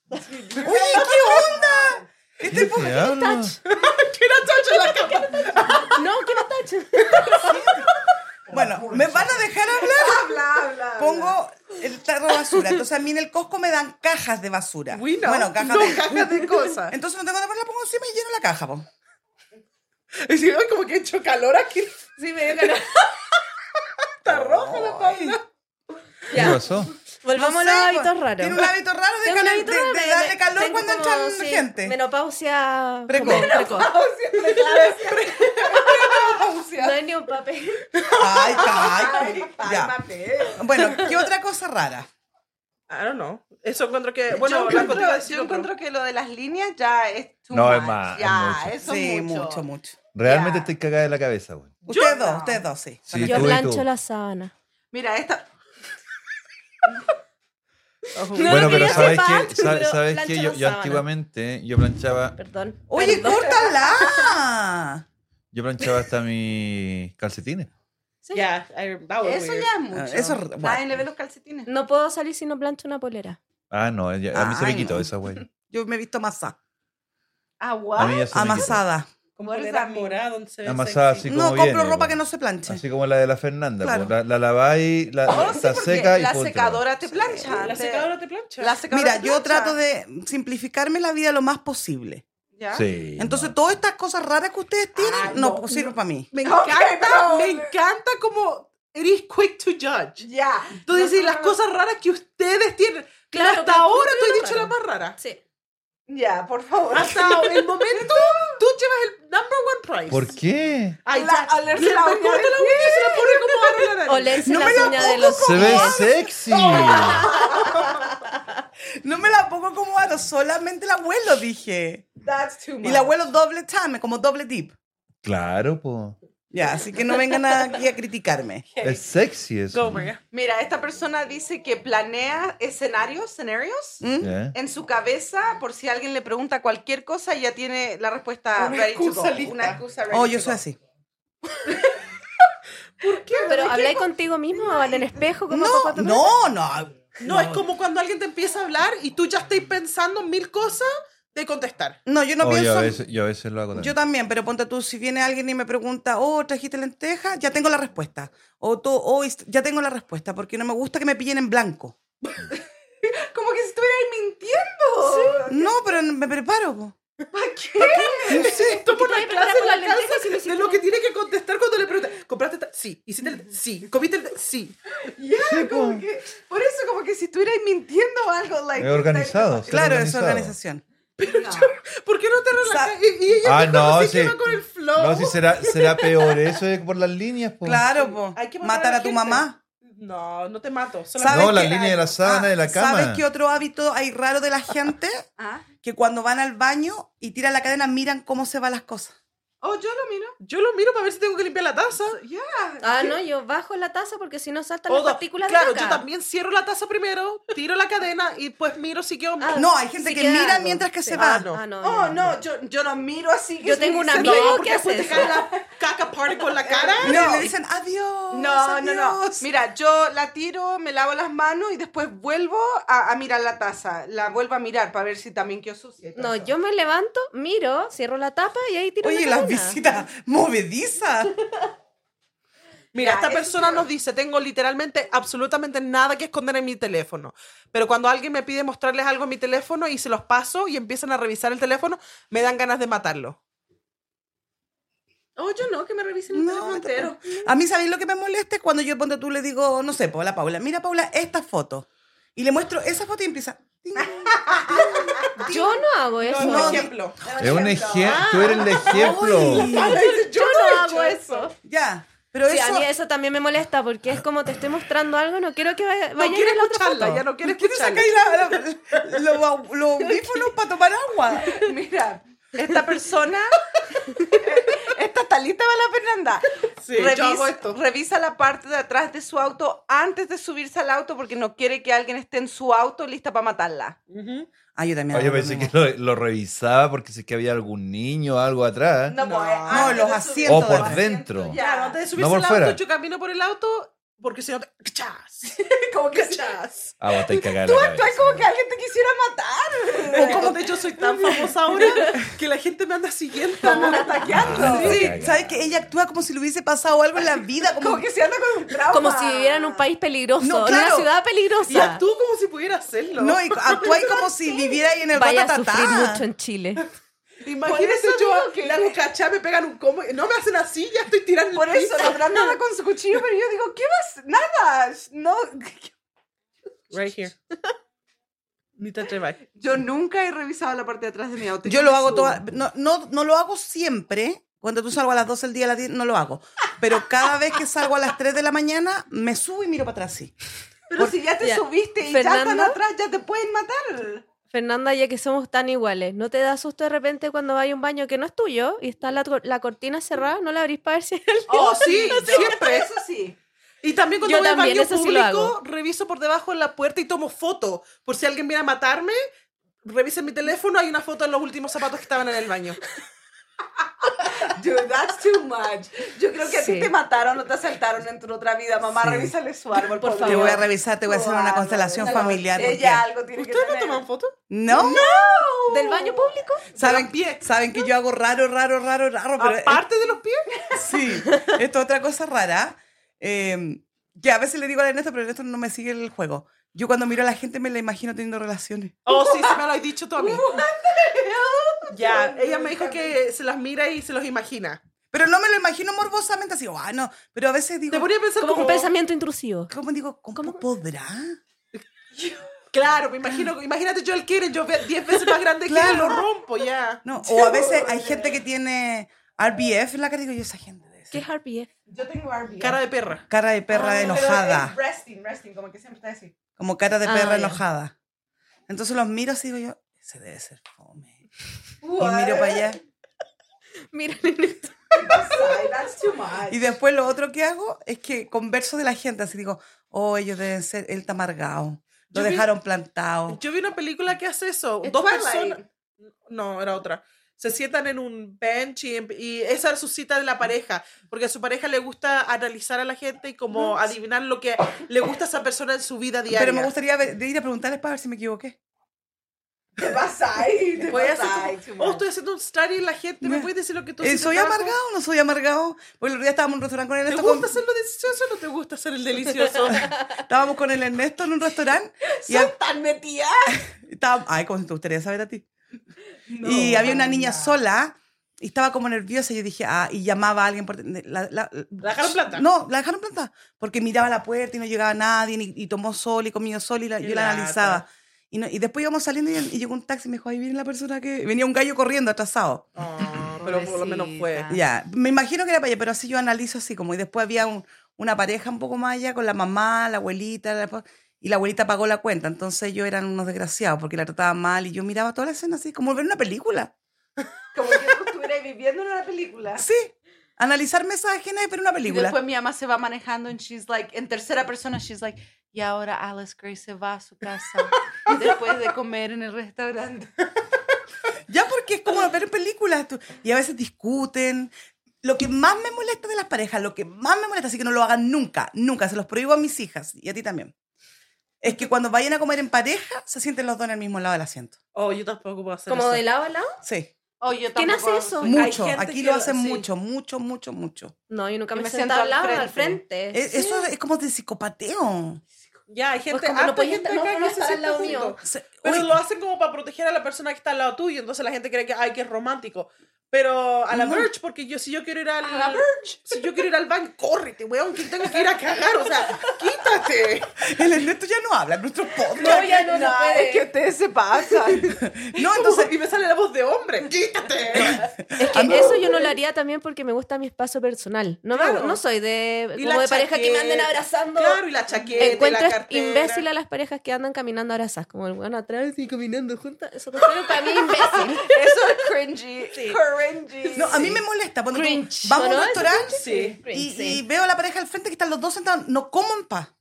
¡Uy, qué onda! Este po-
¿Qué habla?
Mira, chacho, la cama.
No, que me tacho.
bueno, ¿me van a dejar hablar?
Habla, habla. habla.
Pongo el tarro de basura. Entonces a mí en el Costco me dan cajas de basura.
Uy, no.
Bueno, cajas
No,
de...
cajas de cosas.
Entonces no tengo nada, la pongo encima y lleno la caja, po.
Y si hoy como que he hecho calor aquí.
Sí, me dio ganas.
Oh.
Está roja la palma.
¿Qué pasó?
Volvamos
No
a
sé,
los
po.
hábitos raros.
Tiene un hábito raro de,
Tengo un
cal-
hábito
de-
raro,
de
me-
darle
me-
calor
tengo
cuando
como,
entran
sí,
gente.
Menopausia.
Precoz.
como precoz.
Menopausia.
No hay ni un papel.
Ay, ay,
Ay,
ya.
mate.
Bueno, ¿qué otra cosa rara?
I don't know. Eso encuentro que. Bueno,
yo,
la
encuentro,
Coti va a decir
yo
otro.
encuentro que lo de las líneas ya es too
No, es
much,
más, es
Ya,
mucho.
eso
sí,
es mucho.
mucho, mucho.
Realmente
Ya.
estoy cagada de la cabeza, güey.
Ustedes dos,
no.
ustedes dos, sí.
Sí,
Yo
tú y
plancho
tú.
la sábana.
Mira, esta.
No
bueno, pero
lo quería
sabes
separar,
que, sa-
pero
sabes
plancho
que
la
yo, yo
sábana.
antiguamente yo planchaba,
Perdón.
Oye,
Perdón.
córtala.
yo planchaba hasta mis calcetines.
Sí.
Ya, I- that was
Eso
weird.
ya es mucho.
Ah, eso es re-
Nadie
bueno.
le ve los calcetines.
No puedo salir si no plancho una polera.
Ah, no, ya- a mí se
Ay,
me quitó
no.
esa güey.
Yo me he visto amasada.
Ah,
A
what?
mí ya se me quitó.
Amasada.
Con
What does
polera
that mean?
morada, donde se ve
Amasada
sexy.
así como
No compro
viene,
ropa
güey.
que no se planche.
Así como la de la Fernanda,
Claro.
pues, la, la laváis, la,
Oh, sí,
está
porque
seca y
la
póntela.
secadora te plancha.
La
te-
secadora te plancha.
la secadora
Mira,
te
yo
plancha.
trato de simplificarme la vida lo más posible.
¿Ya?
Sí.
Entonces,
no.
todas estas cosas raras que ustedes tienen,
Ah,
no,
no,
pues, sirven para mí.
Me
Ok,
encanta,
no.
me encanta como. Eres quick to judge.
Ya.
Tú dices las cosas raras que ustedes tienen.
Claro,
Claro, hasta
pero tú
ahora tú has
tienes lo
dicho la
raro.
más rara.
Sí.
Ya, por favor.
Hasta el momento, tú llevas el number one prize.
¿Por qué?
Ay,
La-
ya.
olerse
Le-
la
me
uña
corta
del
la uña y se la pone como barra la nariz.
Olerse
No
la
me la
uña de los
Se ve
pies.
sexy.
No me la pongo como dato, solamente el abuelo dije.
That's too much.
Y el abuelo doble time, como doble dip.
claro, po.
Ya, así que no vengan aquí a criticarme.
Es sexy eso.
Go, María.
Mira, esta persona dice que planea escenarios, escenarios
¿Mm?
Ya.
en su cabeza por si alguien le pregunta cualquier cosa y ya tiene la respuesta
Una
ready to
excusa
go,
lista.
Una excusa ready
Oh,
to
yo soy
go.
así.
Pero habláis contigo mismo, habla en espejo. Como
No, no, no.
No, es como cuando alguien te empieza a hablar y tú ya estás pensando en mil cosas de contestar.
No, yo no
Oh, yo,
pienso.
a veces, yo a veces lo hago también.
Yo también, pero ponte tú, si viene alguien y me pregunta, oh, ¿trajiste lentejas? Ya tengo la respuesta. O tú, oh, is- ya tengo la respuesta, porque no me gusta que me pillen en blanco.
Como que si estuvieras mintiendo.
No, pero me preparo. po.
No sé, tomo
te voy
una
a preparar
clase en
por
la
las lentejas
casa
y me
de
sirvo.
lo que tiene que contestar cuando le preguntan. ¿Compraste esta? Sí. ¿Hiciste el... Sí. ¿Comiste el... Sí.
Ya, como que. Por eso, como que si estuvieras mintiendo o algo. Like,
Es organizado. ser
Claro, es
organizado.
organización.
¿por qué no te relajas? Y, y ella
Ah,
dijo,
no,
se
sí.
quema con el flow.
No, si será, será peor eso es por las líneas. po.
Claro, po.
Hay que matar
Matar
a
a,
la
tu
gente.
mamá.
No, no te mato.
¿Sabes
No, las
qué?
líneas de la sábana, de la
Ah,
cama.
¿Sabes qué otro hábito hay raro de la gente?
Ah.
Que cuando van al baño y tiran la cadena, miran cómo se van las cosas.
Oh, yo lo miro.
Yo lo miro para ver si tengo que limpiar la taza.
Ya.
Ah, no, yo bajo la taza porque si no saltan
O
las
dos.
partículas
claro,
de caca.
yo también cierro la taza primero, tiro la cadena y pues miro si quedo.
Ah,
No, hay gente
sí
que
queda
mira
algo.
mientras que
Sí.
se
Ah,
va.
no. Ah, no,
Oh,
yo
no, yo, yo lo miro así. que
Yo
es
tengo
mi
un
no,
amigo
celular.
porque
que hace
después te
eso.
cae la caca party con la cara.
Y
No.
le dicen adiós.
No, no, no.
adiós".
Mira, yo la tiro, me lavo las manos y después vuelvo a, a mirar la taza. La vuelvo a mirar para ver si también quedó sucia. y todo
No,
eso.
yo me levanto, miro, cierro la tapa y ahí tiro
Oye,
la
las
cadena.
visitas movedizas.
Mira,
Ya,
esta
eso
persona
creo.
nos dice, tengo literalmente absolutamente nada que esconder en mi teléfono, pero cuando alguien me pide mostrarles algo en mi teléfono y se los paso y empiezan a revisar el teléfono, me dan ganas de matarlo.
Oh, yo no, que me revisen el
No,
teléfono entero.
A mí, ¿sabéis lo que me molesta? Es Cuando yo ponte tú le digo, no sé, Paula, Paula, mira, Paula, esta foto. Y le muestro esa foto y empieza. "Ting".
Yo no hago eso.
no,
yo
no.
ejemplo.
Es un ejemplo.
Ah,
Tú eres el ejemplo.
Yo
no hago eso.
Ya. Pero
Sí, a
eso.
mí eso también me molesta porque es como te estoy mostrando algo, no quiero que vaya,
No
vaya a
quiere
ir a la otra
escucharla,
foto.
ya no quiere
¿Quién
escucharla.
saca ahí la- la- los au- los audífonos para tomar agua?
Mira, esta persona, esta está lista para la Fernanda.
Sí, yo
revisa,
hago esto.
revisa la parte de atrás de su auto antes de subirse al auto porque no quiere que alguien esté en su auto lista para matarla.
Ah, yo también.
Ah, yo
hago lo
pensé que
mismo.
lo, lo revisaba porque si es que había algún niño o algo atrás.
No, pues,
No,
antes
los
de subirse
asientos
al
O por
auto.
dentro.
Ya,
Claro, antes de subirse
No por
al auto,
fuera.
yo camino por el auto porque si no te... ¡Chas!
como que
¡Chas!
Ah, vos estáis cagada.
Tú
la
actúas
cabeza.
como que alguien te quisiera matar.
O como de hecho soy tan famosa ahora que la gente me anda siguiendo.
Ah,
Ataqueando.
la
Sí,
cagada.
¿sabes que Ella actúa como si le hubiese pasado algo en la vida. Como,
Como que se anda con un trauma.
Como si viviera en un país peligroso,
No,
en una
claro.
ciudad
Y
peligrosa.
actúo como si pudiera hacerlo.
No, y actúa ahí como si viviera ahí en el
Vaya a
ratatatá.
sufrir mucho en Chile.
Imagínate yo que le hago cachá, me pegan un combo. No me hacen así, ya estoy tirando.
Por
el
eso
piso.
la Fernanda anda con su cuchillo, pero yo digo, ¿qué más? Nada. No.
Right here. Nita Chevay.
Yo nunca he revisado la parte de atrás de mi auto.
Yo lo hago toda,
todo
no, no, no lo hago siempre. Cuando tú salgo a las 12 del día, a las 10, no lo hago. Pero cada vez que salgo a las 3 de la mañana, me subo y miro para atrás, sí.
Pero si ya te
Ya.
subiste y ya están
Fernanda.
atrás, ya te pueden matar.
Fernanda, ya que somos tan iguales, ¿no te da susto de repente cuando vas a un baño que no es tuyo y está la, cor- la cortina cerrada? ¿No la abrís para ver si hay alguien?
Oh, sí, siempre.
Eso sí.
Y también cuando
Yo
voy
también,
al
eso
baño
sí lo
público, reviso por debajo de la puerta y tomo foto. Por si alguien viene a matarme, revisen mi teléfono, hay una foto de los últimos zapatos que estaban en el baño.
Dude, that's too much. Yo creo que a ti
Sí.
te mataron o te asaltaron en tu otra vida. Mamá,
Sí.
revísale su árbol, por, favor.
Te voy a revisar, te voy a hacer una
Guau,
constelación
revísalo.
familiar. porque-
Ella algo tiene que
¿Ustedes no
tener.
toman fotos?
¿No?
¿Del baño público?
¿Saben,
los pies.
saben que yo hago raro, raro, raro, raro. Pero
Aparte de los pies.
Sí, esto es otra cosa rara. eh, que a veces le digo a Ernesto, pero Ernesto no me sigue el juego. Yo cuando miro a la gente me la imagino teniendo relaciones.
Oh, sí, se me lo has dicho tú a mí. Ya, ella me dijo que se las mira y se los imagina.
Pero no me lo imagino morbosamente así, ah, no. Pero a veces digo,
Te ponía a pensar
Como
como...
un pensamiento intrusivo.
¿cómo digo? ¿Cómo, podrá?
Claro, me imagino, imagínate yo el quieren, yo ve- 10 veces más grande que él,
Claro.
lo rompo ya.
No, o a veces hay gente que tiene RBF en la cara, digo yo, esa gente debe ser
¿Qué es RPF?
eh.
Yo tengo Barbie.
Cara de perra.
Cara de perra
Ah,
enojada,
pero es Resting, resting, como que siempre está así.
como cara de
Ah,
perra
ya.
enojada. Entonces los miro así, digo yo, ese debe ser fome. Y
What?
miro para allá.
Mira, Ernesto.
Ay, that's too much.
Y después lo otro que hago es que converso de la gente, así digo, oh, ellos deben ser, él está amargado, lo
Yo vi-
dejaron plantado.
Yo vi una película que hace eso.
Es
Dos
Twilight.
personas. No, era otra. Se sientan en un bench y, em- y esa es su cita de la pareja. Porque a su pareja le gusta analizar a la gente y como adivinar lo que le gusta a esa persona en su vida diaria.
Pero me gustaría ver- de ir a preguntarles para ver si me equivoqué.
Te pasáis, te
Voy a hacer
pasáis,
como,
Chumel.
oh, estoy haciendo un study y la gente me puede decir lo que tú
Eh,
haces en
¿Soy
tu trabajo?
amargado o no soy amargado? Porque el otro día estábamos en un restaurante con el
¿Te
Ernesto.
gusta
con-
hacer lo delicioso o no te gusta hacer el delicioso?
Estábamos con el Ernesto en un restaurante. Y
Son tan metidas.
estaba, ay, como si te gustaría saber a ti. y había una niña sola y estaba como nerviosa. Yo dije, ah, y llamaba a alguien. Por, la, la-
La dejaron planta.
No, la dejaron planta. Porque miraba la puerta y no llegaba nadie, ni- y tomó sol y comió sol y la-
Qué
yo la
lata.
analizaba. Y, no- y después íbamos saliendo y, y llegó un taxi y me dijo, ahí viene la persona que. Venía un gallo corriendo atrasado.
Oh,
Pero por lo menos fue.
pobrecita.
Ya, me imagino que era para allá, pero así yo analizo así como. Y después había un- una pareja un poco más allá con la mamá, la abuelita, la pa- y la abuelita pagó la cuenta. Entonces ellos eran unos desgraciados porque la trataban mal y yo miraba toda la escena así, como ver una película.
Como que tú estuvieras viviendo en una película.
Sí, analizar mesas ajenas y ver una
Y
película.
después mi mamá se va manejando en she's like, en tercera persona, she's like, y ahora Alice Gray se va a su casa después de comer en el restaurante.
Ya porque es como ver películas. tú- Y a veces discuten. Lo que más me molesta de las parejas, lo que más me molesta, así que no lo hagan nunca, nunca, se los prohíbo a mis hijas y a ti también. Es que cuando vayan a comer en pareja, se sienten los dos en el mismo lado del asiento.
Oh, yo tampoco puedo hacer
Como
eso.
de lado a lado.
Sí.
Oh, yo
¿Quién
tampoco
hace eso?
soy-
Mu-
Mucho,
Hay gente
aquí
que
lo
lo-
hacen
sí.
mucho, mucho, mucho, mucho.
No, yo nunca
Yo
me,
me siento
siento al
al
lado, al frente.
E- Eso es como de psicopateo.
Ya, hay gente,
Pues como
harta
no podía
gente
estar- no,
acá
no
que se
estar al
sienta
lado
junto.
mío.
Se-
Pero
uy,
lo hacen como para proteger a la persona que está al lado tuyo. Entonces la gente cree que, ay, que es romántico. Pero a la
No.
Verge, porque yo si yo quiero ir al...
A la
Si yo quiero ir al baño, córrete, weón, que tengo que ir a cagar. O sea, quítate.
el Ernesto ya no habla en nuestro podcast.
No, ya no, no puede.
es que ustedes se pasan.
No, entonces,
y me sale la voz de hombre. ¡Quítate!
Es que eso yo no lo haría también porque me gusta mi espacio personal. No, me-
Claro.
no soy de,
Y
como
la
de pareja que me anden
chaqueta.
abrazando.
Claro, y la chaqueta, y la
Encuentras
cartera.
imbécil a las parejas que andan caminando abrazadas, como el weón atrás y caminando juntas. Eso lo creo para mí imbécil.
Eso es cringy. Cringy.
no, a mí me molesta. Cuando tú-
Cringe.
vamos a un
¿No?
restaurante
Sí.
Cringe,
y,
sí.
y veo a la pareja al frente que están los dos sentados. No coman pa.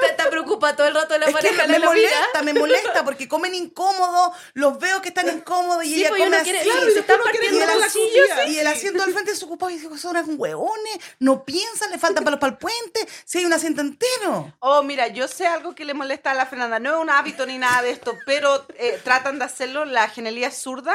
Te, te preocupa todo el rato la
Es que
pareja
me,
la lo mira.
molesta, me molesta porque comen incómodo, los veo que están incómodos y
Sí,
ella
pues, y uno
come
quiere-
así.
claro,
y
se está
después uno quiere
partiendo
y el,
comer
la
la
asiento-
silla.
comida.
y el asiento al frente es ocupado y digo, son unos hueones, no piensan, le faltan palos para el puente, si hay un asiento entero.
Oh, mira, yo sé algo que le molesta a la Fernanda. No es un hábito ni nada de esto, pero eh, tratan de hacerlo la genialidad zurda,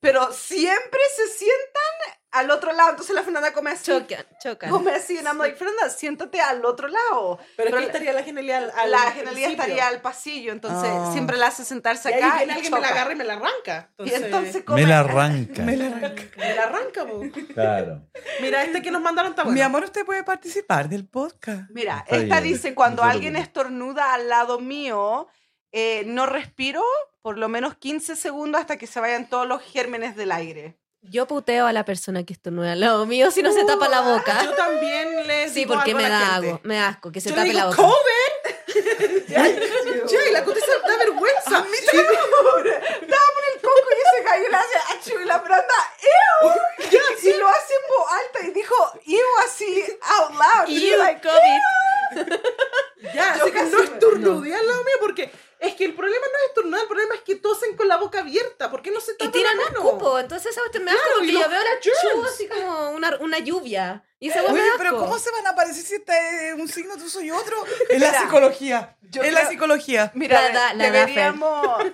pero siempre se sientan al otro lado. Entonces la Fernanda come así.
Chocan, chocan.
Come así. Y I'm like, Fernanda, siéntate al otro lado.
Pero aquí
la-
estaría la genialidad al- al
la genialidad
principio.
estaría al pasillo, entonces
Ah.
siempre la hace sentarse
Y ahí
acá y,
viene alguien me la
choca.
agarra y me la arranca.
Y
Entonces,
entonces come.
Me la arranca.
me la arranca, po.
Claro.
Mira, este que nos mandaron está bueno.
Mi amor, usted puede participar del podcast.
Mira,
Está
esta
bien,
dice,
no
cuando
se
alguien
preocupe.
estornuda al lado mío, eh, no respiro por lo menos 15 segundos hasta que se vayan todos los gérmenes del aire.
Yo puteo a la persona que estornuda al lado mío si no se tapa la boca.
Yo también le
Sí,
digo
porque
algo a
me
la
da
gente.
algo, me da asco que se
Yo le
tape
digo,
la boca.
¡Cover! ya, y la cotiza da vergüenza.
Coco y se cayó y le hace achu y la Fernanda, ¡ew! Y lo hace en voz alta y dijo, ¡ew! así, out loud. Y
Ew,
yo, like,
COVID.
Ya,
Yo
así que
casi
no
me-
estornudé al lado mío porque es que el problema no es estornudar, el problema es que tosen con la boca abierta. ¿Por qué no se
Y
tapan
tiran
la
el
mano?
cupo. Entonces esa cuestión me da
Claro,
asco porque
y los
yo veo la chu
germs.
así como una, una lluvia. Y esa hueá me
Oye,
da
pero
asco.
¿cómo se van a parecer si este es un signo tú soy otro? Es la
Mira,
psicología. Es
yo
la
creo-
psicología.
Mira,
La da- la da Fer.
deberíamos,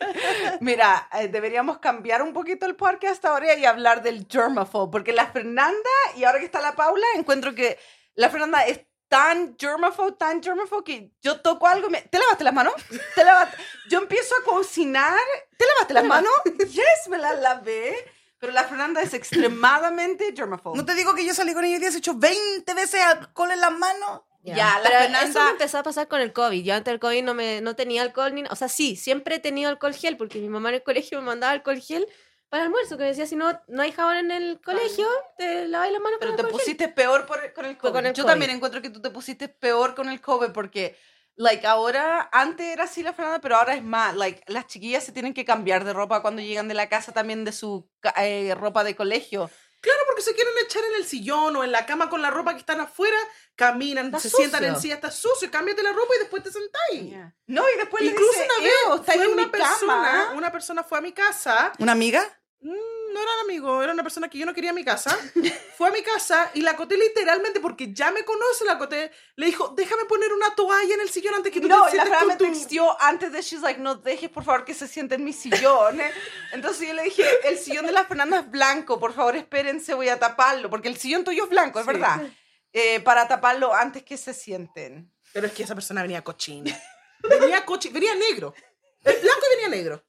mira, eh, deberíamos cambiar un poquito el podcast ahora y hablar del germaphobe, porque la Fernanda y ahora que está la Paula, encuentro que la Fernanda es tan germaphobe, tan germaphobe que yo toco algo, y me, ¿te lavaste las manos? ¿Te lavaste? Yo empiezo a cocinar, ¿te lavaste las manos? Yes, me las lavé, pero la Fernanda es extremadamente germaphobe.
No te digo que yo salí con ella y se echó 20 veces alcohol en las manos.
Ya,
Ya, la
pero eso
Fernanda-
me empezó a pasar con el COVID. Yo antes del COVID no, me, no tenía alcohol ni... O sea, sí, siempre he tenido alcohol gel porque mi mamá en el colegio me mandaba alcohol gel para el almuerzo, que me decía, si no, no hay jabón en el colegio, te lavas las manos
Pero
Ah,
con
te
pues
alcohol gel".
pusiste peor por- con el
Fue
COVID.
con el
Yo
COVID.
también encuentro que tú te pusiste peor con el COVID porque, like, ahora, antes era así la Fernanda, pero ahora es más. Like, las chiquillas se tienen que cambiar de ropa cuando llegan de la casa también de su ca- eh, ropa de colegio.
Claro, porque se quieren echar en el sillón o en la cama con la ropa que están afuera, caminan,
Está
se
sucio.
sientan en silla, está sucio, cámbiate la ropa y después te sentáis.
No, y después
Incluso
Pues le dice,
una vez
"Ew, está
fue
en
una
mi
persona,
cama.
una persona fue a mi casa
¿Una amiga?
mm, no era un amigo, era una persona que yo no quería en mi casa. Fue a mi casa y la acoté literalmente, porque ya me conoce la acoté, le dijo, déjame poner una toalla en el sillón antes que tú
No,
te
la
sientes
Fran me
con tu-".
texteó antes de She's like, no dejes por favor que se siente en mi sillón. eh". Entonces yo le dije, el sillón de la Fernanda es blanco, por favor espérense, voy a taparlo, porque el sillón tuyo es blanco, es
Sí.
verdad. Eh, para taparlo antes que se sienten.
Pero es que esa persona venía cochina. Venía cochina, venía negro. El blanco y venía negro.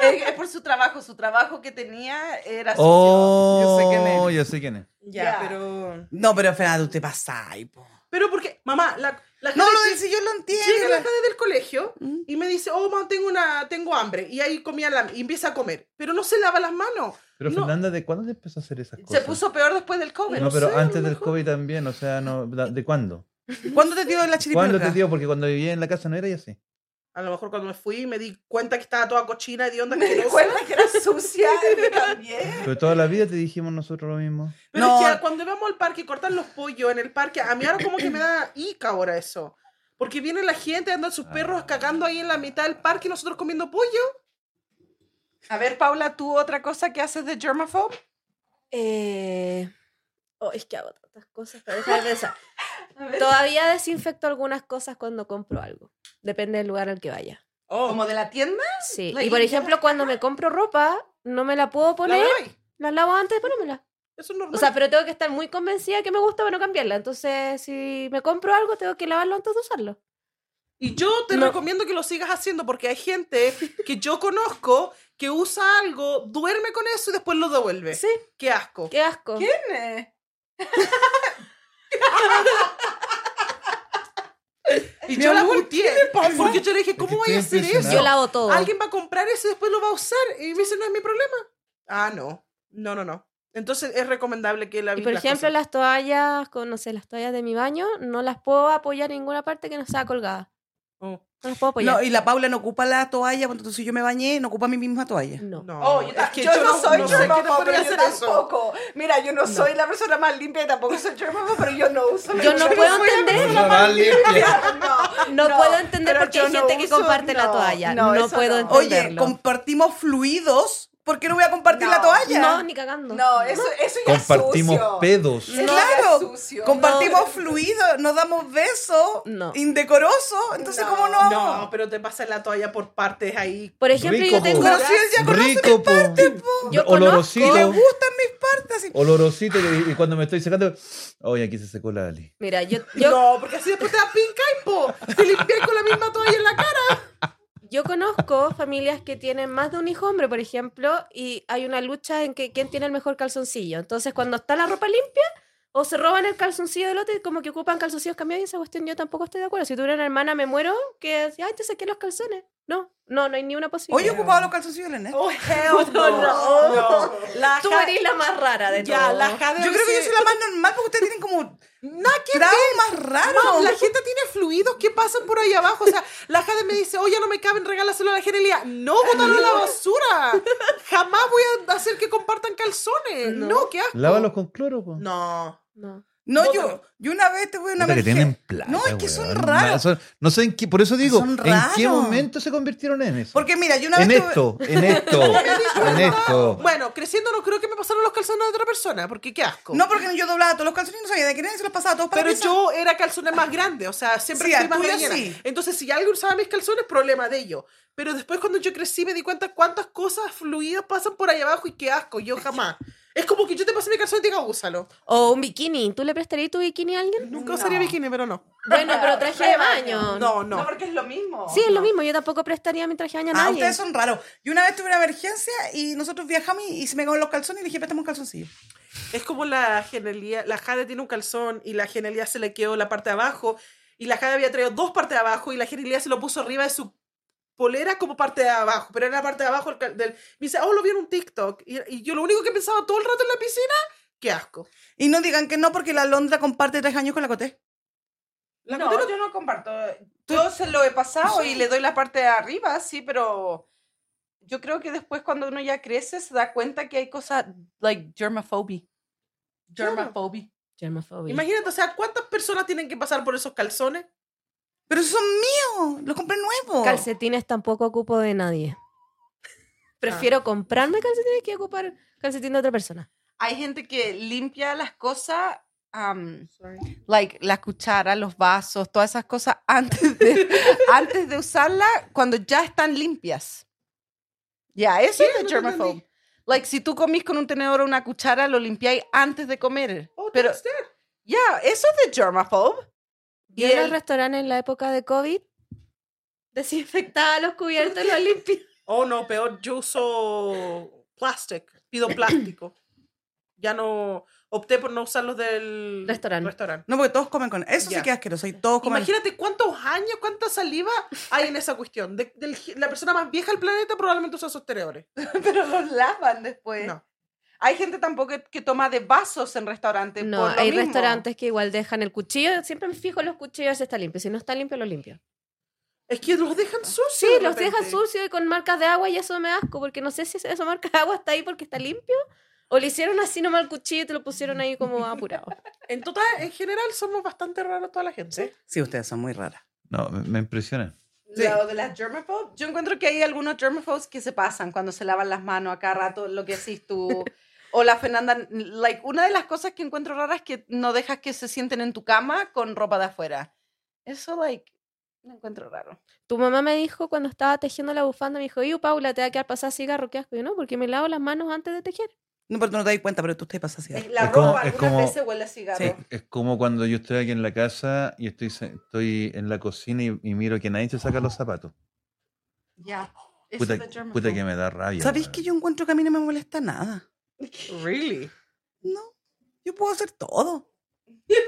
Es, es por su trabajo, su trabajo que tenía era
Oh,
Yo sé quién es.
yo sé quién es.
Ya,
Ya.
pero.
No, pero Fernando, te pasáis, po.
Pero porque, mamá, la, la
No,
gente
lo
que-
del sillón lo
Llega la
entiendo.
tarde del colegio
Mm.
y me dice, oh, mamá, tengo, una, tengo hambre. Y ahí comía la, y empieza a comer. Pero no se lava las manos.
Pero
No.
Fernanda, ¿de cuándo te empezó a hacer esas
Se
Oh.
cosas?
puso peor después del COVID.
No, pero
sé, a
antes
lo
del
mejor.
COVID también, o sea, no, ¿de de cuándo?
¿Cuándo te dio la
¿Cuándo
chiripiorca?
te dio? Porque cuando vivía en la casa no era y así.
A lo mejor cuando me fui me di cuenta que estaba toda cochina de onda.
Me di cuenta que era sucia y me cambié.
Pero toda la vida te dijimos nosotros lo mismo.
Pero
No.
es que cuando vamos al parque y cortan los pollos en el parque, a mí ahora como que me da ica ahora eso. Porque viene la gente, andan sus perros cagando ahí en la mitad del parque y nosotros comiendo pollo.
A ver, Paula, ¿tú otra cosa que haces de germaphobe?
Eh, oh, es que hago tantas cosas, pero deja de pensar. Todavía desinfecto algunas cosas cuando compro algo. Depende del lugar al que vaya.
¿Como de la tienda?
Sí.
La-
Y por
y-
ejemplo, cuando me compro ropa, no me la puedo
La
poner.
verdad,
La lavo antes de ponérmela.
eso es normal.
O sea, pero tengo que estar muy convencida que me gusta para no cambiarla. Entonces, si me compro algo, tengo que lavarlo antes de usarlo.
Y yo te
No.
recomiendo que lo sigas haciendo porque hay gente que yo conozco que usa algo, duerme con eso y después lo devuelve.
Sí.
Qué asco.
Qué asco.
Y
Mi
yo la
amor,
volteé porque yo le dije, ¿cómo
que
voy a hacer
estoy
eso?
impresionado.
Yo lavo todo.
Alguien va a comprar eso y después lo va a usar. Y me dice, no es mi problema. Ah, no. No, no, no. Entonces es recomendable que la
Y por
las
ejemplo,
cosas.
las toallas, con, no sé, las toallas de mi baño, no las puedo apoyar en ninguna parte que no sea colgada.
Oh.
No las puedo apoyar.
No, y la Paula no ocupa la toalla, porque entonces yo me bañé, no ocupa mi misma toalla.
No.
No,
Oh, yo, ta-
es que
yo no, soy
no sé qué te
germaphobe,
podría
pero yo
hacer eso.
tampoco. Mira, yo no, soy la persona más limpia y tampoco soy germaphobe, pero yo no uso
Yo no
pero
puedo
soy la
entender.
persona más limpia. No,
No,
no,
puedo entender
pero
porque hay
yo no
gente que
uso-
comparte la
no,
toalla.
no,
No,
eso
puedo
no.
Oye,
entenderlo.
compartimos fluidos, ¿por qué no voy a compartir
No,
la toalla?
no, ni cagando.
No, eso, eso ya
Compartimos
es sucio.
pedos.
Eso ya
Claro,
es sucio.
Compartimos fluidos, nos damos besos,
No.
indecoroso, entonces
No,
¿cómo no?
No, pero te pasa la toalla por partes ahí.
Por ejemplo,
Rico,
yo tengo.
Pero si él ya conoce
Rico, po.
Yo
y le
Olorosito.
gustan mis partes. así.
Olorosito. Y, y cuando me estoy secando, oye, aquí se secó la Ali.
Mira, yo, yo,
No, porque así después te da pinca y po. Te limpias con la misma toalla en la cara.
yo conozco familias que tienen más de un hijo hombre, por ejemplo, y hay una lucha en que quién tiene el mejor calzoncillo. Entonces, cuando está la ropa limpia, o se roban el calzoncillo del otro y como que ocupan calzoncillos cambiados, y esa cuestión yo tampoco estoy de acuerdo. Si tuviera una hermana, me muero, que decía, ay, te saqué los calzones. No, no, no hay ni una
Oye,
posibilidad.
ocupaba los calzoncillos de Ernesto.
Oh, hell
No, no,
La
Tú
ja-
eres la más rara de
Ya,
todos.
la Jade
Yo creo que yo
dice-
soy la más normal porque ustedes tienen como
Nada que
traumas
No, la
raros.
gente tiene fluidos que pasan por ahí abajo. O sea, la Jade me dice, oye, no me caben, regálaselo a la Genelia. No, bótalo a la basura. Jamás voy a hacer que compartan calzones. No, qué asco.
Lávalos con cloro, po.
No.
No.
No, yo, yo una vez tuve una
Puta que
emergen-
tienen plata,
No, es que son
weón.
raros.
Son- no sé en qué, por eso digo,
Son
¿en qué
raros.
momento se convirtieron en eso?
Porque mira, yo una
en
vez tuve-
esto, en esto, en esto.
Bueno, creciendo no creo que me pasaron los calzones de otra persona, porque qué asco.
No, porque yo doblaba todos los calzones y no sabía de quién era, se los pasaba todos para
Pero
la pieza.
yo era calzones más grande, o sea, siempre
Sí,
fui
al
más
tuyo
rellena.
sí.
Entonces, si alguien usaba mis calzones, problema de ellos. Pero después cuando yo crecí me di cuenta cuántas cosas fluidas pasan por ahí abajo y qué asco, yo jamás. Es como que yo te pasé mi calzón y te digo, úsalo.
O un bikini. ¿Tú le prestarías tu bikini a alguien?
Nunca usaría bikini, pero no.
Bueno, pero traje de baño.
No,
No, no.
porque es lo mismo.
Sí, es lo mismo. Yo tampoco prestaría mi traje de baño a
Ah,
nadie.
ustedes son raros. Yo una vez tuve una emergencia y nosotros viajamos y, y se me acabaron los calzones y le dije, préstame un calzoncillo.
Es como la Genelia, la Jade tiene un calzón y la Genelia se le quedó la parte de abajo y la Jade había traído dos partes de abajo y la Genelia se lo puso arriba de su polera como parte de abajo, pero era la parte de abajo del cal- del... Me dice, oh, lo vi en un TikTok y, y yo lo único que pensaba todo el rato en la piscina, qué asco.
Y no digan que no porque la Londra comparte tres años con la Coté.
La
no,
Coté no-
yo no comparto. Yo se lo he pasado y le doy la parte de arriba, sí, pero yo creo que después cuando uno ya crece se da cuenta que hay cosas like germaphobia. Germaphobia.
Germofobia.
Imagínate, o sea, ¿cuántas personas tienen que pasar por esos calzones?
Pero esos son míos, los compré nuevos.
Calcetines tampoco ocupo de nadie. Prefiero comprarme calcetines que ocupar calcetín de otra persona.
Hay gente que limpia las cosas, am, like las cucharas, los vasos, todas esas cosas antes de, antes de usarla cuando ya están limpias. Ya, eso es de
No te
germaphobe.
entendí.
Like, si tú comís con un tenedor o una cuchara, lo limpiáis antes de comer.
Oh,
Pero,
that's there.
ya, eso es de germaphobe.
Yo en los restaurantes en la época de COVID desinfectaba los cubiertos y los limpiaba.
Oh, no, peor, yo uso plastic. Pido plástico. ya no. Opté por no usar los del
Restaurante.
No, porque todos comen con. Eso
Ya.
sí que es asqueroso. Y todos comen.
Imagínate cuántos años, cuánta saliva hay en esa cuestión. De- del gi- la persona más vieja del planeta probablemente usa esos tenedores.
Pero los lavan después.
No.
Hay gente tampoco que, que toma de vasos en restaurantes.
No,
por lo
hay
mismo.
restaurantes que igual dejan el cuchillo. Siempre me fijo en los cuchillos si está limpio. Si no está limpio, lo limpio.
Es que los dejan sucios.
Sí,
de
los dejan
repente.
sucios y con marcas de agua y eso me da asco porque no sé si esa marca de agua está ahí porque está limpio o le hicieron así nomás el cuchillo y te lo pusieron ahí como apurado.
En total, en general, somos bastante raros toda la gente.
Sí, ustedes son muy raras.
No, me, me impresiona.
Lo de las germaphobes, yo encuentro que hay algunos germaphobes que se pasan cuando se lavan las manos a cada rato, lo que decís tú. O la Fernanda, like, una de las cosas que encuentro raras es que no dejas que se sienten en tu cama con ropa de afuera. Eso, like, lo encuentro raro.
Tu mamá me dijo cuando estaba tejiendo la bufanda, me dijo, y Paula, te va a quedar pasar cigarro, qué asco. Y yo, no, porque me lavo las manos antes de tejer.
No, pero tú no te das cuenta, pero tú estás pasando cigarro.
La ropa
Es como- es
algunas
como-
veces huele a cigarro.
Es, es como cuando yo estoy aquí en la casa y estoy, se- estoy en la cocina y, y miro que nadie se saca los zapatos.
Ya. eso
Puta,
es de germaphobe.
puta que me da rabia.
¿Sabéis
weón.
que yo encuentro que a mí no me molesta nada?
Really?
No. Yo puedo hacer todo.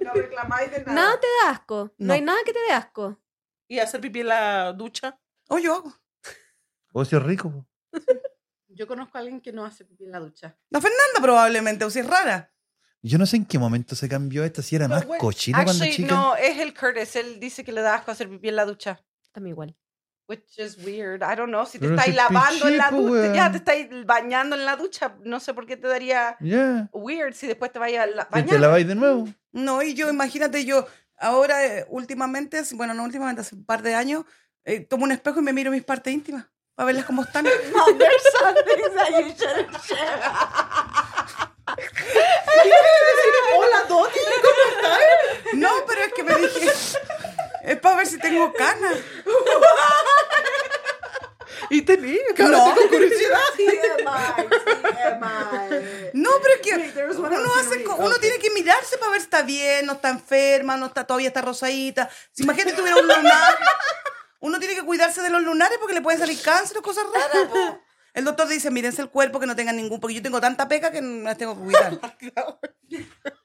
No reclamáis de
Nada, te da asco. No.
No.
hay nada que te dé asco.
¿Y hacer pipí en la ducha?
O yo hago.
O sea, Oh, rico. po.
Yo conozco a alguien que no hace pipí en la ducha.
La Fernanda probablemente, o si es rara.
Yo no sé en qué momento se cambió esta, si era más
bueno,
cochina cuando
Actually,
chica.
no, es el Curtis. Él dice que le da asco hacer pipí en la ducha.
A mí igual.
Which is weird. I don't know. Si te
Pero
estáis
si
lavando en la
pichí, po,
ducha, ya
weón.
te estáis bañando en la ducha. No sé por qué te daría
Ya.
weird si después te vayas a la-
Y te
bañar.
laváis de nuevo.
No, y yo, imagínate, yo ahora, eh, últimamente, hace- bueno, no últimamente, hace un par de años, eh, tomo un espejo y me miro mis partes íntimas para verlas cómo están.
No, there's some things that you shouldn't share.
¡Hola, Doti!
No, pero es que me dije, es para ver si tengo canas.
¿Y tení?
No.
Claro, tengo curiosidad.
No, pero es que uno, hace co- uno tiene que mirarse para ver si está bien, no está enferma, no está todavía está rosadita. Si imagínate tuviera un lunar, uno tiene que cuidarse de los lunares porque le pueden salir cáncer o cosas raras. po. El doctor dice, mírense el cuerpo que no tengan ningún, porque yo tengo tanta peca que no las tengo que cuidar.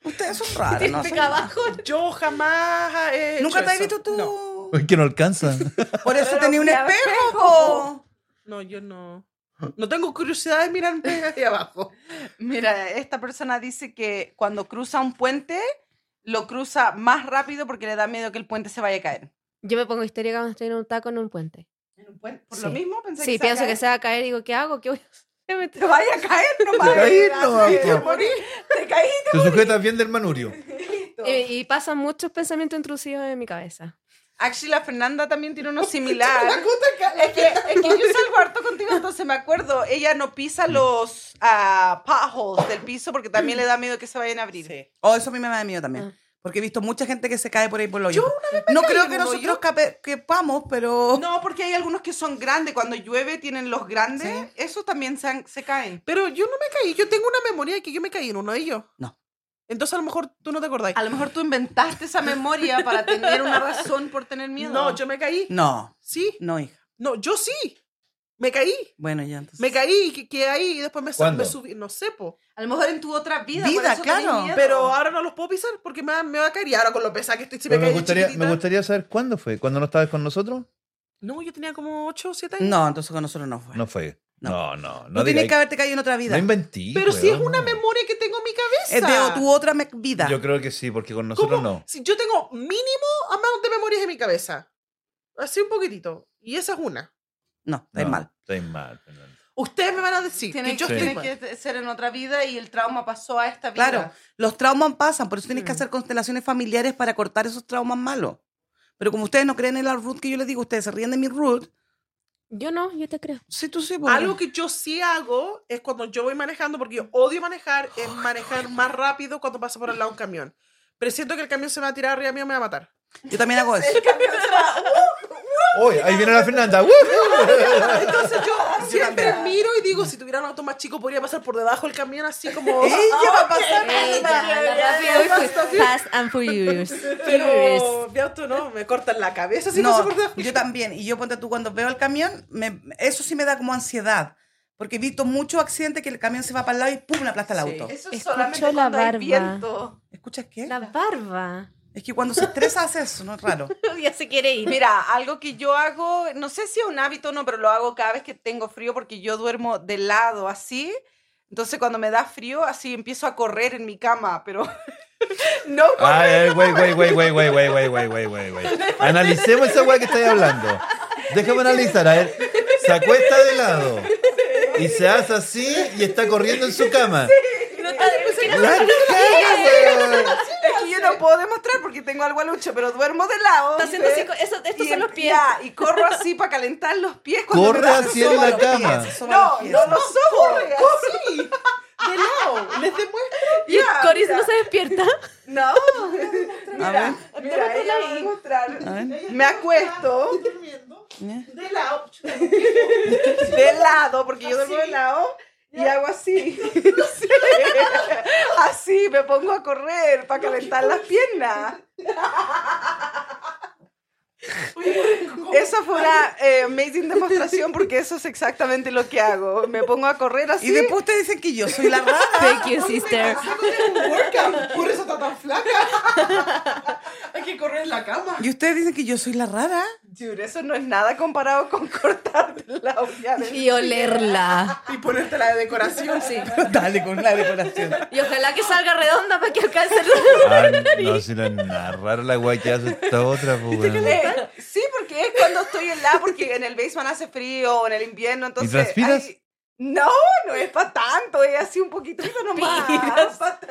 Ustedes son raros, no sé.
Yo jamás he hecho
¿Nunca te has
eso.
visto tú?
No,
Es que no alcanza.
Por eso tenía un
mira,
espejo, po.
no, yo no. No tengo curiosidad de mirar hacia abajo.
Mira, esta persona dice que cuando cruza un puente, lo cruza más rápido porque le da miedo que el puente se vaya a caer.
Yo me pongo histérica cuando estoy en un taco en un puente.
Por lo
Sí.
mismo, pensé
sí,
se va a
pienso que
caer.
se va a caer y digo, ¿qué hago? ¿Qué voy a hacer? Me
Te vaya a caer nomás.
Te caí, no,
Así,
po.
Te caí.
Te sujetas bien del manurio.
Y, y pasan muchos pensamientos intrusivos en mi cabeza.
Actually, la Fernanda también tiene uno similar. es, que, es que yo salgo harto contigo, entonces me acuerdo. Ella no pisa
Mm.
los ah, potholes del piso porque también le da miedo que se vayan a abrir.
Oh, eso a mí me da miedo también.
Ah.
Porque he visto mucha gente que se cae por ahí por los hoyos. No
caí
creo
en
que
un hoyo.
nosotros cape- quepamos, pero...
No, porque hay algunos que son grandes. Cuando llueve tienen los grandes. Esos también se, han- se caen.
Pero yo no me caí. Yo tengo una memoria de que yo me caí en uno de ellos.
No.
Entonces a lo mejor tú no te acordás.
A lo mejor tú inventaste esa memoria para tener una razón por tener miedo.
No, yo me caí.
No,
Sí.
no, hija.
No, yo sí. Me caí.
Bueno, ya entonces.
Me caí, que, que ahí y después me, sa-
¿Cuándo?
me subí. No sé, po.
A lo mejor en tu otra vida.
Vida,
por eso tenés
claro,
miedo.
Pero ahora no los puedo pisar porque me, va- me va a caer. Y ahora con lo pesada que estoy, si me
Pero
caí
me,
de
gustaría,
chiquitita-
me gustaría saber cuándo fue. ¿Cuándo no estabas con nosotros?
No, yo tenía como 8 o 7 años.
No, entonces con nosotros no fue.
No fue.
No.
No, no. No,
Tú tienes que
digáis-
haberte caído en otra vida.
no inventí.
Pero si es
weón,
una
no.
memoria que tengo en mi cabeza.
es de o- tu otra me- vida.
Yo creo que sí, porque con
¿Cómo?
nosotros no.
Si yo tengo mínimo amount de memorias en mi cabeza. Así un poquitito. Y esa es una.
No,
no.
está mal.
Estáis mal. Fernando.
Ustedes me van a decir
Tiene,
que yo
Sí.
estoy
tiene
mal.
que ser en otra vida y el trauma pasó a esta vida.
Claro, los traumas pasan, por eso
Mm.
tienes que hacer constelaciones familiares para cortar esos traumas malos. Pero como ustedes no creen en la root que yo les digo, ustedes se ríen de mi root,
Yo no, yo te creo.
Sí, tú sí, pues. po.
Algo que yo sí hago es cuando yo voy manejando, porque yo odio manejar, es manejar más rápido cuando pasa por al lado un camión. Pero siento que el camión se me va a tirar arriba mío y me va a matar.
Yo también hago eso.
Oye, ahí viene la Fernanda. ¡Woo!
Entonces yo siempre miro y digo, si tuviera un auto más chico podría pasar por debajo del camión así como...
Ella va a pasar.
Fast and Furious. Furious.
Pero mi auto no, me cortan la cabeza si no, se
No,
por debajo.
yo también. Y yo ponte tú cuando veo el camión, me- eso sí me da como ansiedad. Porque he visto muchos accidentes que el camión se va para el lado y pum, le aplasta el auto.
Eso es
Escucho
solamente
la
cuando hay
barba.
viento.
¿Escuchas qué?
La barba.
Es que cuando se estresa hace eso, no es raro.
ya se quiere ir.
Mira, algo que yo hago, no sé si es un hábito o no, pero lo hago cada vez que tengo frío porque yo duermo de lado así. Entonces cuando me da frío, así empiezo a correr en mi cama, pero no
Ay, ay, güey, güey, güey, güey, güey, güey, güey, güey, güey, güey, güey. Analicemos esa weá que estáis hablando. Déjame analizar, a ver. Se acuesta de lado. Y se hace así y está corriendo en su cama. La caga, güey.
Es que yo no puedo demostrar porque tengo algo alucho, pero duermo de lado.
Está haciendo
¿ves?
así, co- eso- estos
Y
son
em-
los pies.
ya, y corro así para calentar los pies cuando me
Corre
da-
así en la cama.
No, no los ojos, así.
De lado, les demuestro.
Y
Ya,
Coris
mira.
no se despierta.
No.
ver.
Mira, mira, ella va a demostrar.
A ver.
Me acuesto
¿Eh?
De lado.
de lado, porque yo duermo de lado, y hago así. Sí. Así, me pongo a correr para calentar las piernas. Esa fue una eh, amazing demostración porque eso es exactamente lo que hago. Me pongo a correr así.
Y después te dicen que yo soy la rara.
Thank you, sister.
Workout, por eso está tan flaca. Hay que correr en la cama.
Y ustedes dicen que yo soy la rara.
Dude, eso no es nada comparado con cortarte la uña. del-
Y olerla.
Y ponerte la de decoración.
Sí.
Dale con la decoración.
Y ojalá que salga redonda para que alcance el
Ah, no, si no es nada raro la weá que hace esta otra, pues, weón.
Eh, sí, porque es cuando estoy en la, porque en el basement hace frío, o en el invierno, entonces...
transpiras?
ay, no, no es para tanto, es así un poquitito nomás. pa' tanto.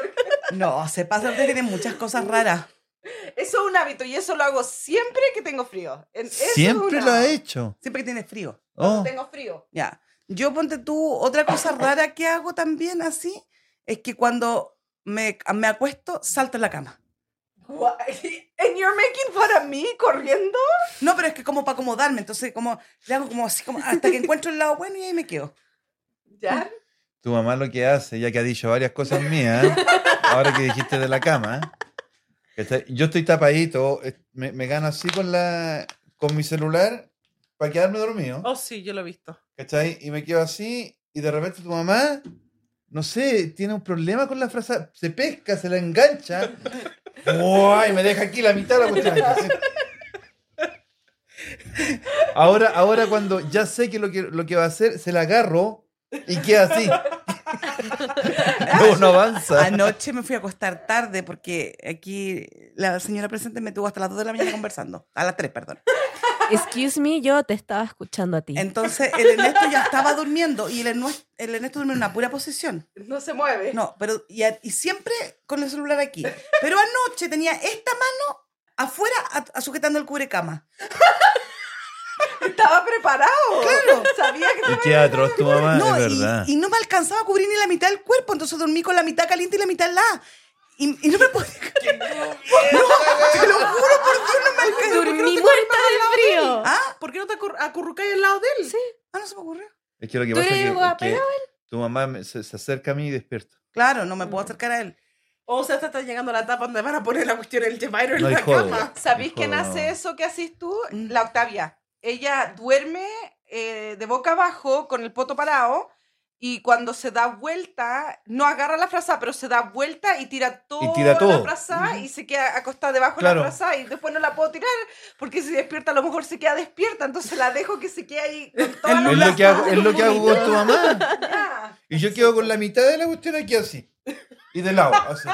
No, se pasa, ustedes tienen muchas cosas raras.
Eso es un hábito y eso lo hago siempre que tengo frío. En- eso es
Siempre
una-
lo ha hecho.
Siempre que tienes frío.
Cuando
Oh,
tengo frío.
Ya. Yo ponte tú, otra cosa rara que hago también así, es que cuando me, me acuesto, salto en la cama.
Why? And you're making fun of me corriendo.
No, pero es que como para acomodarme, entonces como le hago como así, como hasta que encuentro el lado bueno y ahí me quedo.
Ya.
tu mamá lo que hace, ya que ha dicho varias cosas mías, ¿eh? ahora que dijiste de la cama, ¿eh? ¿cachai? yo estoy tapadito, eh, me, me gano así con, la, con mi celular para quedarme dormido.
Oh, sí, yo lo he visto.
¿Cachai? Y me quedo así y de repente tu mamá, no sé, tiene un problema con la frase, se pesca, se la engancha. ¡Uy! Me deja aquí la mitad de la cuestión. así. Ahora, ahora cuando ya sé que lo, que lo que va a hacer, se la agarro y queda así. No, no avanza.
Anoche me fui a acostar tarde porque aquí la señora presente me tuvo hasta las 2 de la mañana conversando. A las 3, perdón.
Excuse me, yo te estaba escuchando a ti.
Entonces el Ernesto ya estaba durmiendo y el Ernesto, el Ernesto durmió en una pura posición.
No se mueve.
No, pero y, a- y siempre con el celular aquí. Pero anoche tenía esta mano afuera a- a- sujetando el cubrecama.
Estaba preparado.
Claro.
Sabía que
Es que atroz tu mamá,
no,
Ah, es
y-
verdad.
y, no me alcanzaba a cubrir ni la mitad del cuerpo, entonces dormí con la mitad caliente y la mitad helada. Y, y no me podía. No, te lo juro por Dios, no me alcanzaba.
Dormí muerta del frío.
Ah,
¿Por qué no te acur- acurrucáis al lado de él? Sí.
ah, no se me ocurrió.
Es que lo que
¿Tú
pasa
eres
es que- que,
guapera,
tu mamá me- se, se acerca a mí y despierto.
Claro, no me puedo acercar a él.
O sea, hasta está llegando la etapa donde van a poner la cuestión del divider en
No hay
la
juego.
cama.
¿Sabéis quién
Hijo.
hace eso que haces tú?
Mm.
La Octavia. Ella duerme eh, de boca abajo con el poto parado y cuando se da vuelta, no agarra la frazada, pero se da vuelta y tira toda
todo.
la frazada y se queda acostada debajo
Claro.
de la frazada y después no la puedo tirar porque si despierta a lo mejor se queda despierta, entonces la dejo que se quede ahí con toda la
Es lo que hago, es lo que hago con tu mamá.
frazada.
Y yo quedo con la mitad de la cuestión aquí así. Y de lado, así.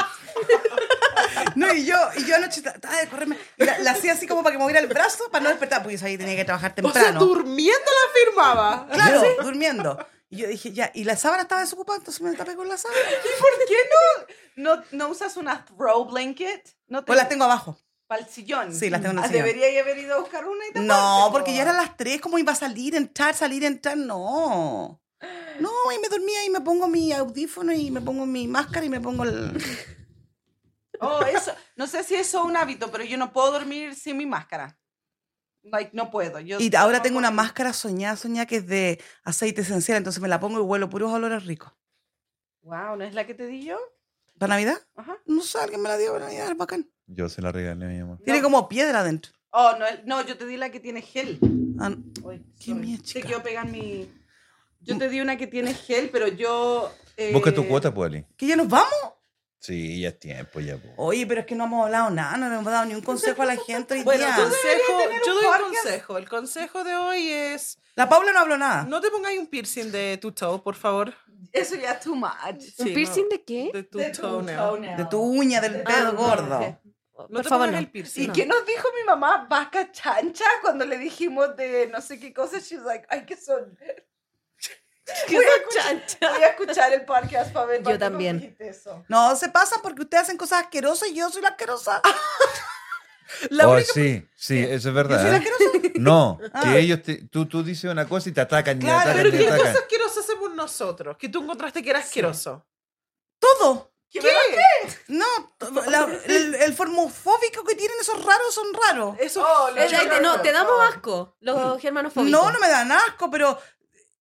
No, y yo, y yo anoche trataba de correrme. Y La, la hacía así como para que moviera el brazo para no despertar, porque yo ahí tenía que trabajar
O sea,
temprano.
durmiendo la firmaba.
Claro, durmiendo. Y yo dije, ya, y la sábana estaba desocupada, entonces me tapé con la sábana.
¿Por qué no, no, no usas una throw blanket? No te-
Pues la tengo abajo.
Para el sillón.
Sí, las tengo en el
Ah,
sillón.
Debería haber ido a buscar una y te
No, porque ya eran las tres, ¿cómo iba a salir, entrar, salir, entrar? No. No, y me dormía y me pongo mi audífono y me pongo mi máscara y me pongo el...
Oh, eso. No sé si eso es un hábito, pero yo no puedo dormir sin mi máscara. Like, no puedo. Yo
Y ahora
no
tengo
puedo.
una máscara soñada, soñada que es de aceite esencial, entonces me la pongo y huelo puros olores ricos.
Wow, ¿no es la que te di yo?
¿Para Navidad?
Ajá.
No sé, alguien me la dio para Navidad, es bacán.
Yo se la regalé a mi mamá.
Tiene como piedra adentro.
Oh, no, el- no, yo te di la que tiene gel.
Ah, no.
Uy,
Qué
sorry.
mía,
Te
chica. Mm.
quiero pegar mi. Yo te di una que tiene gel, pero yo. eh,
Busca tu cuota, Poli.
¿Que ya nos vamos?
Sí, ya es tiempo, ya. po.
Oye, pero es que no hemos hablado nada, no le hemos dado ni un consejo a la gente hoy
Bueno,
día.
consejo, yo doy un
podcast.
consejo. El consejo de hoy es,
La Paula no habló
Ah.
nada.
no te pongáis un piercing de tu toe, por favor.
Eso ya es too much.
Sí,
¿Un
no,
piercing de qué?
De tu
De tu
toenail.
toenail.
De tu uña, del dedo gordo.
No
Por
te
favor,
pongas
no.
el piercing.
¿Y qué nos dijo mi mamá, vaca chancha, cuando le dijimos de no sé qué cosa? She's like, ay, que son.
¿Qué
Voy a
son chanchas?
Voy a escuchar el podcast para ver.
Yo
por qué nos
también.
dijiste eso.
No, se pasan porque ustedes hacen cosas asquerosas y yo soy la asquerosa.
La
Oh,
única-
sí, sí, eso es
Yo soy la
verdad. ¿eh?
asquerosa.
No,
Ah.
que ellos, te- tú, tú dices una cosa y te atacan, y te
Claro,
atacan,
Pero
te
¿qué
atacan.
cosas asquerosas hacemos nosotros? Que tú encontraste que era asqueroso.
Todo.
¿Qué?
No, to- la- el, el formofóbico que tienen esos raros son raros.
Eso
Oh, lo-
Eh, te- No, te damos asco, los germanos
No, no me dan asco, pero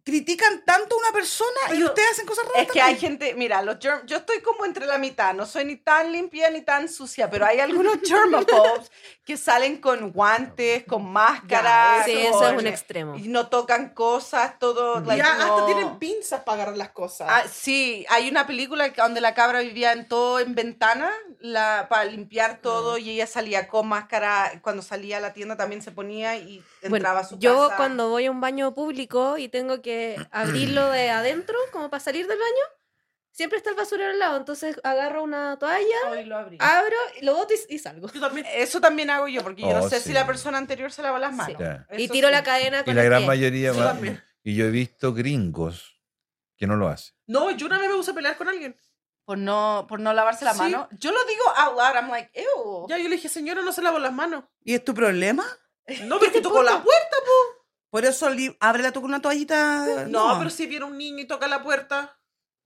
critican tanto a una persona y ustedes hacen cosas raras.
Es que hay gente, mira, los germ- yo estoy como entre la mitad, no soy ni tan limpia ni tan sucia, pero hay algunos germaphobes que salen con guantes, con máscaras.
Sí,
con-
eso es un extremo.
Y no tocan cosas, todo.
Ya
like, no.
hasta tienen pinzas para agarrar las cosas.
Ah, sí, hay una película que- donde la cabra vivía en todo en ventana la, para limpiar todo y ella salía con máscara. Cuando salía a la tienda también se ponía y
Bueno,
entraba a su
yo
casa.
cuando voy a un baño público y tengo que abrirlo de adentro, como para salir del baño, siempre está el basurero al lado. Entonces agarro una toalla,
Hoy lo abrí.
abro, lo boto y, y salgo.
Yo también.
Eso también hago yo, porque yo no
Oh,
sé
sí.
si la persona anterior se lavó las manos.
Ya.
Y
Eso
tiro
sí.
la cadena con
Y la
el
gran
pie.
mayoría
Sí,
va-
también.
Y yo he visto gringos que no lo hacen.
No, yo una vez me puse a pelear con alguien.
por no, por no lavarse la
Sí.
mano. Yo lo digo out loud, I'm like, ew.
Ya yo le dije, señora, no se lavó las manos.
¿Y es tu problema?
No, pero es que tocó la puerta.
Por eso li- ábrela tú con una toallita.
No, pero si viene un niño y toca la puerta.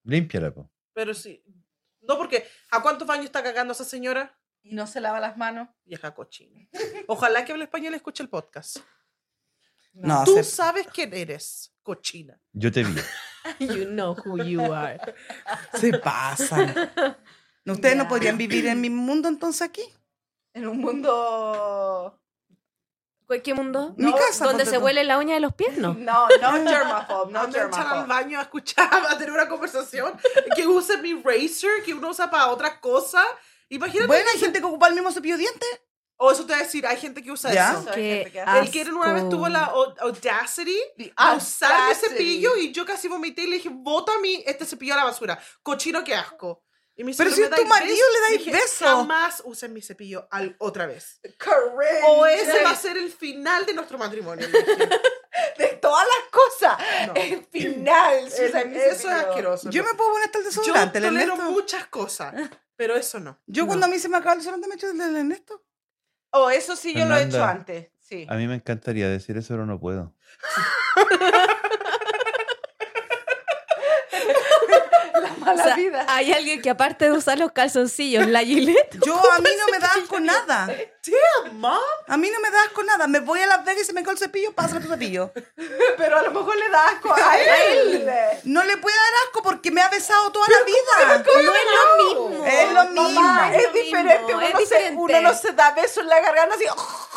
Límpiala, po.
Pero sí. No, porque ¿a cuántos baños está cagando esa señora?
Y no se lava las manos.
Vieja cochina. Ojalá que hable español y escuche el podcast.
No,
Tú
se-
sabes quién eres, cochina.
Yo te vi.
You know who you are.
Se pasan. ¿No, ¿Ustedes no podrían vivir en mi mundo entonces aquí?
En un mundo.
¿Cu- ¿Qué mundo?
Mi casa,
¿Donde
ponte
se
tú.
huele la uña de los pies? No.
No, no germaphobe, no
No me echan al
germaphobe.
baño a escuchar, a tener una conversación, que use mi razor, que uno usa para otra cosa. Imagínate.
Bueno, hay gente que ocupa el mismo cepillo de dientes.
O eso te voy a decir, hay gente que usa
¿Ya?
eso.
Qué
que
El que una vez
asco.
tuvo la au- audacity a usar mi
audacity.
cepillo y yo casi vomité y le dije, bota mi este cepillo a la basura. Cochino, qué asco. Y me dice,
Pero
"No
si
me
es tu
dais
marido, le dais
dije,
beso.
Jamás usen mi cepillo al- otra vez.
Correcto.
O ese va a ser el final de nuestro matrimonio. le dije.
de todas las cosas.
No.
El final.
Es- eso es asqueroso.
Yo
no.
me puedo poner hasta el
Yo
desodorante. el
tolero
Ernesto-
muchas cosas, pero eso no.
Yo cuando a mí se me acaba el desodorante me echo el del Ernesto.
O eso sí yo lo he hecho
Fernanda.
antes. Sí.
A mí me encantaría decir eso, pero no puedo.
A
O
la
sea,
vida.
Hay alguien que aparte de usar los calzoncillos, la Gillette.
Yo a mí no me da asco nada. A mí no me da asco nada. Me voy a Las Vegas y se me cae el cepillo, pásame tu cepillo.
Pero a lo mejor le da asco a él.
No le puede dar asco porque me ha besado toda la vida.
No es lo mismo.
Es lo mismo.
Mamá,
es diferente.
mismo,
Uno,
es
no Se,
diferente.
uno no se da besos en la gargana así.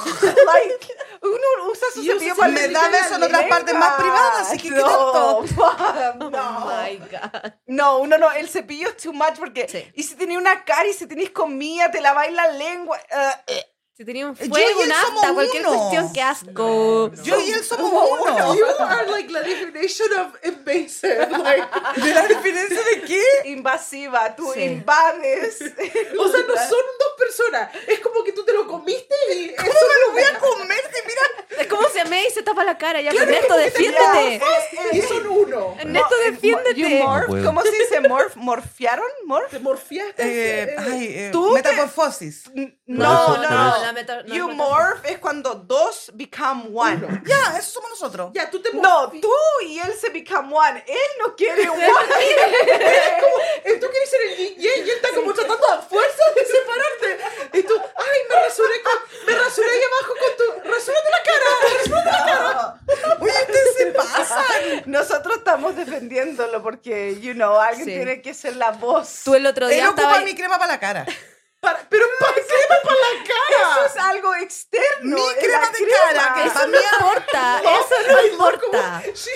like, uno usa su
Yo
cepillo
sí
para
me
limpiar
da
la
besos en otras
lengua.
partes más privadas, así que ¿qué tanto?
No,
Oh my
no.
God.
No, uno no. El cepillo es too much porque.
Sí.
Y si tenés una cara y si tenés comida, te laváis la lengua. eh, eh.
Si tenía un
y
fuego,
él
un
somos
afta, cualquier
uno.
cuestión, qué asco.
Yo y él somos uno.
You are like la definition of invasive. like,
¿De la diferencia de qué?
invasiva. Tú
Sí.
invades.
o sea, no son dos personas. Es como que tú te lo comiste y.
¿Cómo me lo voy a comer? Si mira,
Es como se me ve y se tapa la cara. Ya, pero Ernesto, defiéndete.
Y son uno.
Ernesto, defiéndete.
You morph,
No puedo.
¿Cómo se dice morph? ¿Morfiaron? ¿Morph?
Te morfiaste.
Eh, ay, eh,
¿Tú te-
metamorfosis.
No,
eso-
no,
por
no.
eso-
la meta- no,
you
no, no.
morph es cuando dos become one.
Ya, eso somos nosotros.
Ya, tú te
No,
morfi-
tú y él se become one. Él no quiere one.
Eh, Tú quieres ser el yin y yang, y él está como tratando a fuerza de separarte. Y tú, ay, me rasuré, con, me rasuré ahí abajo con tu... Rasúrate la cara. rasúrate la cara.
Oye, ustedes se pasan.
Nosotros estamos defendiéndolo porque, you know, alguien
Sí.
tiene que ser la voz.
Tú el otro
Él
día
ocupa
estaba
mi crema para la cara.
Para- pero ¿para qué me para la
Eso
cara?
es algo externo.
Mi
es la
crema de cara, que
Eso no importa, eso no
Ay, no,
importa.
Como, sí,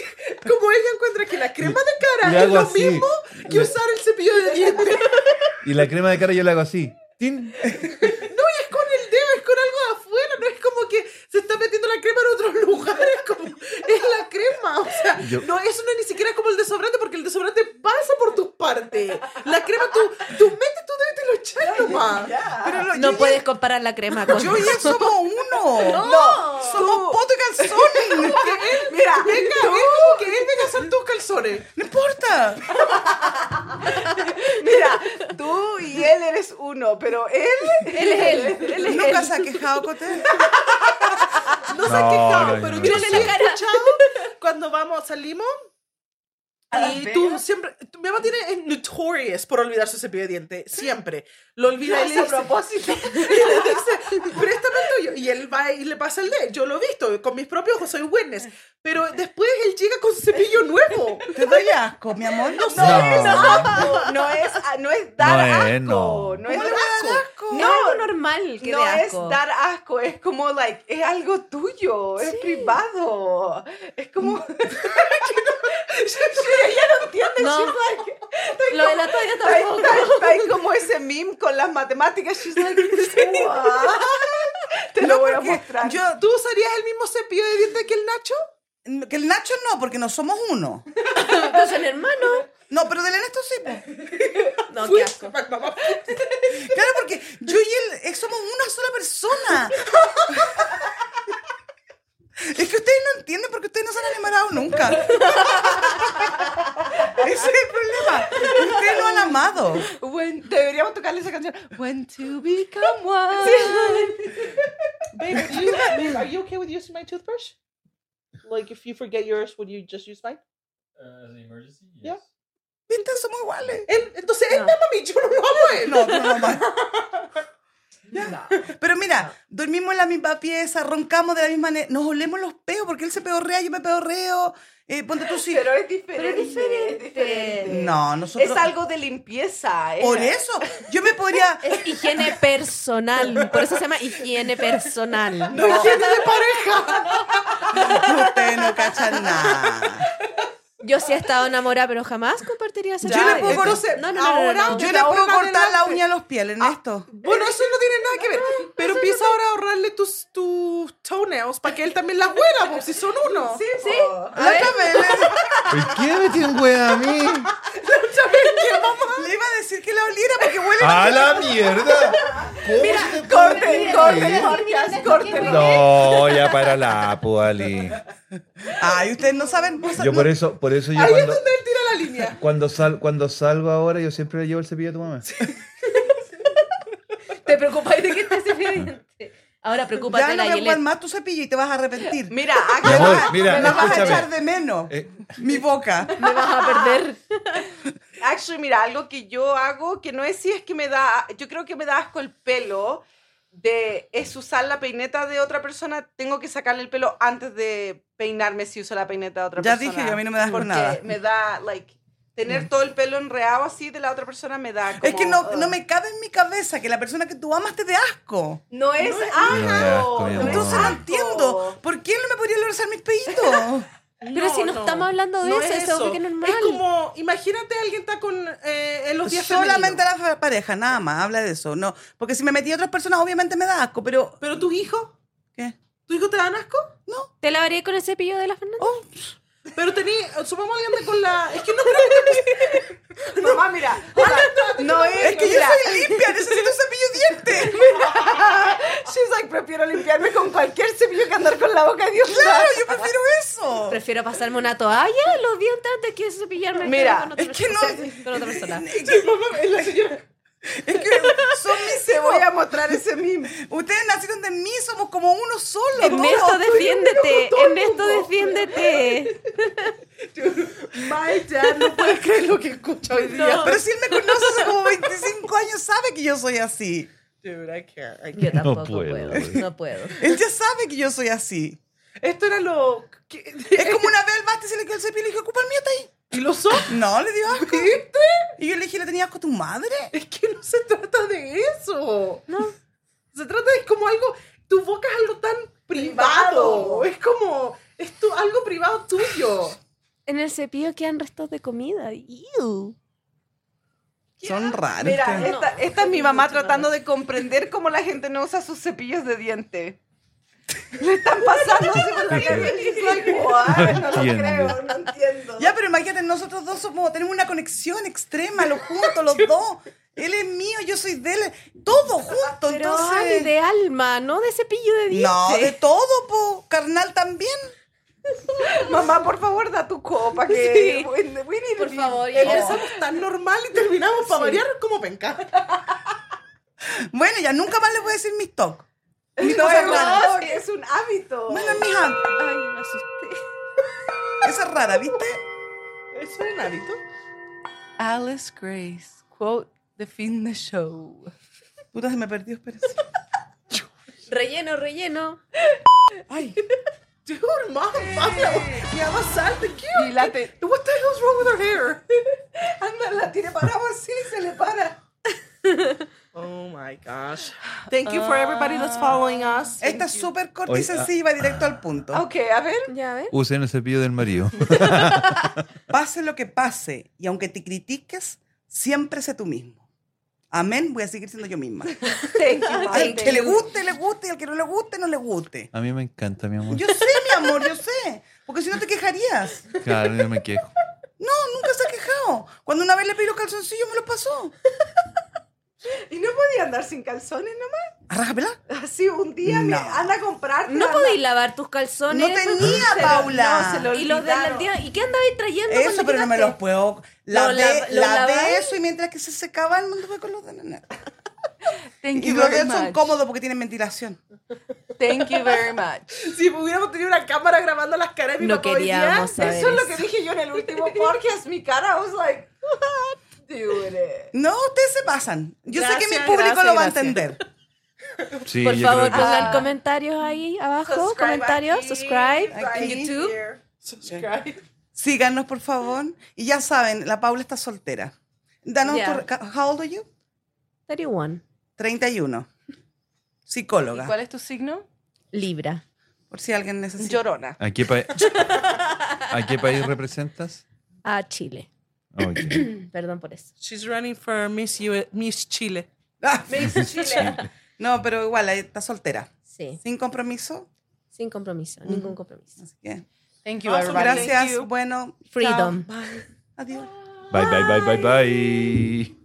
como ella encuentra que la crema de cara
Le
es
hago
lo
así.
mismo que
Le-
usar el cepillo de dientes.
Y la crema de cara yo la hago así. Tin.
No, y es con el dedo, es con algo de afuera, no es como que se está metiendo la crema en otros lugares, como es la crema, o sea,
Yo-
no, eso no es ni siquiera como el desodorante, porque el desodorante pasa por tus partes, la crema tú, tú metes, tú debes te lo echar nomás.
Pero lo-
No
yo,
puedes comparar la crema con.
y, yo y él somos uno.
No,
Somos
tú-
poto y calzones.
que él- mira,
Venga, Oh, es como que él venga a hacer tus calzones.
No importa.
mira, tú y él eres uno, pero él,
Él es él. Él es
Nunca
él.
se ha quejado con usted.
No se
No,
han quejado,
no,
pero
no,
yo
no.
sí
Mírale
he
la cara.
escuchado cuando vamos, salimos. Y tú siempre, tu- mi mamá tiene es notorious por olvidar su cepillo de dientes, siempre. Lo olvida y le dice,
propósito.
Y le dice, préstame el tuyo. Y él va y le pasa el de él. Yo lo he visto con mis propios ojos, soy witness. Pero después él llega con su cepillo nuevo.
Te doy asco, mi amor. No,
No.
No, no es, no es dar
No
asco.
es, no.
No es
¿Cómo le
dar
voy a dar
asco.
asco?
No, es algo normal que
no
dé
es
asco.
dar asco, es como, like, es algo tuyo, es privado. Es como. Mira, ella no entiende,
No.
she's like.
Lo de la toalla
Está ahí-
tampoco.
está ahí- está ahí como ese meme con las matemáticas, she's like. "What?". Te lo voy a
porque
mostrar.
yo-
¿Tú usarías el mismo cepillo de dientes que el Nacho?
Que el Nacho no, porque no somos uno.
No son hermanos.
No, pero del Ernesto sí. po.
No, qué asco.
Claro, porque yo y él eh, somos una sola persona. Es que ustedes no entienden porque ustedes no se han enamorado nunca. Ese es el problema. Ustedes no han amado.
When- deberíamos tocarle esa canción. When to become one.
Babe, do you, babe, are you okay with using my toothbrush? Like, if you forget yours, would you just use mine?
Uh, as an emergency?
Yeah.
Yes.
¿Viste? Somos iguales.
Él- entonces, él
No.
me ama a mí, yo no lo amo a él.
No, no, no, no. Pero mira, dormimos en la misma pieza, roncamos de la misma manera, nos olemos los peos porque él se pedorrea, yo me pedorreo. Eh, ponte tú sí.
Pero es diferente.
diferente.
es diferente.
No, nosotros.
Es algo de limpieza. es-
Por eso, yo me podría.
Es higiene personal. Por eso se llama higiene personal.
No entiende de pareja.
Ustedes no cachan nada.
Yo sí he estado enamorada, pero jamás compartiría ese
Yo le puedo
tipo de-
cortar-
No, no, no, no,
ahora
no.
Yo
De
le
la
puedo
hora en
cortar la
adelante.
uña a los pies, Ernesto.
Bueno, eso no tiene nada que ver. Pero empieza ahora a ahorrarle tus, tus toenails para que él también las huela, vos, si son uno. Oh,
Sí, sí.
La otra vez le-
¿Por qué me tienen wea a mí?
le iba a decir que la oliera porque huele.
¡A la mierda! ¿Cómo se te puede
corten, corten,
ocurrir?
Jorge, corten.
No, ya para la puali.
Ay, ustedes no saben. no saben-
Yo por eso, por eso yo
Ahí es
cuando,
donde él tira la línea.
cuando, sal, cuando salgo ahora, yo siempre le llevo el cepillo a tu mamá.
Te preocupáis de que estés evidente. Ahora
no- ya
preocúpate de
no
la
me
Yelet.
ocupan más tu cepillo y te vas a arrepentir. Me
Mira,
Mi
acá
amor, mira,
vas a echar
escúchame.
de menos.
Eh,
Mi boca.
Me vas a perder.
Actually, mira, algo que yo hago, que no es si es que me da, yo creo que me da asco el pelo, de, es usar la peineta de otra persona, tengo que sacarle el pelo antes de peinarme si uso la peineta de otra
Ya
persona.
dije yo, a mí no me das por
Porque
nada. Mm.
me da, like, tener todo el pelo enredado así de la otra persona me da como,
Es que no,
ugh.
no me cabe en mi cabeza que la persona que tú amas te dé asco.
No es
No es-
asco.
No es asco, mi
no es
amor.
Entonces no
asco.
entiendo. ¿Por qué él no me podría lograr mis peitos?
Pero si no, estamos hablando de
No
eso,
es
eso es obvio que es normal.
Es como, imagínate alguien está con eh, en los días
Solamente
femeninos.
la fa- pareja, nada más, habla de eso. No, porque si me metí a otras personas, obviamente me da asco, pero.
Pero tus hijos,
¿Qué?
¿tu hijo te dan asco?
Te lavaré con el cepillo de la Fernanda.
Pero tení, supongamos alguien de con la. Es que no creo
Mamá, mira. No es,
Es que yo
mira.
soy limpia, necesito un cepillo de dientes.
She's like, prefiero prefiero limpiarme con cualquier cepillo que andar con la boca de
Claro, yo prefiero eso.
Prefiero pasarme una toalla en los dientes antes que cepillarme el
Mira,
pelo con otra
es que
persona.
no-
con otra persona.
Es que son mis
Te voy
hijos.
a mostrar ese meme.
Ustedes nacieron de mí, somos como uno solo.
Ernesto,
todos.
defiéndete. Ernesto, defiéndete.
Mike, ya no puedes creer lo que escucho hoy día.
Pero si él me conoce hace como 25 años, sabe que yo soy así.
Dude, I can't, I
Yo
can't.
tampoco
puedo,
puedo,
güey.
no puedo.
Él ya sabe que yo soy así.
Esto era lo. que-
Es como una vez al Basti se le quedó el cepillo y le dije, ocupa el mío, está ahí.
¿Y lo son?
No, le dio asco. Y yo le dije, ¿le tenía asco a tu madre?
Es que no se trata de eso. No. Se trata de como algo. Tu boca es algo tan privado. Es como. Es tu, algo privado tuyo.
En el cepillo quedan restos de comida. Ew.
Son raros.
Mira,
ustedes.
esta, esta es mi mamá tratando de comprender cómo la gente no usa sus cepillos de diente. Le están pasando así por la calle y es like, "What? No lo
Entiendo.
creo, no entiendo.
Ya, pero imagínate, nosotros dos somos, tenemos una conexión extrema, los juntos, los dos. Él es mío, yo soy de él. Todo junto,
Pero
entonces.
Ani, de alma, no de cepillo de dientes.
No, de todo, po. Carnal también.
Mamá, por favor, da tu copa que we- we need
Por
it.
favor, ya.
Oh.
Empezamos tan normal y terminamos para variar como penca.
Bueno, ya nunca más les voy a decir mis toques. Mis
No,
cosas
no,
raras.
no, que es un hábito.
Bueno, mija,
Ay, me asusté.
esa es rara, ¿viste?
Eso es un hábito.
Alice Grace, quote the fin the show.
Puta, se me perdió, espérense.
Relleno, relleno.
Ay,
Dude, mom, mom, mi mamá salte. ¿Qué?
Y la te-
What the hell's wrong with her hair?
Anda, la tiene parado así, se le para.
Oh my gosh. Ah. Eh,
Thank you for everybody that's following us.
esta es súper corta
Oye,
y sencilla y va directo al punto.
Ok, a ver.
Ya, a ver.
Usen el cepillo del marido.
Pase lo que pase, y aunque te critiques, siempre sé tú mismo. Amén, voy a seguir siendo yo misma.
Thank you,
Al
Mike.
que le guste, le guste, y al que no le guste, no le guste.
A mí me encanta, mi amor.
Yo sé, mi amor, yo sé. Porque si no te quejarías.
Claro, yo me quejo.
No, nunca se ha quejado. Cuando una vez le pedí los calzoncillos, me los pasó.
Y no podía andar sin calzones nomás.
Arrájapela.
Así un día me
No.
anda a comprar.
No podéis lavar tus
No
calzones.
tenía,
No, se
Paula.
lo
Y los del
olvidaron.
día. ¿Y qué andabais trayendo? cuando
Eso, pero no me los
llegaste?
puedo. Lavé,
lo
lavé
laváis?
eso y mientras que se secaban, no tuve con los de nena.
Thank
Y
you
los de
very
él son
much.
cómodos porque tienen ventilación.
Thank you very much.
Si hubiéramos tenido una cámara grabando las caras de mi
No
papá hoy día,
queríamos saber
Eso es lo
eso.
que dije yo en el último podcast. Mi cara, I was like, what? Dude.
No, ustedes se pasan. Yo sé que mi
Gracias,
público
gracias,
lo va a
gracias.
entender.
Sí,
Por
yo
favor,
creo que
pongan
Ah.
comentarios ahí abajo.
Subscribe
comentarios,
aquí,
subscribe en
right
YouTube.
here. Subscribe.
Síganos, por favor. Y ya saben, la Paula está soltera. Danos
Ya.
tu- How old are you?
31.
31.
¿Y
Psicóloga.
cuál es tu signo?
Libra.
Por si alguien necesita.
Llorona.
¿A qué, pa- ¿A qué país representas?
A Chile.
Ok.
Mm.
Perdón por eso.
She's running for Miss, U- Miss Chile.
Ah,
Chile.
no, pero igual, ahí está soltera.
Sí.
Sin compromiso.
Sin compromiso.
Mm.
Ningún compromiso.
Así que,
Thank you,
Awesome.
everybody.
gracias. Bueno,
Freedom.
adiós.
Bye, bye, bye, bye, bye.